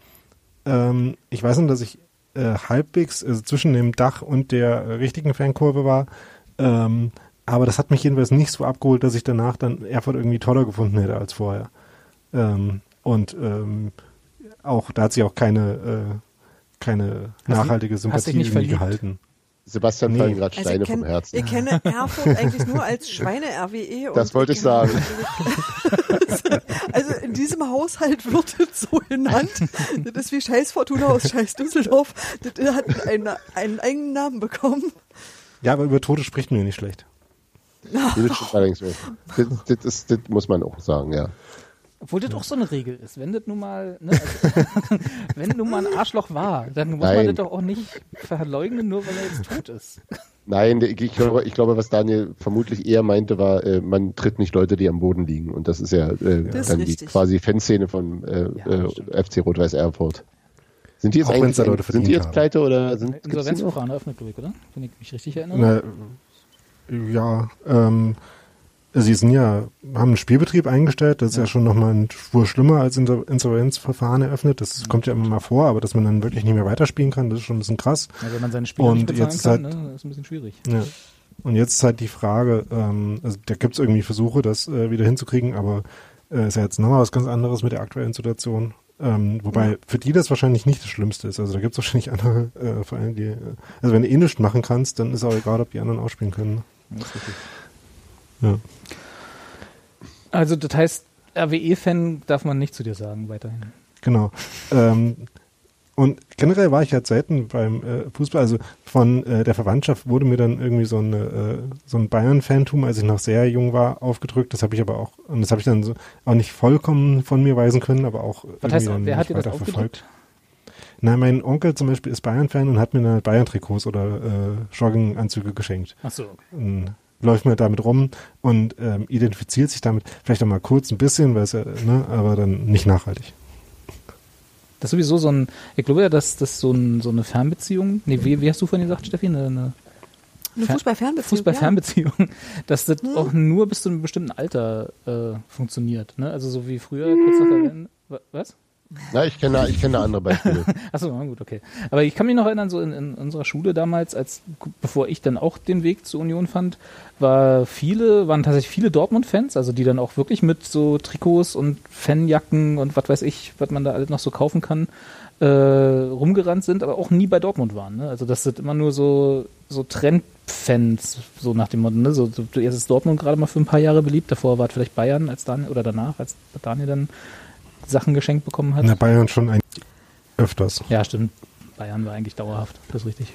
C: Ähm, ich weiß nur, dass ich äh, halbwegs also zwischen dem Dach und der äh, richtigen Fankurve war. Ähm, aber das hat mich jedenfalls nicht so abgeholt, dass ich danach dann Erfurt irgendwie toller gefunden hätte als vorher. Ähm, und ähm, auch da hat sich auch keine, äh, keine
A: du-
C: nachhaltige
A: hast dich
C: Sympathie
A: nicht
C: irgendwie
A: verliebt?
C: gehalten.
E: Sebastian
C: Nee.
E: fallen gerade
B: Also
E: Steine
B: ich, kenn,
E: vom Herzen.
B: ich kenne Erfurt eigentlich nur als Schweine-RWE. E und
E: Das wollte ich
B: kenne-
E: sagen.
B: Also in diesem Haushalt wird es so genannt. Das ist wie Scheiß Fortuna aus Scheiß Düsseldorf. Das hat einen, einen eigenen Namen bekommen.
C: Ja, aber über Tote spricht man ja nicht schlecht.
E: Nee, Das, stimmt allerdings nicht. das, das, ist, das muss man auch sagen, ja.
A: Obwohl das auch so eine Regel ist. Wenn das nun mal, ne, also, wenn nun mal ein Arschloch war, dann muss man
E: Nein.
A: das doch auch nicht verleugnen, nur weil er jetzt tot ist. Ne,
E: Nein, ich glaube, ich glaube, was Daniel vermutlich eher meinte, war, äh, man tritt nicht Leute, die am Boden liegen. Und das ist ja äh,
B: Das ist
E: dann die
B: richtig.
E: quasi Fanszene von äh,
A: Ja,
E: äh, FC Rot-Weiß Erfurt. Sind die jetzt
C: Auch wenn's
E: eigentlich
C: da Leute
E: sind die
C: verdient
E: jetzt pleite oder
B: Äh,
E: sind gibt's die noch?
A: Insolvenzverfahren eröffnet, glaube ich, oder? Wenn ich mich richtig erinnere.
C: Na, ja, ähm, sie sind ja, haben einen Spielbetrieb eingestellt, das ist ja, schon nochmal ein Spur schlimmer als Inter Insolvenzverfahren eröffnet. Das kommt ja immer mal vor, aber dass man dann wirklich nicht mehr weiterspielen kann, das ist schon ein bisschen krass.
A: Ja, Also, wenn man seine Spiele
C: Und
A: nicht bezahlen
C: jetzt
A: kann,
C: hat-
A: ne, ist ein bisschen schwierig.
C: Ja. Und jetzt ist halt die Frage, ähm, also da gibt es irgendwie Versuche, das äh, wieder hinzukriegen, aber äh, ist ja jetzt nochmal was ganz anderes mit der aktuellen Situation. Ähm, wobei für die das wahrscheinlich nicht das Schlimmste ist. Also da gibt es wahrscheinlich andere äh, Vereine, die, äh, also wenn du eh nichts machen kannst, dann ist auch egal, ob die anderen ausspielen können.
A: Ja,
C: ne?
A: ist richtig.
C: Ja.
A: Also das heißt, RWE-Fan darf man nicht zu dir sagen weiterhin.
C: Genau. Ähm, und generell war ich halt selten beim äh, Fußball. Also von äh, der Verwandtschaft wurde mir dann irgendwie so, eine, äh, so ein Bayern-Fantum, als ich noch sehr jung war, aufgedrückt. Das habe ich aber auch, und das habe ich dann so, auch nicht vollkommen von mir weisen können, aber auch
A: Was heißt,
C: dann
A: wer hat dir
C: nicht
A: das
C: weiter
A: aufgedrückt?
C: Nein, mein Onkel zum Beispiel ist Bayern-Fan und hat mir dann halt Bayern-Trikots oder äh, Jogginganzüge geschenkt
A: Ach so.
C: ähm, läuft man damit rum und ähm, identifiziert sich damit vielleicht auch mal kurz ein bisschen, weil es ja, ne, aber dann nicht nachhaltig.
A: Das ist sowieso so ein, ich glaube ja, dass das so, ein, so eine Fernbeziehung, nee, wie, wie hast du vorhin gesagt, Steffi, eine, eine
B: Eine
A: Fer-
B: Fußball-Fernbeziehung.
A: Fußball-Fernbeziehung, dass das auch nur bis zu einem bestimmten Alter äh, funktioniert. Ne? Also so wie früher, kurz nach der Wende. Wa- Was?
E: Na, ich kenne ich kenne andere Beispiele.
A: Achso, na gut, okay. Aber ich kann mich noch erinnern, so in, in unserer Schule damals, als bevor ich dann auch den Weg zur Union fand, war viele, waren tatsächlich viele Dortmund-Fans, also die dann auch wirklich mit so Trikots und Fanjacken und was weiß ich, was man da alles noch so kaufen kann, äh, rumgerannt sind, aber auch nie bei Dortmund waren. Ne? Also das sind immer nur so, so Trendfans, so nach dem Motto, ne? so, so, jetzt ist Dortmund gerade mal für ein paar Jahre beliebt, davor war es vielleicht Bayern als Daniel, oder danach, als Daniel dann Sachen geschenkt bekommen hat.
C: Na, Bayern schon ein öfters.
A: Ja, stimmt. Bayern war eigentlich dauerhaft, das ist richtig.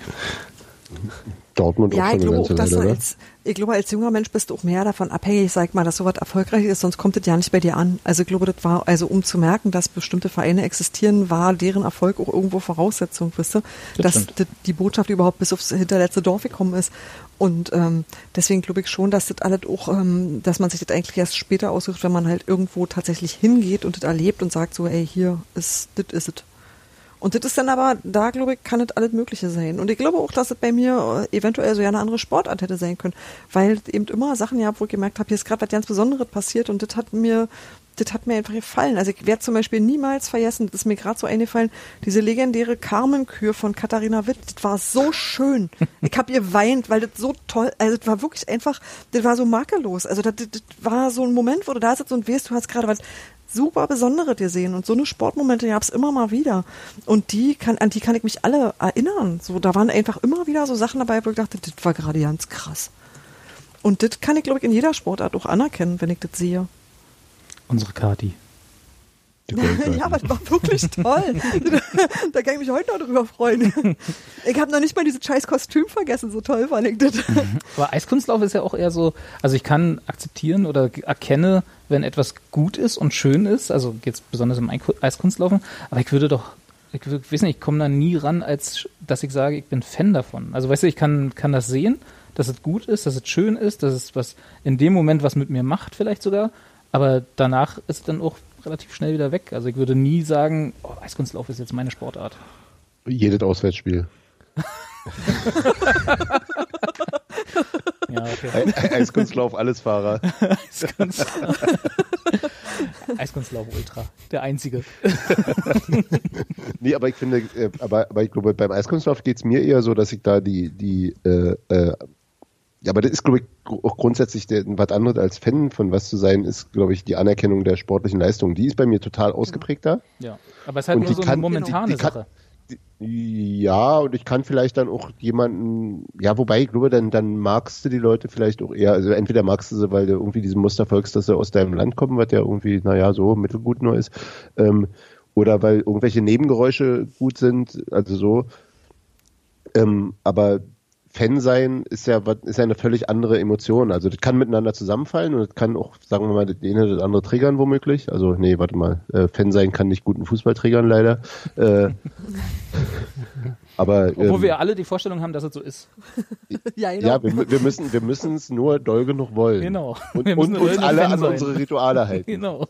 E: Dortmund auch
B: Ja, ich
E: schon eine
B: glaube auch,
E: ganze
B: dass du
E: Weile, oder?
B: als, ich glaube, als junger Mensch bist du auch mehr davon abhängig, sag ich mal, dass sowas erfolgreich ist, sonst kommt das ja nicht bei dir an. Also ich glaube, das war, also um zu merken, dass bestimmte Vereine existieren, war deren Erfolg auch irgendwo Voraussetzung, wisst ihr?
A: Das
B: dass
A: stimmt.
B: die, die Botschaft überhaupt bis aufs hinterletzte Dorf gekommen ist. Und ähm, deswegen glaube ich schon, dass das alles auch, ähm, dass man sich das eigentlich erst später aussucht, wenn man halt irgendwo tatsächlich hingeht und das erlebt und sagt so, ey, hier ist, das ist es. Und das ist dann aber, da glaube ich, kann das alles Mögliche sein. Und ich glaube auch, dass es bei mir äh, eventuell so ja eine andere Sportart hätte sein können. Weil es eben immer Sachen ja, wo ich gemerkt habe, hier ist gerade was ganz Besonderes passiert und das hat mir, das hat mir einfach gefallen. Also ich werde zum Beispiel niemals vergessen, das ist mir gerade so eingefallen, diese legendäre Carmenkür von Katharina Witt, das war so schön. Ich habe ihr weint, weil das so toll, also das war wirklich einfach, das war so makellos. Also das, das, das war so ein Moment, wo du da sitzt und weißt, du hast gerade was super Besondere dir sehen. Und so eine Sportmomente gab es immer mal wieder. Und die kann, an die kann ich mich alle erinnern. So, da waren einfach immer wieder so Sachen dabei, wo ich dachte, das war gerade ganz krass. Und das kann ich, glaube ich, in jeder Sportart auch anerkennen, wenn ich das sehe.
A: Unsere Kati.
E: Die Goldseiten.
B: Ja, aber das war wirklich toll. da kann ich mich heute noch drüber freuen. Ich habe noch nicht mal dieses scheiß Kostüm vergessen, so toll war ich das.
A: Aber Eiskunstlauf ist ja auch eher so, also ich kann akzeptieren oder g- erkenne, wenn etwas gut ist und schön ist, also jetzt besonders im Eik- Eiskunstlaufen, aber ich würde doch, ich wü- weiß nicht, ich komme da nie ran, als sch- dass ich sage, ich bin Fan davon. Also weißt du, ich kann, kann das sehen, dass es gut ist, dass es schön ist, dass es was in dem Moment was mit mir macht vielleicht sogar, aber danach ist es dann auch relativ schnell wieder weg. Also ich würde nie sagen, oh, Eiskunstlauf ist jetzt meine Sportart.
E: Jedes Auswärtsspiel.
A: Ja, okay.
E: E- E- Eiskunstlauf, Allesfahrer.
A: Eiskunstlauf Ultra, der einzige.
E: Nee, aber ich finde, äh, aber, aber ich glaube, beim Eiskunstlauf geht es mir eher so, dass ich da die, die, äh, äh, ja, aber das ist, glaube ich, gr- auch grundsätzlich der, was anderes als Fan von was zu sein, ist, glaube ich, die Anerkennung der sportlichen Leistung. Die ist bei mir total ausgeprägter.
A: Ja, aber es ist halt nur
E: die
A: so eine
E: kann-
A: momentane
E: die- die kann-
A: Sache.
E: die- Ja, und ich kann vielleicht dann auch jemanden, ja, wobei, ich glaube, dann, dann magst du die Leute vielleicht auch eher, also entweder magst du sie, weil du irgendwie diesem Muster folgst, dass sie aus deinem Land kommen, was ja irgendwie, naja, so mittelgut nur ist, ähm, oder weil irgendwelche Nebengeräusche gut sind, also so. Ähm, aber Fan sein ist ja was- ist ja eine völlig andere Emotion. Also das kann miteinander zusammenfallen und das kann auch, sagen wir mal, das eine das andere triggern womöglich. Also nee, warte mal, äh, Fan sein kann nicht guten Fußball triggern leider. Äh, aber
A: Obwohl
E: ähm,
A: wir alle die Vorstellung haben, dass es so ist.
B: Ja, genau.
E: ja, wir, mü- wir müssen wir müssen es nur doll genug wollen.
A: Genau.
E: Und,
A: Wir müssen
E: und uns
A: doll
E: alle
A: Fan
E: an
A: sein.
E: unsere Rituale halten.
A: Genau.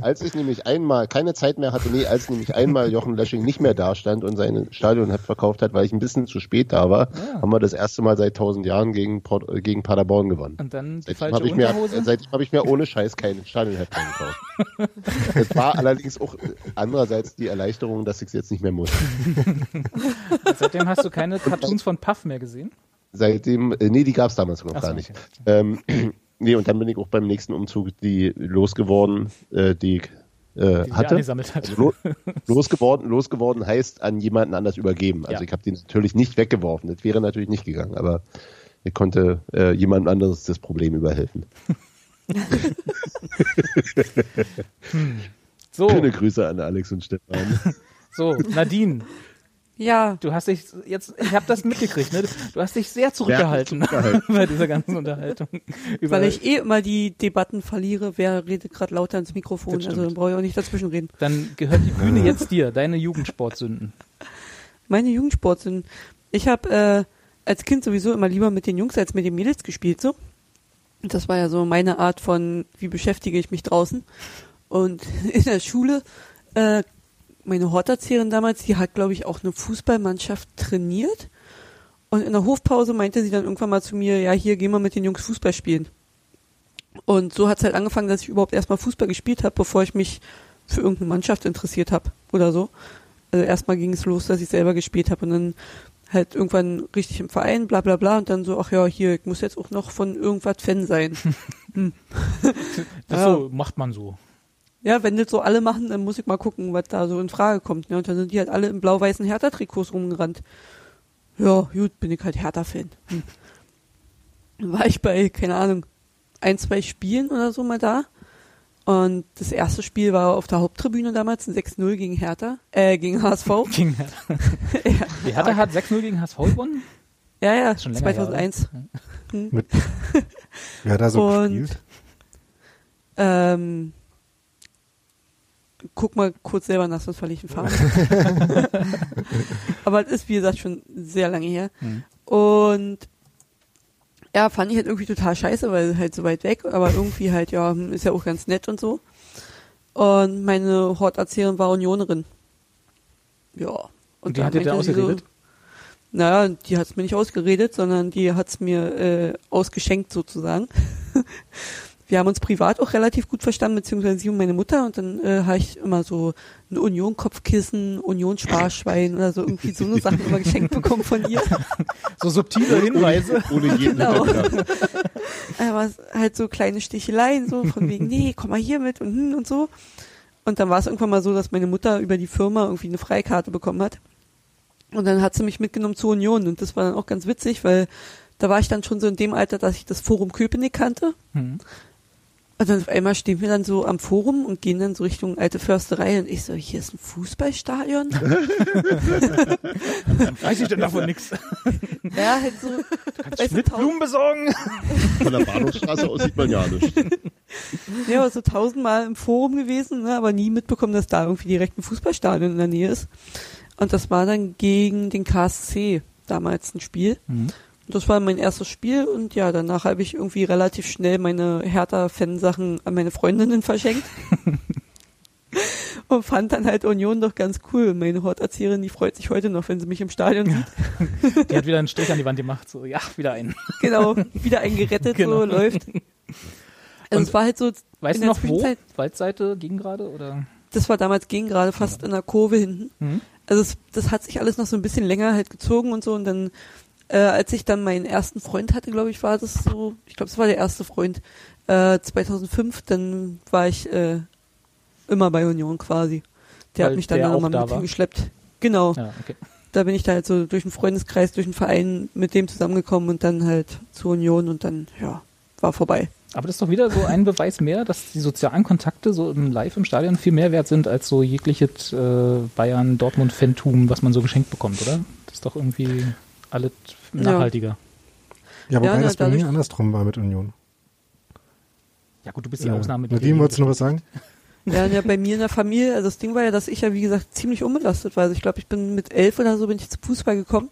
E: Als ich nämlich einmal keine Zeit mehr hatte, nee, als nämlich einmal Jochen Lösching nicht mehr da stand und sein Stadion hat verkauft hat, weil ich ein bisschen zu spät da war,
A: Ah.
E: haben wir das erste Mal seit 1000 Jahren gegen, Port, äh, gegen Paderborn gewonnen.
A: Und dann die
E: Seitdem
A: falsche
E: habe ich, mir-
A: Unterhose.
E: äh, seitdem hab ich mir ohne Scheiß keinen Stadionheft mehr gekauft. Das war allerdings auch äh, andererseits die Erleichterung, dass ich es jetzt nicht mehr muss.
A: Seitdem hast du keine Cartoons von Puff mehr gesehen.
E: Seitdem, äh, nee, die gab es damals noch
A: Ach so,
E: gar nicht.
A: okay.
E: Ähm, nee, und dann bin ich auch beim nächsten Umzug die losgeworden, äh, die ich äh,
A: die
E: hatte.
A: angesammelt hat.
E: Also lo losgeworden, losgeworden heißt an jemanden anders übergeben. Also
A: Ja.
E: ich habe die natürlich nicht weggeworfen. Das wäre natürlich nicht gegangen, aber ich konnte äh, jemand anderes das Problem überhelfen.
A: So,
E: Schöne Grüße an Alex und Stefan.
A: so, Nadine,
D: Ja,
A: du hast dich jetzt, ich habe das mitgekriegt, ne? Du hast dich sehr zurückgehalten bei dieser ganzen Unterhaltung. Über,
D: weil ich eh immer die Debatten verliere, wer redet gerade lauter ins Mikrofon.
A: Das
D: Also dann
A: stimmt.
D: brauche ich auch nicht dazwischenreden.
A: dann gehört die Bühne jetzt dir, deine Jugendsportsünden.
D: Meine Jugendsport sind. Ich habe äh, als Kind sowieso immer lieber mit den Jungs als mit den Mädels gespielt, so. Und Das war ja so meine Art von, wie beschäftige ich mich draußen. Und in der Schule, äh, meine Horterzieherin damals, die hat, glaube ich, auch eine Fußballmannschaft trainiert. Und in der Hofpause meinte sie dann irgendwann mal zu mir, ja, hier gehen wir mit den Jungs Fußball spielen. Und so hat es halt angefangen, dass ich überhaupt erstmal Fußball gespielt habe, bevor ich mich für irgendeine Mannschaft interessiert habe oder so. Also erstmal ging es los, dass ich selber gespielt habe und dann halt irgendwann richtig im Verein, bla bla bla und dann so, ach ja, hier, ich muss jetzt auch noch von irgendwas Fan sein.
A: Das
D: Ja.
A: so macht man so.
D: Ja, wenn das so alle machen, dann muss ich mal gucken, was da so in Frage kommt. Ne? Und dann sind die halt alle in blau-weißen Hertha-Trikots rumgerannt. Ja, gut, bin ich halt Hertha-Fan. Hm. Dann war ich bei, keine Ahnung, ein, zwei Spielen oder so mal da. Und das erste Spiel war auf der Haupttribüne damals, ein 6-0 gegen Hertha, äh, gegen HSV.
A: Gegen Hertha.
D: ja,
A: Die Hertha hat 6-0 gegen HSV gewonnen.
D: ja, ja
A: Schon länger her,
D: 2001.
C: Mit, wer hat da so
D: Und-
C: gespielt?
D: Ähm, guck mal kurz selber nach, sonst verliere ich den Faden. Aber es ist, wie gesagt, schon sehr lange her.
A: Mhm.
D: Und ja, fand ich halt irgendwie total scheiße, weil halt so weit weg, aber irgendwie halt, ja, hm, ist ja auch ganz nett und so. Und meine Horterzählerin war Unionerin. Ja.
A: Und die
D: dann
A: hat dir da
D: meinte sie
A: ausgeredet?
D: So, naja, die hat's mir nicht ausgeredet, sondern die hat's mir äh, ausgeschenkt sozusagen. Wir haben uns privat auch relativ gut verstanden, beziehungsweise sie und meine Mutter. Und dann äh, habe ich immer so ein Union-Kopfkissen, Union-Sparschwein oder so irgendwie so eine Sachen immer geschenkt bekommen von ihr.
A: So subtile Hinweise.
E: Ohne jeden
D: Genau.
E: Hintergrund.
D: Aber es- halt so kleine Sticheleien, so von wegen, nee, komm mal hier mit und, hm und so. Und dann war es irgendwann mal so, dass meine Mutter über die Firma irgendwie eine Freikarte bekommen hat. Und dann hat sie mich mitgenommen zur Union. Und das war dann auch ganz witzig, weil da war ich dann schon so in dem Alter, dass ich das Forum Köpenick kannte.
A: Hm.
D: Und dann auf einmal stehen wir dann so am Forum und gehen dann so Richtung alte Försterei. Und ich so, hier ist ein Fußballstadion?
A: Weiß ich denn davon nichts?
D: ja, halt so. weißt du, tausend-
A: Blumen besorgen.
E: Von der Bahnhofstraße aus sieht man ja nichts.
D: Ja, aber so tausendmal im Forum gewesen, ne, aber nie mitbekommen, dass da irgendwie direkt ein Fußballstadion in der Nähe ist. Und das war dann gegen den KSC damals ein Spiel.
A: Mhm.
D: Und das war mein erstes Spiel und ja, danach habe ich irgendwie relativ schnell meine Hertha-Fansachen an meine Freundinnen verschenkt. und fand dann halt Union doch ganz cool. Meine Horterzieherin, die freut sich heute noch, wenn sie mich im Stadion sieht.
A: Die hat wieder einen Strich an die Wand gemacht. So, ja, wieder einen.
D: Genau, wieder eingerettet,
A: Genau.
D: so läuft. Also
A: Und
D: es war halt so
A: Weißt du
D: in der
A: noch wo?
D: Zwischenzeit-
A: Waldseite gegen gerade? Oder?
D: Das war damals gegen gerade fast in der Kurve hinten.
A: Mhm.
D: Also es, das hat sich alles noch so ein bisschen länger halt gezogen und so und dann äh, als ich dann meinen ersten Freund hatte, glaube ich, war das so, ich glaube, es war der erste Freund äh, 2005, dann war ich äh, immer bei Union quasi. Der
A: Weil
D: hat mich dann
A: der auch
D: nochmal
A: da
D: mit
A: war?
D: hingeschleppt. Genau,
A: Ja, okay.
D: da bin ich da halt so durch den Freundeskreis, durch den Verein mit dem zusammengekommen und dann halt zur Union und dann, ja, war vorbei.
A: Aber das ist doch wieder so ein Beweis mehr, dass die sozialen Kontakte so im Live im Stadion viel mehr wert sind als so jegliches äh, Bayern-Dortmund-Fantum, was man so geschenkt bekommt, oder? Das ist doch irgendwie alles nachhaltiger.
C: Ja, wobei
D: na,
C: das bei
D: dadurch-
C: mir andersrum war mit Union.
A: Ja, gut, du bist die
C: Äh,
A: Ausnahme. die
C: Nadine,
A: Regel
C: wolltest du noch was sagen?
D: Ja, und ja, bei mir in der Familie, also das Ding war ja, dass ich ja, wie gesagt, ziemlich unbelastet war. Also ich glaube, ich bin mit elf oder so bin ich zum Fußball gekommen.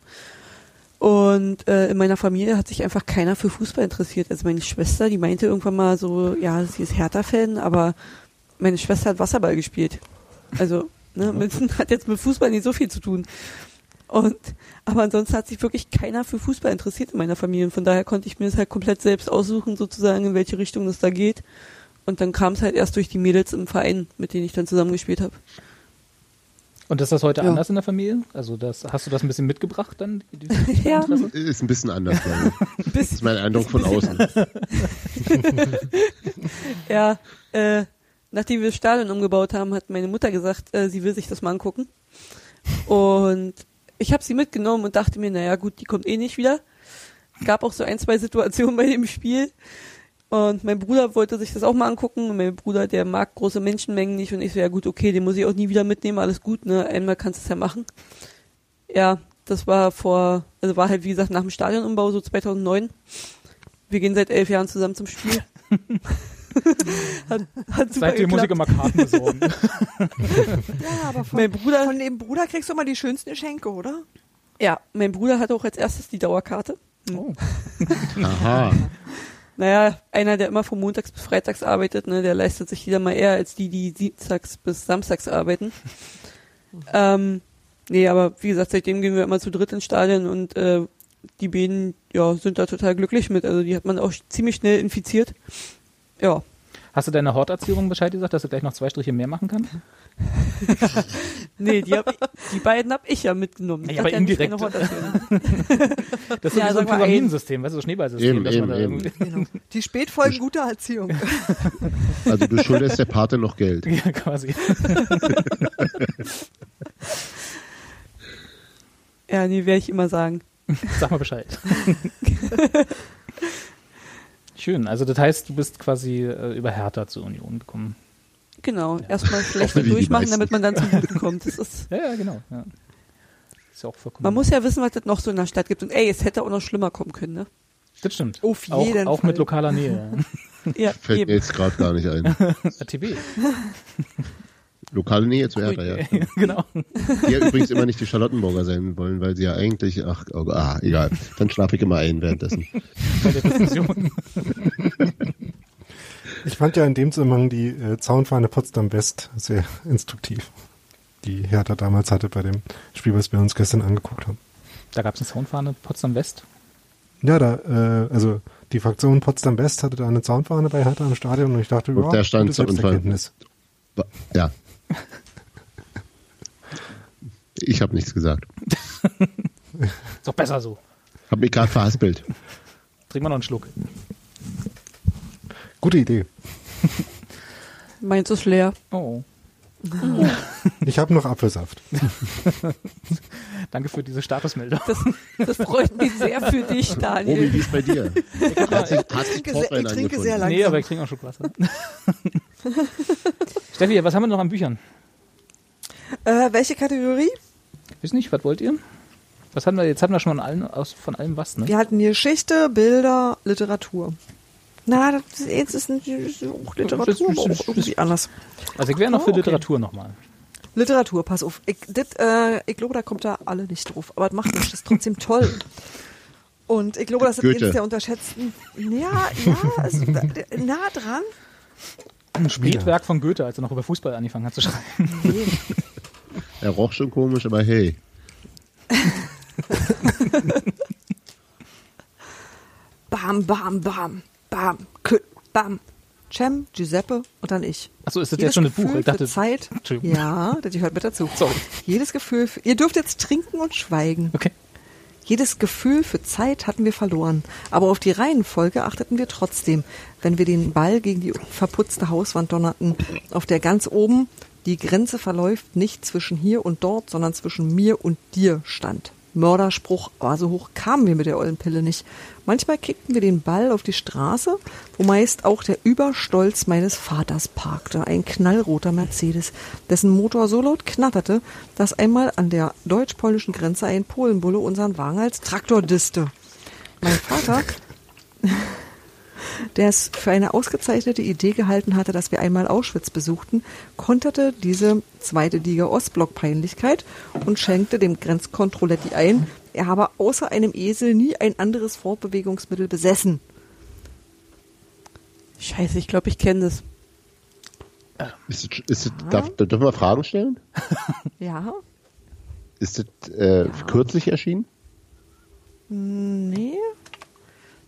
D: Und äh, in meiner Familie hat sich einfach keiner für Fußball interessiert. Also meine Schwester, die meinte irgendwann mal so, ja, sie ist Hertha-Fan, aber meine Schwester hat Wasserball gespielt. Also, ne, mit, hat jetzt mit Fußball nicht so viel zu tun. Und aber ansonsten hat sich wirklich keiner für Fußball interessiert in meiner Familie. Und von daher konnte ich mir das halt komplett selbst aussuchen, sozusagen, in welche Richtung das da geht. Und dann kam es halt erst durch die Mädels im Verein, mit denen ich dann zusammengespielt habe.
A: Und ist das heute
D: Ja.
A: anders in der Familie? Also das, hast du das ein bisschen mitgebracht dann? die- die-
D: Ja,
A: Interesse?
E: Ist ein bisschen anders, glaube ich. Das
D: bis,
E: ist mein Eindruck von außen.
D: ja äh, nachdem wir das Stadion umgebaut haben, hat meine Mutter gesagt, äh, sie will sich das mal angucken. Und ich habe sie mitgenommen und dachte mir, naja gut, die kommt eh nicht wieder. Gab auch so ein, zwei Situationen bei dem Spiel. Und mein Bruder wollte sich das auch mal angucken. Und mein Bruder, der mag große Menschenmengen nicht. Und ich so, ja gut, okay, den muss ich auch nie wieder mitnehmen, alles gut, ne? Einmal kannst du es ja machen. Ja, das war vor, also war halt wie gesagt nach dem Stadionumbau, so 2009. Wir gehen seit elf Jahren zusammen zum Spiel. hat, hat super
A: Seit die
D: geklappt.
A: Musiker mal Karten besorgen.
B: Ja, aber von,
D: Mein Bruder
B: von dem Bruder kriegst du immer die schönsten Geschenke, oder?
D: Ja, mein Bruder hatte auch als erstes die Dauerkarte.
A: oh.
E: Aha.
D: Naja, einer, der immer von montags bis freitags arbeitet, ne, der leistet sich wieder mal eher als die, die dienstags bis samstags arbeiten. ähm, nee, aber wie gesagt, seitdem gehen wir immer zu dritt ins Stadion und äh, die Bienen ja, sind da total glücklich mit. Also die hat man auch ziemlich schnell infiziert. Ja,
A: Hast du deiner Horterziehung Bescheid gesagt, dass du gleich noch zwei Striche mehr machen kannst?
D: Nee, die, hab, die beiden habe ich ja mitgenommen.
A: Ja, aber
D: Hat nicht
A: indirekt.
D: meine Hortersöhne.
A: Das ist
D: Ja,
A: ja, so ein
D: sag mal ein.
A: Pyramidensystem, weißt du, so Schneeballsystem.
E: Eben,
A: dass man
E: eben,
A: da
E: eben.
A: irgendwie-
B: Genau. Die Spätfolgen guter Erziehung.
E: Also du schuldest der Pate noch Geld.
A: Ja, quasi.
D: Ja, nee, werde ich immer sagen.
A: Sag mal Bescheid. Schön, also das heißt, du bist quasi äh, über Hertha zur Union gekommen.
D: Genau, erstmal schlechte
E: Hoffentlich die
D: durchmachen,
E: meisten.
D: damit man dann zum Guten kommt. Das ist,
A: Ja, ja, genau. Ja. Ist ja auch vollkommen.
D: man muss ja wissen, was das noch so in der Stadt gibt. Und ey, es hätte auch noch schlimmer kommen können, ne?
A: das stimmt.
B: Auf
A: auch,
B: jeden
A: auch mit
B: Fall.
A: lokaler Nähe. Äh,
D: Ja,
E: Fällt mir
D: eben.
E: jetzt gerade gar nicht ein.
A: ja. TB.
E: Lokale Nähe zu Hertha, ja.
A: genau.
E: Die ja übrigens immer nicht die Charlottenburger sein wollen, weil sie ja eigentlich, ach, oh, ah, egal. Dann schlafe ich immer ein währenddessen.
A: Bei der Diskussion.
C: Ich fand ja in dem Zusammenhang die äh, Zaunfahne Potsdam West sehr instruktiv, die Hertha damals hatte bei dem Spiel, was wir uns gestern angeguckt haben.
A: Da gab es eine Soundfahne Potsdam West.
C: Ja, da, äh, also die Fraktion Potsdam West hatte da eine Zaunfahne bei Hertha im Stadion und ich dachte,
E: Und
C: ja,
E: da stand
C: gute
E: Zaunfahne.
C: Selbsterkenntnis.
E: Ba- Ja. Ich habe nichts gesagt.
A: Ist doch besser so.
E: Hab mich gerade verhaspelt.
A: Trink mal noch einen Schluck.
C: Gute Idee.
D: Meins ist leer.
A: Oh.
C: Ich habe noch Apfelsaft.
A: Danke für diese Statusmeldung.
D: Das, das freut mich sehr für dich,
E: Robi,
D: Daniel.
E: wie ist bei dir? Hat sich, hat sich
B: trinke
E: Portwein
B: sehr- ich trinke sehr
E: angefunden.
B: langsam.
A: Nee, aber ich trinke auch schon Wasser. Steffi, was haben wir noch an Büchern?
B: Äh, welche Kategorie?
A: Wisst nicht, was wollt ihr? Was hatten wir jetzt? Hatten wir schon von allen, aus, von allem was, ne?
B: Wir hatten hier Geschichte, Bilder, Literatur. Na, das ist, das ist, nicht- das ist auch Literatur, aber auch irgendwie anders.
A: Also ich wäre noch
B: Oh,
A: für
B: okay.
A: Literatur nochmal.
B: Literatur, pass auf. Ich, dit, äh, ich glaube, da kommt da alle nicht drauf. Aber das macht nichts, das ist trotzdem toll. Und ich glaube, das ist
E: Goethe.
B: eines der unterschätzten. Ja, ja, es ist da- nah dran.
A: Ein Spätwerk von Goethe, als er noch über Fußball angefangen hat zu schreiben.
E: Er roch schon komisch, aber hey.
B: Bam, bam, bam, bam, kü, bam. Cem, Giuseppe und dann ich.
A: Achso, ist das jetzt
B: Jedes
A: schon ein
B: Gefühl
A: Buch? Ich dachte,
B: für Zeit.
A: Entschuldigung.
B: Ja, das gehört mit dazu.
A: Sorry.
B: Jedes Gefühl. Für, ihr dürft jetzt trinken und schweigen.
A: Okay.
B: Jedes Gefühl für Zeit hatten wir verloren, aber auf die Reihenfolge achteten wir trotzdem, wenn wir den Ball gegen die verputzte Hauswand donnerten, auf der ganz oben die Grenze verläuft nicht zwischen hier und dort, sondern zwischen mir und dir stand. Mörderspruch, aber so hoch kamen wir mit der ollen Pille nicht. Manchmal kickten wir den Ball auf die Straße, wo meist auch der Überstolz meines Vaters parkte, ein knallroter Mercedes, dessen Motor so laut knatterte, dass einmal an der deutsch-polnischen Grenze ein Polenbulle unseren Wagen als Traktor disste. Mein Vater, der es für eine ausgezeichnete Idee gehalten hatte, dass wir einmal Auschwitz besuchten, konterte diese zweite Liga Ostblock-Peinlichkeit und schenkte dem Grenzkontrolletti ein, er habe außer einem Esel nie ein anderes Fortbewegungsmittel besessen.
D: Scheiße, ich glaube, ich kenne das.
E: Ist das, ist das, darf, da dürfen wir Fragen stellen?
B: Ja,
E: Ist das äh, kürzlich erschienen?
B: nee.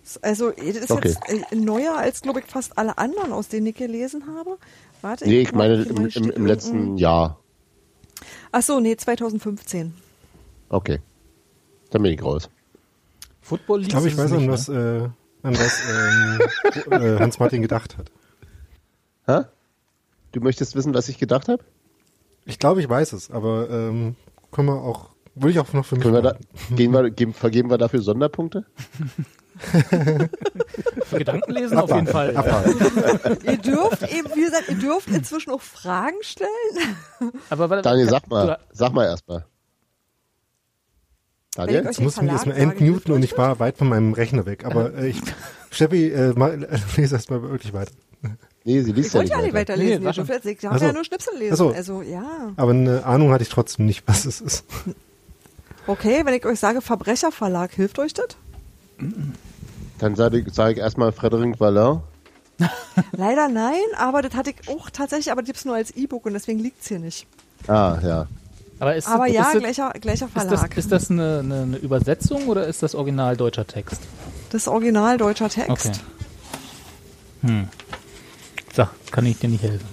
B: S- Also, das ist
E: Okay.
B: jetzt äh, neuer als, glaube ich, fast alle anderen, aus denen ich gelesen habe. Warte,
E: Nee, ich
B: guck
E: meine
B: mal, hier
E: im,
B: steht
E: im, im
B: irgendein-
E: letzten Jahr.
B: Ach so, nee, 2015.
E: Okay. Dann bin ich raus.
A: Football
C: Ich
A: League.
C: glaube, ich weiß, an was, äh, an was ähm, äh, Hans-Martin gedacht hat.
E: Hä? Du möchtest wissen, was ich gedacht habe?
C: Ich glaube, ich weiß es, aber ähm, können wir auch, würde ich auch noch für mich
E: Können wir da,
C: behalten.
E: gehen wir, geben, vergeben wir dafür Sonderpunkte?
A: Für Gedankenlesen auf jeden Fall.
B: ihr dürft eben, wie gesagt, ihr dürft inzwischen auch Fragen stellen.
A: Aber warte,
E: Daniel, sag mal,
A: Du-
E: sag mal erstmal. Daniel?
B: Denkt euch
C: Ich muss mich
B: Verlag
C: erstmal
B: sagen,
C: entmuten
B: dürft
C: und ich war weit von meinem Rechner weg. Aber äh, ich, Steffi, äh, mal, äh, lese erstmal wirklich weiter.
E: Nee, sie liest
B: Ich wollte
E: ja nicht
B: ja nicht
E: weiter.
A: Nee,
B: weiterlesen.
A: war
B: ihr
A: schon.
B: dürft jetzt, ich darf
C: Ach so.
B: ja nur Schnipsel lesen.
C: Ach so.
B: Also, ja.
C: Aber eine Ahnung hatte ich trotzdem nicht, was es ist.
B: Okay, wenn ich euch sage, Verbrecherverlag, hilft euch das?
E: Dann sage ich, sag ich erstmal Frederic Vallin.
B: Leider nein, aber das hatte ich auch tatsächlich, aber die gibt's nur als E-Book und deswegen liegt's hier nicht.
E: Ah, ja.
A: Aber ist
B: Aber
A: das,
B: ja,
A: ist das,
B: gleicher, gleicher
A: Ist das,
B: Verlag.
A: ist das eine, eine, eine Übersetzung oder ist das original deutscher Text?
B: Das ist original deutscher Text.
A: Okay. Hm. So, kann ich dir nicht helfen.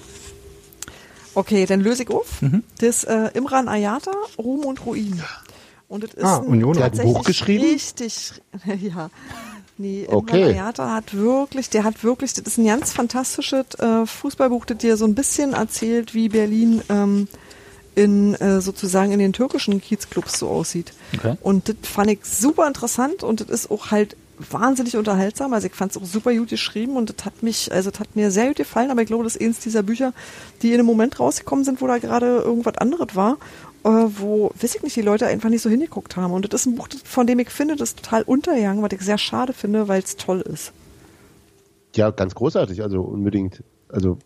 B: Okay, dann löse ich auf.
A: Mhm.
B: Das äh, Imran Ayata, Ruhm und Ruin. Und das ist
C: Ah,
B: ein
C: Union hat ein
B: tatsächlich
E: Buch geschrieben?
B: Richtig, ja. Nee, Imran
E: Okay.
B: Ayata hat wirklich, der hat wirklich, das ist ein ganz fantastisches äh, Fußballbuch, das dir so ein bisschen erzählt, wie Berlin ähm, in äh, sozusagen in den türkischen Kiezclubs so aussieht.
A: Okay.
B: Und das fand ich super interessant und das ist auch halt wahnsinnig unterhaltsam. Also ich fand es auch super gut geschrieben und das hat mich, also das hat mir sehr gut gefallen, aber ich glaube, das ist eins dieser Bücher, die in einem Moment rausgekommen sind, wo da gerade irgendwas anderes war, äh, wo, weiß ich nicht, die Leute einfach nicht so hingeguckt haben. Und das ist ein Buch, das- von dem ich finde, das ist total untergegangen, was ich sehr schade finde, weil es toll ist.
E: Ja, ganz großartig, also unbedingt. Also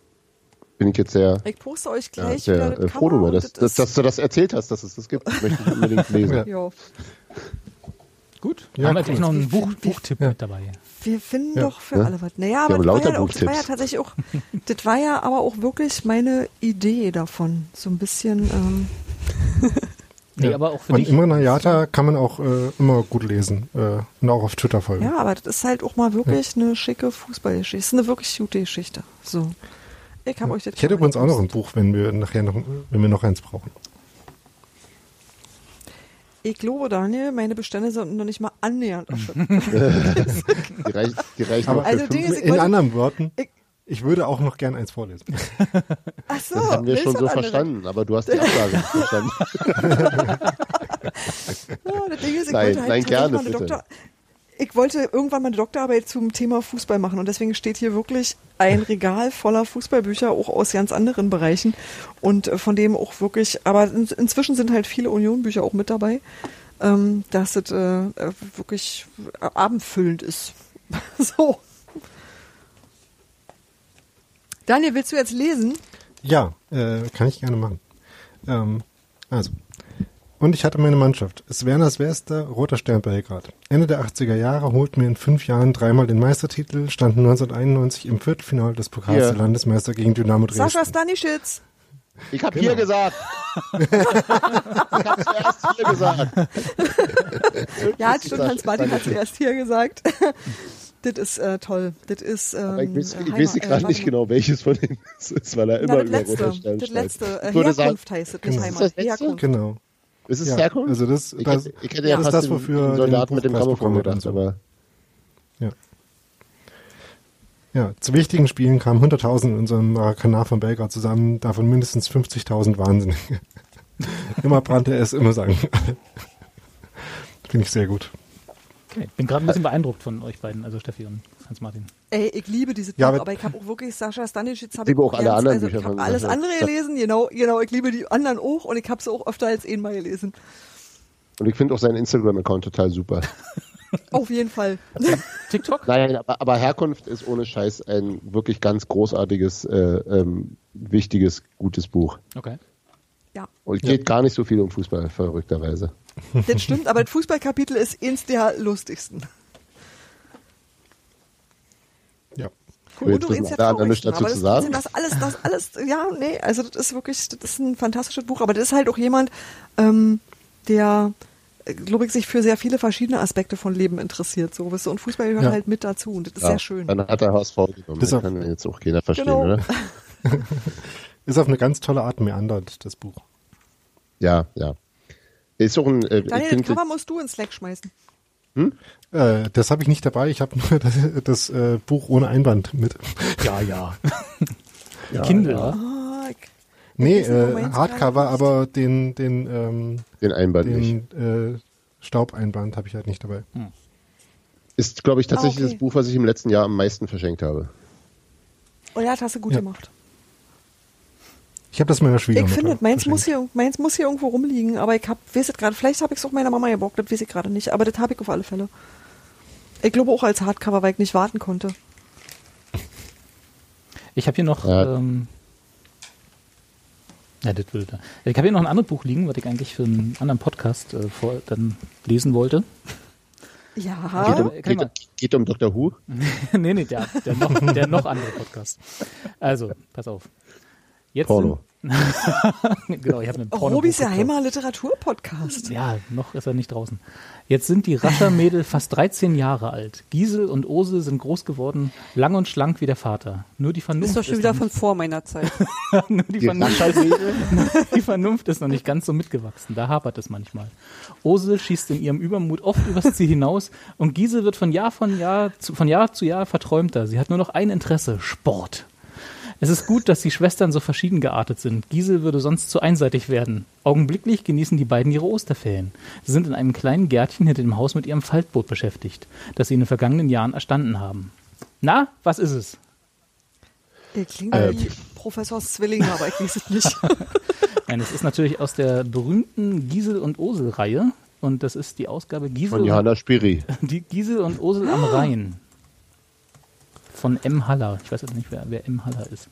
E: bin ich jetzt sehr,
B: Ich poste euch
E: ja,
B: gleich wieder
E: sehr
B: das
E: äh, froh
B: Cover
E: darüber,
B: und
E: dass, dass, dass du das erzählt hast, dass es das gibt. Das möchte ich unbedingt lesen.
C: Ja.
B: ja.
A: Gut.
C: Ja,
A: haben wir gleich
C: cool.
A: noch einen Buch, Buchtipp
C: Ja.
A: mit dabei.
B: Wir finden
C: Ja.
B: doch für
E: Ja.
B: alle was. Naja, aber das
E: haben
B: war,
E: lauter
B: ja auch, das war ja
E: Buchtipps.
B: tatsächlich auch, das war ja aber auch wirklich meine Idee davon. So ein bisschen, ähm,
A: Nee,
C: Ja.
A: aber auch für
C: Und
A: dich.
C: Imran Hayata kann man auch äh, immer gut lesen äh, und auch auf Twitter folgen.
B: ja, aber das ist halt auch mal wirklich eine schicke Fußballgeschichte. Das ist eine wirklich gute Geschichte. So. Ich habe euch das
C: Ich hätte
B: mal
C: übrigens auch noch ein
B: gepostet.
C: Buch, wenn wir nachher noch, wenn wir noch eins brauchen.
B: Ich glaube, Daniel, meine Bestände sind noch nicht mal annähernd erschöpft.
E: Die reicht, die reicht
C: Aber
E: noch für
B: also
E: fünf.
B: Ding ist, ich
C: In
B: wollte,
C: anderen Worten,
B: Ich-
C: ich würde auch noch gern eins vorlesen.
B: ach so,
E: das haben wir
B: das
E: schon
B: ist
E: so
B: was anderes.
E: verstanden, aber du hast die Absage nicht verstanden.
B: Ja, das Ding ist, ich wollte halt
E: Nein, nein,
B: tatsächlich
E: gerne,
B: mal eine
E: bitte.
B: Doktor ich wollte irgendwann mal eine Doktorarbeit zum Thema Fußball machen und deswegen steht hier wirklich ein Regal voller Fußballbücher, auch aus ganz anderen Bereichen und äh, von dem auch wirklich, aber in, inzwischen sind halt viele Union-Bücher auch mit dabei, ähm, dass es äh, äh, wirklich äh, abendfüllend ist. so. Daniel, willst du jetzt lesen?
C: Ja, äh, kann ich gerne machen. Ähm, also. Und ich hatte meine Mannschaft. Es Werners Wester, Roter Stern Belgrad. Ende der 80er Jahre holten wir in fünf Jahren dreimal den Meistertitel, standen 1991 im Viertelfinale des Pokals
E: Ja.
C: der Landesmeister gegen Dynamo Dresden.
B: Sascha Stanischitz.
E: Ich habe
C: Genau.
E: hier gesagt. ich habe zuerst hier gesagt.
B: Ja,
E: Das
B: stimmt,
E: ist
B: Hans-Martin hat
E: Sascha
B: es erst hier gesagt. das ist äh, toll. Das ist. Ähm,
E: Aber ich weiß, ich
B: Heimat-
E: weiß
B: äh,
E: gerade nicht
B: warte mal.
E: genau, welches von denen es ist, weil er
B: Na,
E: immer
B: das
E: über Roter
B: letzte.
E: Stern
B: Das
E: schreibt.
B: letzte. Äh,
E: Ich würde
B: Herkunft
E: sagen,
B: heißt es, nicht
C: Genau.
B: Heimat.
E: Ist das letzte?
B: Herkunft.
C: Genau.
E: ist es
C: Ja,
E: Herkunft?
C: also das-
E: ich,
C: das-
E: hätte- ich hätte ja
C: das ist
E: fast
C: das,
E: den-
C: wofür
E: den Soldaten
C: den
E: mit dem
C: Buchpreis
E: Grammophon
C: bekommen hat und
E: gedacht,
C: so.
E: aber
C: Ja, zu wichtigen Spielen kamen 100.000 in unserem Maracanã von Belgrad zusammen, davon mindestens 50.000 Wahnsinnige. immer brannte es, immer sang. Finde ich sehr gut.
A: Okay. Bin gerade ein bisschen beeindruckt von euch beiden, also Steffi und Hans-Martin.
B: Ey, ich liebe diese Bücher,
C: Ja, aber-
B: aber ich habe auch wirklich Sascha Stanisic.
E: Ich liebe auch alle anderen
B: also,
E: Bücher
B: Ich habe
E: von
B: alles
E: Sascha.
B: andere
E: Ja.
B: gelesen, genau, genau. Ich liebe die anderen auch und ich habe sie auch öfter als einmal gelesen.
E: und ich finde auch seinen Instagram-Account total super.
B: Auf jeden Fall.
A: TikTok?
E: Nein, aber, aber Herkunft ist ohne Scheiß ein wirklich ganz großartiges, äh, ähm, wichtiges, gutes Buch.
A: Okay.
B: ja,
E: Und geht gar nicht so viel um Fußball, verrückterweise.
B: das stimmt, aber das Fußballkapitel ist eins der lustigsten.
C: Ja.
E: Cool,
B: Und du redest ja
E: da
B: traurig,
E: nichts
B: ne?
E: dazu
B: aber
E: zu
B: das,
E: sagen.
B: das alles, das alles, ja, nee, also das ist wirklich, das ist ein fantastisches Buch, aber das ist halt auch jemand, ähm, der, äh, glaube ich, sich für sehr viele verschiedene Aspekte von Leben interessiert, so, weißt du, und Fußball gehört
C: Ja.
B: halt mit dazu und das ist
E: Ja,
B: sehr schön.
E: Dann hat er HSV genommen.
C: Bis
E: Das
C: auf-
E: kann ja jetzt auch keiner verstehen,
B: Genau.
E: oder?
C: Ist auf eine ganz tolle Art meandert, das Buch.
E: Ja, ja. Ist auch ein, äh, ich
B: Daniel, das
E: finde-
B: Cover musst du ins Slack schmeißen.
C: Äh, das habe ich nicht dabei, ich habe nur das, das äh, Buch ohne Einband mit.
A: Ja, ja. Kindle, wa?
B: Ah, ich-
C: Nee,
B: Ich weiß nicht, wo
C: äh,
B: meins
C: Hardcover,
B: gerade ist.
C: aber den, den, ähm,
E: den Einband nicht.
C: den äh, Staubeinband habe ich halt nicht dabei.
E: Ist, glaube ich, tatsächlich
B: Ah, okay.
E: das Buch, was ich im letzten Jahr am meisten verschenkt habe.
B: oh ja, das hast du gut
C: Ja.
B: gemacht.
C: Ich habe das meiner
B: Ich
C: Schwiegermutter.
B: finde, meins
C: verschenkt.
B: muss, hier, meins muss hier irgendwo rumliegen, aber ich hab, weiß es gerade, vielleicht habe ich es auch meiner Mama geborgt, das weiß ich gerade nicht, aber das habe ich auf alle Fälle. Ich glaube auch als Hardcover, weil ich nicht warten konnte.
A: Ich habe hier noch.
E: Ja.
A: Ähm, ja, das würde. Ich habe hier noch ein anderes Buch liegen, was ich eigentlich für einen anderen Podcast äh, vor, dann lesen wollte.
B: Ja.
E: Geht, um,
A: Kann
E: geht,
A: man-
E: geht um Dr. Who?
A: nee, nee, der, der, noch, der noch andere Podcast. Also, pass auf. Jetzt
E: Porno.
A: Sind, genau, ich habe einen Porno.
B: Robis geheimer Literaturpodcast.
A: Ja, noch ist er nicht draußen. Jetzt sind die Rascher-Mädel fast 13 Jahre alt. Giesel und Ose sind groß geworden, lang und schlank wie der Vater. Nur die Vernunft
D: Ist doch schon
A: ist
D: wieder
A: noch
D: von vor meiner Zeit.
A: nicht- nur die
E: Die
A: Vernunft,
E: Raschermädel?
A: die Vernunft ist noch nicht ganz so mitgewachsen. Da hapert es manchmal. Ose schießt in ihrem Übermut oft übers Ziel hinaus und Giesel wird von Jahr, von, Jahr zu, von Jahr zu Jahr verträumter. Sie hat nur noch ein Interesse, Sport. Es ist gut, dass die Schwestern so verschieden geartet sind. Giesel würde sonst zu einseitig werden. Augenblicklich genießen die beiden ihre Osterferien. Sie sind in einem kleinen Gärtchen hinter dem Haus mit ihrem Faltboot beschäftigt, das sie in den vergangenen Jahren erstanden haben. Na, was ist es?
B: Ihr klingt wie Professor Zwilling, aber ich weiß es nicht.
A: Nein, es ist natürlich aus der berühmten Giesel und Osel-Reihe. Und das ist die Ausgabe Giesel,
E: Von Johanna Spiri.
A: und- die Giesel und Osel am Rhein. Von M. Haller. Ich weiß jetzt nicht, wer, wer M. Haller ist.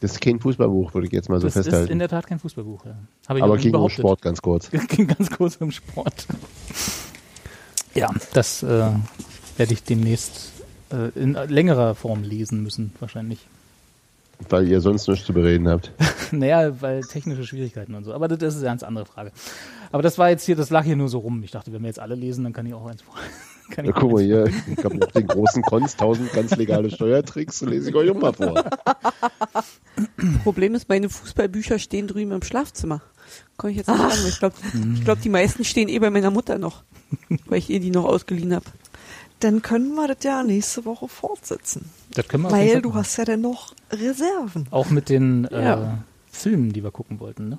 E: Das ist kein Fußballbuch, würde ich jetzt mal so
A: das ist in
E: Also festhalten.
A: der Tat kein Fußballbuch. Ja. Habe ich
E: Aber
A: noch nie
E: gegen den
A: behauptet.
E: Sport ganz kurz.
A: ging ganz kurz um Sport. Ja, das äh, werde ich demnächst äh, in längerer Form lesen müssen, wahrscheinlich.
E: Weil ihr sonst nichts zu bereden habt.
A: Naja, weil technische Schwierigkeiten und so. Aber das ist eine ganz andere Frage. Aber das war jetzt hier, das lag hier nur so rum. Ich dachte, wenn wir jetzt alle lesen, dann kann ich auch eins vor. Kann
E: Ja,
A: auch
E: guck mal
A: eins-
E: hier, ich habe noch den großen Konz, 1000 ganz legale Steuertricks, lese ich euch auch mal vor.
D: Problem ist, meine Fußballbücher stehen drüben im Schlafzimmer. Komme ich jetzt nicht an. weil Ich glaube, glaub, die meisten stehen eh bei meiner Mutter noch, weil ich ihr die noch ausgeliehen habe.
B: Dann können wir das ja nächste Woche fortsetzen.
A: das können wir auf jeden
B: Weil
A: Fall
B: du
A: machen.
B: hast ja dann noch Reserven.
A: Auch mit den äh,
D: Ja.
A: Filmen, die wir gucken wollten, ne?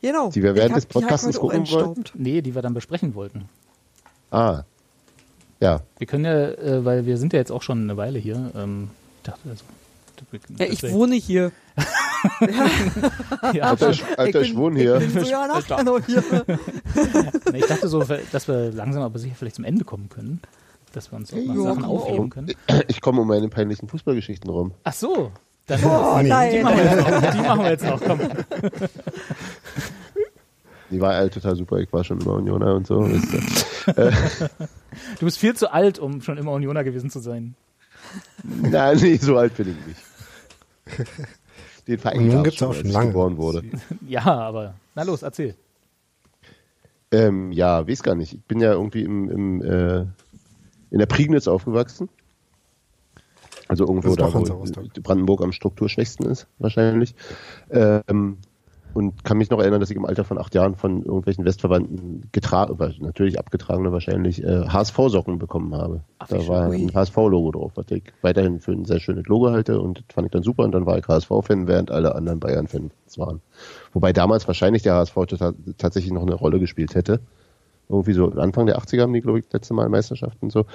B: Genau.
E: Die wir während
B: Ich hab-
E: des Podcasts
B: die hab heute
E: gucken
B: auch
E: wollen?
B: entstaubt.
A: Nee, die wir dann besprechen wollten.
E: Ah. Ja,
A: Wir können ja, äh, weil wir sind ja jetzt auch schon eine Weile hier. Ähm, ich dachte, also,
D: Ja, ich
A: deswegen-
D: wohne hier.
A: Ja,
E: alter, ich, alter, ich wohne hier.
B: Ich bin so ja nachher noch hier.
A: Nee, Ich dachte so, dass wir langsam aber sicher vielleicht zum Ende kommen können. Dass wir uns auch mal
B: Ja,
A: Sachen
B: komm
A: aufheben können.
E: Ich komme um meine peinlichen Fußballgeschichten rum.
A: Ach so. Dann
B: Oh
A: die,
B: nein.
A: machen wir jetzt noch. die machen wir jetzt noch. Komm.
E: Die war all total super, ich war schon immer Unioner und so. wisst ihr.
A: Du bist viel zu alt, um schon immer Unioner gewesen zu sein.
E: Nein, nee, so alt bin ich nicht. Den Verein
C: Union
E: gab's
C: gibt's auch
E: als
C: schon
E: ich
C: lange.
E: geboren wurde.
A: Ja, aber. Na los, erzähl.
E: Ähm, ja, weiß gar nicht. Ich bin ja irgendwie im, im, äh, in der Prignitz aufgewachsen. Also irgendwo
C: ist
E: da,
C: doch unser
E: wo
C: Rostock.
E: Brandenburg am strukturschwächsten ist, wahrscheinlich. Ähm, und kann mich noch erinnern, dass ich im Alter von acht Jahren von irgendwelchen Westverwandten getragen, natürlich abgetragene wahrscheinlich, äh, HSV-Socken bekommen habe.
A: Ach, wie
E: da
A: schön.
E: war ein HSV-Logo drauf, was ich weiterhin für ein sehr schönes Logo halte und das fand ich dann super und dann war ich HSV-Fan, während alle anderen Bayern-Fans waren. Wobei damals wahrscheinlich der HSV tota- tatsächlich noch eine Rolle gespielt hätte. Irgendwie so Anfang der 80er haben die, glaube ich, das letzte Mal Meisterschaften und so.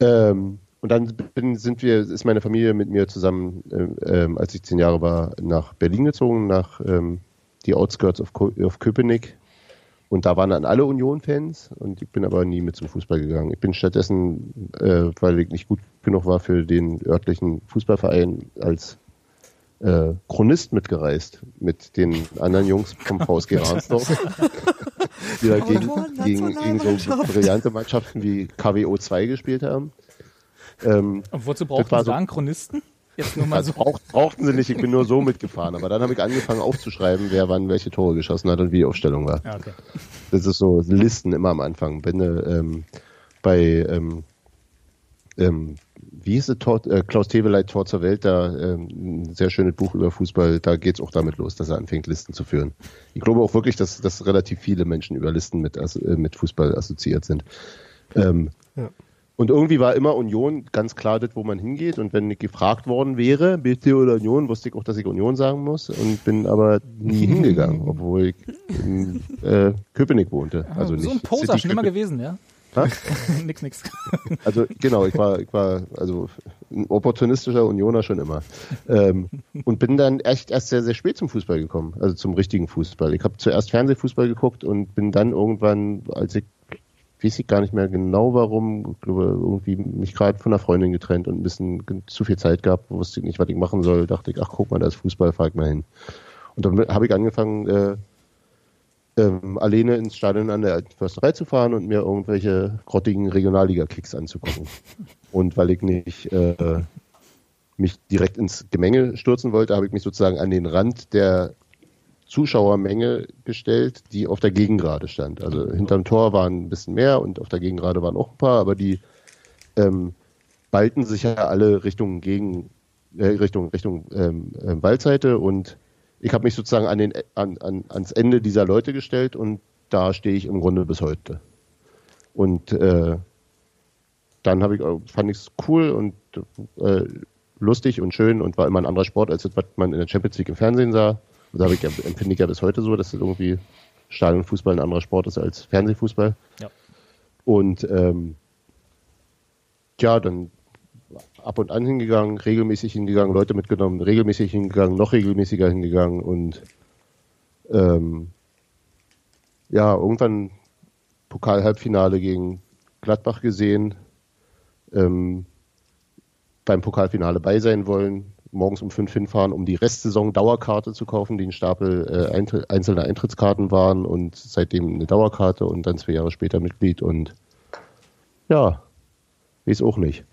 E: Ähm, und dann bin, sind wir, ist meine Familie mit mir zusammen, äh, ähm, als ich zehn Jahre war, nach Berlin gezogen, nach ähm, die Outskirts of, Ko of Köpenick. Und da waren dann alle Union-Fans und ich bin aber nie mit zum Fußball gegangen. Ich bin stattdessen, äh, weil ich nicht gut genug war für den örtlichen Fußballverein, als äh, Chronist mitgereist mit den anderen Jungs vom VSG Arnsdorf. die da gegen,
B: Autor,
E: gegen, gegen so
B: Nationalmannschaft.
E: brillante Mannschaften wie KWO2 gespielt haben. Ähm,
A: Und wozu braucht
E: Das war
A: man
E: so- Also-
A: sagen, Chronisten? Jetzt nur mal
E: das
A: so.
E: braucht, brauchten sie nicht, ich bin nur so mitgefahren. Aber dann habe ich angefangen aufzuschreiben, wer wann welche Tore geschossen hat und wie die Aufstellung war.
A: Ja, okay.
E: Das ist so Listen immer am Anfang. Wenn du ähm, bei, ähm, ähm, wie hieß es, Tor, äh, Klaus Teveleit, Tor zur Welt, da ähm, ein sehr schönes Buch über Fußball, da geht es auch damit los, dass er anfängt, Listen zu führen. Ich glaube auch wirklich, dass, dass relativ viele Menschen über Listen mit, ass- äh, mit Fußball assoziiert sind. Ähm,
C: Ja.
E: und irgendwie war immer Union ganz klar das, wo man hingeht. Und wenn ich gefragt worden wäre, BT oder Union, wusste ich auch, dass ich Union sagen muss und bin aber nie hingegangen, obwohl ich in äh, Köpenick wohnte. Also nicht
A: Ah, so ein Poser,
E: City
A: schon immer
E: Köpenick.
A: gewesen, ja?
E: Ha?
A: nix, nix.
E: Also genau, ich war, ich war also ein opportunistischer Unioner schon immer. Ähm, und bin dann echt erst sehr, sehr spät zum Fußball gekommen, also zum richtigen Fußball. Ich habe zuerst Fernsehfußball geguckt und bin dann irgendwann, als ich weiß ich gar nicht mehr genau warum, ich glaube, irgendwie mich gerade von einer Freundin getrennt und ein bisschen ge- zu viel Zeit gehabt, wusste ich nicht, was ich machen soll, dachte ich, ach guck mal, da ist Fußball, fahr ich mal hin. Und dann habe ich angefangen, äh, ähm, alleine ins Stadion an der alten Försterei zu fahren und mir irgendwelche grottigen Regionalliga-Kicks anzugucken. Und weil ich nicht äh, mich direkt ins Gemenge stürzen wollte, habe ich mich sozusagen an den Rand der Zuschauermenge gestellt, die auf der Gegengrade stand. Also hinterm Tor waren ein bisschen mehr und auf der Gegengrade waren auch ein paar, aber die ähm, ballten sich ja alle Richtung gegen äh, Richtung Richtung ähm, ähm, Ballseite und ich habe mich sozusagen an den an, an, ans Ende dieser Leute gestellt und da stehe ich im Grunde bis heute. Und äh, dann habe ich fand ich es cool und äh, lustig und schön und war immer ein anderer Sport als das, was man in der Champions League im Fernsehen sah. Und da habe ich ja, empfinde ich ja bis heute so, dass das irgendwie Stadionfußball ein anderer Sport ist als Fernsehfußball.
A: Ja.
E: Und ähm, ja, dann ab und an hingegangen, regelmäßig hingegangen, Leute mitgenommen, regelmäßig hingegangen, noch regelmäßiger hingegangen und ähm, ja, irgendwann Pokal-Halbfinale gegen Gladbach gesehen, ähm, beim Pokalfinale bei sein wollen, morgens um fünf hinfahren, um die Restsaison Dauerkarte zu kaufen, die ein Stapel äh, Eintritt, einzelner Eintrittskarten waren und seitdem eine Dauerkarte und dann zwei Jahre später Mitglied und ja, weiß auch nicht.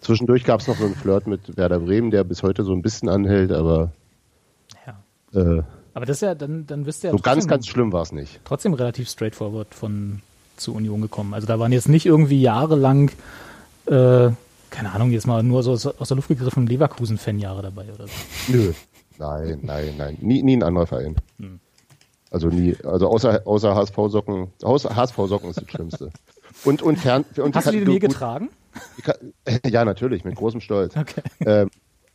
E: Zwischendurch gab es noch so einen Flirt mit Werder Bremen, der bis heute so ein bisschen anhält, aber
A: Ja.
E: äh,
A: Aber das ist ja, dann, dann bist du ja
E: so ganz,
A: trotzdem-
E: ganz schlimm war es nicht.
A: trotzdem relativ straightforward von zur Union gekommen. Also da waren jetzt nicht irgendwie jahrelang, äh, keine Ahnung, jetzt mal nur so aus aus der Luft gegriffen Leverkusen-Fan-Jahre dabei oder so.
E: Nö. Nein, nein, nein. Nie, nie ein anderer Verein.
A: Hm.
E: Also nie, also außer, außer HSV-Socken. Außer HSV-Socken ist das Schlimmste. Und, und, fern, und
A: Hast du die denn je
E: gut-
A: getragen?
E: Ich ha- Ja, natürlich, mit großem Stolz.
A: Okay.
E: Ähm,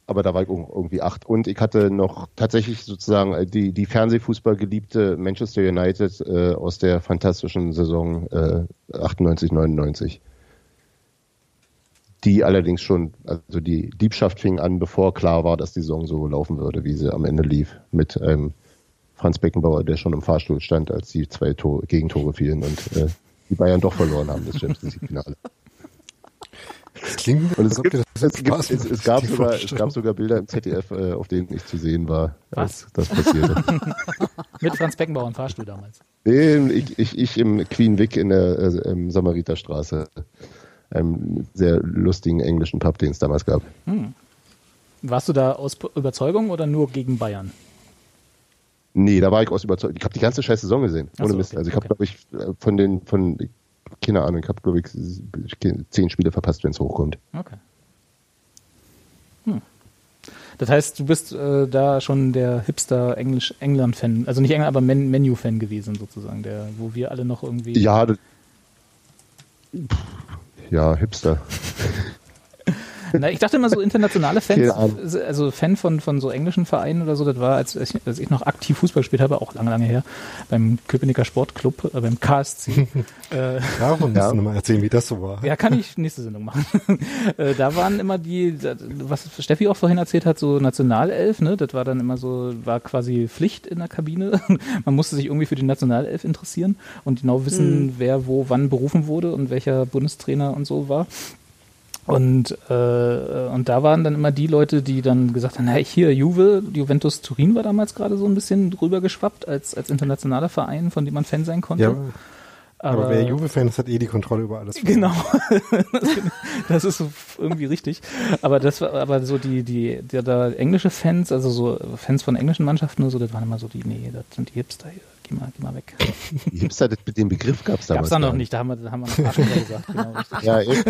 E: aber da war ich ir- irgendwie acht. Und ich hatte noch tatsächlich sozusagen äh, die, die Fernsehfußball geliebte Manchester United äh, aus der fantastischen Saison äh, 98, 99. Die allerdings schon, also die Diebschaft fing an, bevor klar war, dass die Saison so laufen würde, wie sie am Ende lief. Mit ähm, Franz Beckenbauer, der schon im Fahrstuhl stand, als die zwei Tore, Gegentore fielen und äh, die Bayern doch verloren haben, das Champions League-Finale.
C: Das klingt,
E: Und es,
C: als ob
E: gibt,
C: dir
E: es,
C: das
E: gibt,
C: Spaß
E: es,
C: macht,
E: es, gab
C: die
E: sogar, es
C: Vorstellung.
E: gab sogar Bilder im ZDF, äh, auf denen ich zu sehen war,
A: Was?
E: als das passierte.
A: Mit Franz Beckenbauer im Fahrstuhl damals.
E: nee, ich, ich, ich im Queen Vic in der äh, ähm, Samariterstraße, einem sehr lustigen englischen Pub, den es damals gab.
A: Warst du da aus P- Überzeugung oder nur gegen Bayern?
E: Nee, da war ich aus überzeugt. Ich habe die ganze scheiß Saison gesehen,
A: Ach
E: ohne
A: so,
E: Mist.
A: okay,
E: Also ich habe,
A: okay.
E: glaube ich, äh, von den, von, keine Ahnung, ich habe, glaube ich, zehn Spiele verpasst, wenn es hochkommt.
A: Okay. Hm. Das heißt, du bist äh, da schon der Hipster Englisch England Fan, also nicht England, aber Men Menu Fan gewesen sozusagen, der wo wir alle noch irgendwie
E: Ja, das, Pff, ja, Hipster.
A: Na, ich dachte immer so internationale Fans,
E: Keine Ahnung.
A: also Fan von, von so englischen Vereinen oder so, das war, als ich, als ich noch aktiv Fußball gespielt habe, auch lange, lange her, beim Köpenicker Sportclub, äh, beim KSC. äh,
C: Davon musst
E: Ja.
C: du nochmal erzählen, wie das so war.
A: ja, kann ich nächste Sendung machen. äh, da waren immer die, da- was Steffi auch vorhin erzählt hat, so Nationalelf, ne? Das war dann immer so, war quasi Pflicht in der Kabine. Man musste sich irgendwie für die Nationalelf interessieren und genau wissen, wer wo wann berufen wurde und welcher Bundestrainer und so war. Und, äh, und da waren dann immer die Leute, die dann gesagt haben, na hier, Juve, Juventus Turin war damals gerade so ein bisschen rübergeschwappt als, als internationaler Verein, von dem man Fan sein konnte.
C: Ja, aber, aber wer Juve-Fan ist, hat eh die Kontrolle über alles.
A: Genau. das ist so irgendwie richtig. Aber das war, aber so die, die, der da englische Fans, also so Fans von englischen Mannschaften und so, das waren immer so die, nee, das sind die Hipster hier. Geh mal, geh mal weg.
E: Die Hipster, das- den Begriff gab es
A: Gab's
E: damals
A: da
E: gar
A: noch nicht, da haben wir, da haben wir noch Arschlöcher gesagt. Genau, richtig.
E: Ja, ich,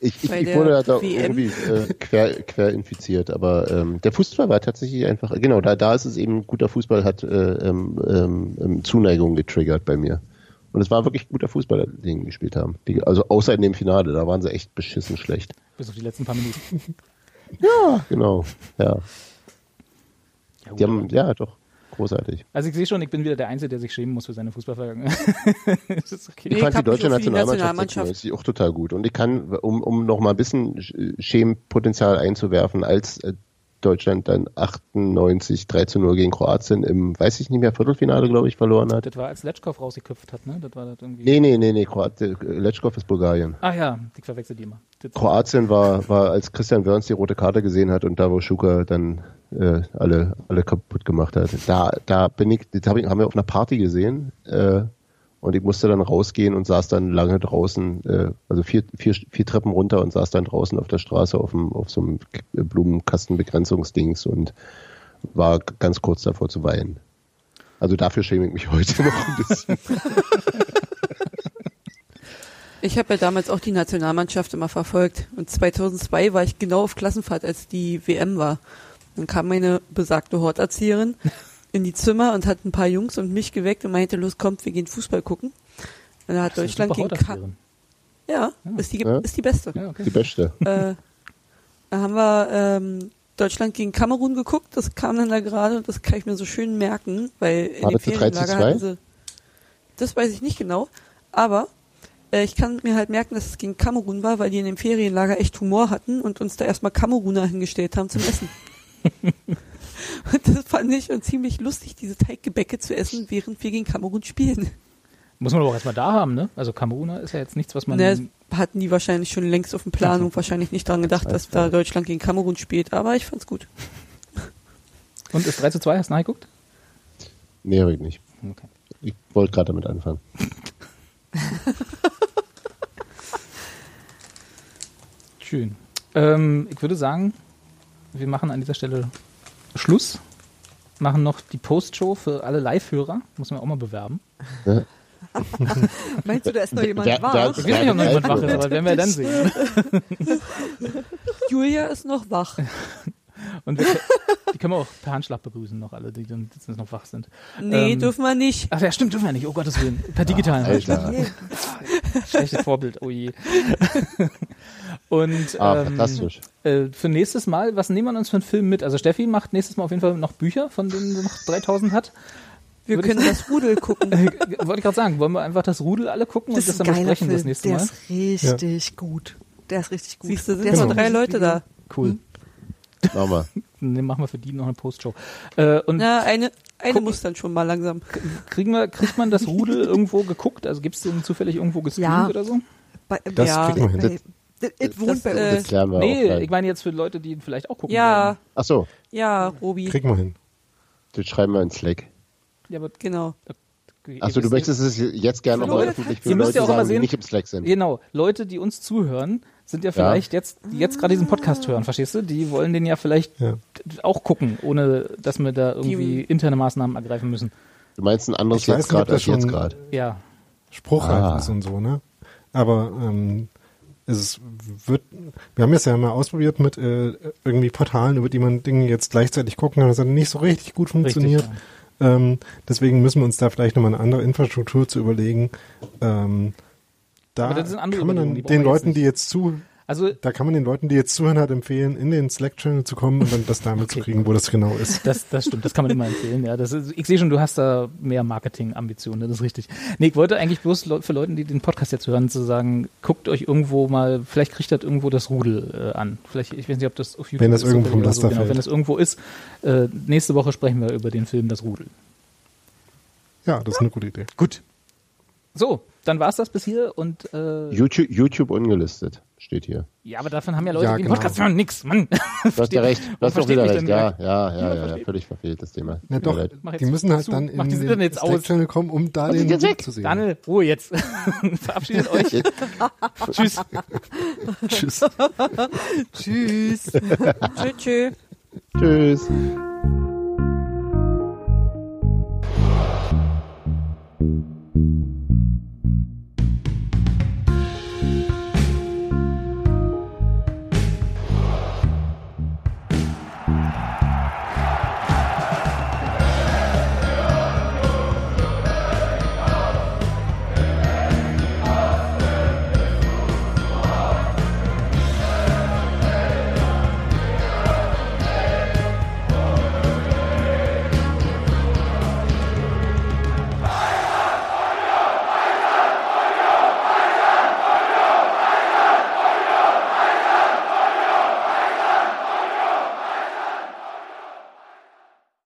E: ich, ich,
D: Bei
E: ich
D: der
E: wurde da
D: WM?
E: irgendwie äh, quer, quer infiziert, aber ähm, der Fußball war tatsächlich einfach, genau, da, da ist es eben, guter Fußball hat äh, ähm, ähm, ähm, Zuneigung getriggert bei mir. Und es war wirklich guter Fußball, den die gespielt haben. Die, also außer in dem Finale, da waren sie echt beschissen schlecht.
A: Bis auf die letzten paar Minuten.
E: Genau, ja.
A: Ja, gut,
E: Die haben, ja, doch, großartig.
A: Also ich sehe schon, ich bin wieder der Einzige, der sich schämen muss für seine Fußballvergangenheit. Das ist okay.
E: Ich
D: Nee,
E: fand die
D: hab mich
E: deutsche
D: auf die
E: Nationalmannschaft,
D: Nationalmannschaft-
E: 96 auch total gut. Und ich kann, um, um noch mal ein bisschen Sch- Schämpotenzial einzuwerfen, als äh, Deutschland dann 98 3 zu 0 gegen Kroatien im, weiß ich nicht mehr, Viertelfinale, glaube ich, verloren hat.
A: Das war, als Letschkow rausgeköpft hat, ne? Das war das irgendwie.
E: Nee, nee, nee, nee, Kroatien, Letschkow ist Bulgarien.
A: Ach ja, ich verwechsel die immer. Das,
E: Kroatien war, war, als Christian Wörns die rote Karte gesehen hat und Davo Schuka dann äh, alle, alle kaputt gemacht hat. Da, da bin ich, das hab ich, haben wir auf einer Party gesehen äh, Und ich musste dann rausgehen und saß dann lange draußen, äh, also vier, vier, vier Treppen runter und saß dann draußen auf der Straße auf, dem, auf so einem K- Blumenkastenbegrenzungsdings und war g- ganz kurz davor zu weinen. Also dafür schäme ich mich heute noch ein bisschen.
D: Ich habe ja damals auch die Nationalmannschaft immer verfolgt. Und 2002 war ich genau auf Klassenfahrt, als die WM war. Dann kam meine besagte Horterzieherin in die Zimmer und hat ein paar Jungs und mich geweckt und meinte, los kommt, wir gehen Fußball gucken. Und da hat
A: Das ist eine
D: Deutschland gegen
A: super
D: Ka
A: Hortaffäre.
D: ja, Ist, die,
E: Ja.
D: ist die beste.
A: Ja, okay.
E: Die Beste.
D: äh, da haben wir ähm, Deutschland gegen Kamerun geguckt. Das kam dann da gerade und das kann ich mir so schön merken, weil in
E: War
D: dem
E: das für 3 zu
D: Ferienlager
E: 2?
D: hatten sie. Das weiß ich nicht genau, aber äh, ich kann mir halt merken, dass es gegen Kamerun war, weil die in dem Ferienlager echt Humor hatten und uns da erstmal Kameruner hingestellt haben zum Essen. und das fand ich schon ziemlich lustig, diese Teiggebäcke zu essen, während wir gegen Kamerun spielen.
A: Muss man aber auch erstmal da haben, ne? Also Kameruna ist ja jetzt nichts, was man.
D: Ne, hatten die wahrscheinlich schon längst auf dem Plan und wahrscheinlich nicht dran gedacht, dass da Deutschland gegen Kamerun spielt, aber ich fand's gut.
A: Und ist 3 zu 2, hast du nachgeguckt?
E: Nee, hab ich nicht.
A: Okay.
E: Ich wollte gerade damit anfangen.
A: Schön. Ähm, ich würde sagen, wir machen an dieser Stelle Schluss. Machen noch die Postshow für alle Live-Hörer. Muss man auch mal bewerben.
E: Ne?
B: Meinst du, da ist noch jemand
E: Wer-
B: wach?
E: wer-
A: Ich weiß nicht, ob noch jemand wach ist,
E: Live-Hörer.
A: aber werden wir dann sehen.
D: Julia ist noch wach.
A: Und wir, die können wir auch per Handschlag begrüßen, noch alle, die dann jetzt noch wach sind.
D: Nee,
A: Ähm,
D: dürfen wir nicht.
A: Ach ja, stimmt, dürfen wir nicht. Oh Gottes Willen. Per digitalen
E: Alter.
A: Schlechtes Vorbild, oh je. Und
E: Ah,
A: ähm,
E: fantastisch.
A: äh, für nächstes Mal, was nehmen wir uns für einen Film mit? Also Steffi macht nächstes Mal auf jeden Fall noch Bücher, von denen sie noch 3000 hat.
D: Wir
A: würde ich
D: können das Rudel gucken.
A: Äh, Wollte ich gerade sagen, wollen wir einfach das Rudel alle gucken
B: Das
A: und das
B: ist ein
A: dann
B: geiler
A: besprechen
B: Film.
A: das nächste
B: der
A: Mal?
B: ist richtig gut. Der ist richtig gut.
D: Siehst du, sind
B: Der ist
D: nur
B: auch
D: drei
B: richtig
D: Leute da.
B: hm.
A: Cool.
E: Machen wir.
A: Dann machen wir für die noch eine Postshow. Äh, und
D: Na, eine, eine
A: Guck.
D: muss dann schon mal langsam.
A: kriegen wir, kriegt man das Rudel irgendwo geguckt? Also gibt es den zufällig irgendwo gestreamt
B: Ja.
A: oder so?
B: Bei,
C: Das
D: Ja.
C: kriegen wir
B: bei,
C: hin.
B: das, it wohnt
D: Das,
B: bei
D: äh,
B: uns.
E: Das klären wir
A: nee,
E: offline.
A: ich meine jetzt für Leute, die ihn vielleicht auch gucken
D: Ja,
A: wollen.
E: Ach so,
D: ja, Robi.
C: Kriegen wir hin.
E: das schreiben wir in Slack.
A: Ja, aber
D: Genau.
A: ihr
E: Ach so, du
A: wisst-
E: möchtest es jetzt gerne
D: Für
E: nochmal
D: Leute-
E: öffentlich für
A: Ihr müsst
E: Leute
A: ja auch immer
E: sagen, die
A: sehen-
E: nicht im Slack sind.
A: Genau, Leute, die uns zuhören, sind ja vielleicht jetzt, die jetzt gerade diesen Podcast hören, verstehst du? Die wollen den ja vielleicht
C: Ja.
A: auch gucken, ohne dass wir da irgendwie
D: Die-
A: interne Maßnahmen ergreifen müssen.
E: Du meinst ein anderes
C: Ich weiß
E: jetzt
C: nicht, ob
E: gerade
C: das
E: als jetzt
C: schon-
E: gerade.
A: Ja.
C: spruchreif
E: Ah.
C: ist und so, ne? Aber ähm, es wird, wir haben es ja mal ausprobiert mit äh, irgendwie Portalen, über die man Dinge jetzt gleichzeitig gucken kann. Das hat nicht so richtig gut funktioniert.
A: Richtig,
C: ähm, deswegen müssen wir uns da vielleicht nochmal eine andere Infrastruktur zu überlegen. Ähm, da
A: Aber das sind andere
C: kann man dann
A: Überlegungen, die brauchen
C: den
A: wir jetzt
C: Leuten, die jetzt zu,
A: Also,
C: da kann man den Leuten, die jetzt zuhören, halt empfehlen, in den Slack-Channel zu kommen und dann das damit zu kriegen, wo das genau ist.
A: das, das stimmt, das kann man immer empfehlen. Ja, das ist, ich sehe schon, du hast da mehr Marketing-Ambitionen, ne, das ist richtig. Nee, ich wollte eigentlich bloß Leu- für Leute, die den Podcast jetzt hören, zu sagen, guckt euch irgendwo mal, vielleicht kriegt das irgendwo das Rudel äh, an. Vielleicht, ich weiß nicht, ob das auf YouTube
C: Wenn das
A: ist
C: irgendwo vom
A: oder
C: Laster
A: genau,
C: fällt.
A: Wenn das irgendwo ist, äh, nächste Woche sprechen wir über den Film Das Rudel.
C: Ja, das ist eine gute Idee.
A: Gut. So, dann war's das bis hier und äh,
E: YouTube, YouTube ungelistet steht hier.
A: ja, aber davon haben ja Leute,
C: Ja,
A: die den
C: genau.
A: Podcast hören, nix, Mann.
E: Du hast ja recht, du hast doch
A: versteht
E: wieder
A: mich
E: recht.
A: denn
E: Ja, ja, ja, ja, ja, völlig verfehlt das Thema.
C: Na
E: Tut
C: doch,
E: mir leid.
A: Mach jetzt
C: die müssen halt
A: zu,
C: dann
A: mach
C: in
A: dieses Internet
C: den
A: jetzt aus.
C: Slack-Channel kommen, um da den
E: jetzt
C: Link
E: weg?
C: zu sehen.
A: Daniel, Ruhe jetzt. Verabschiedet euch.
E: Jetzt-
A: Tschüss.
C: Tschüss.
B: Tschüss.
D: Tschö, tschö.
E: Tschüss.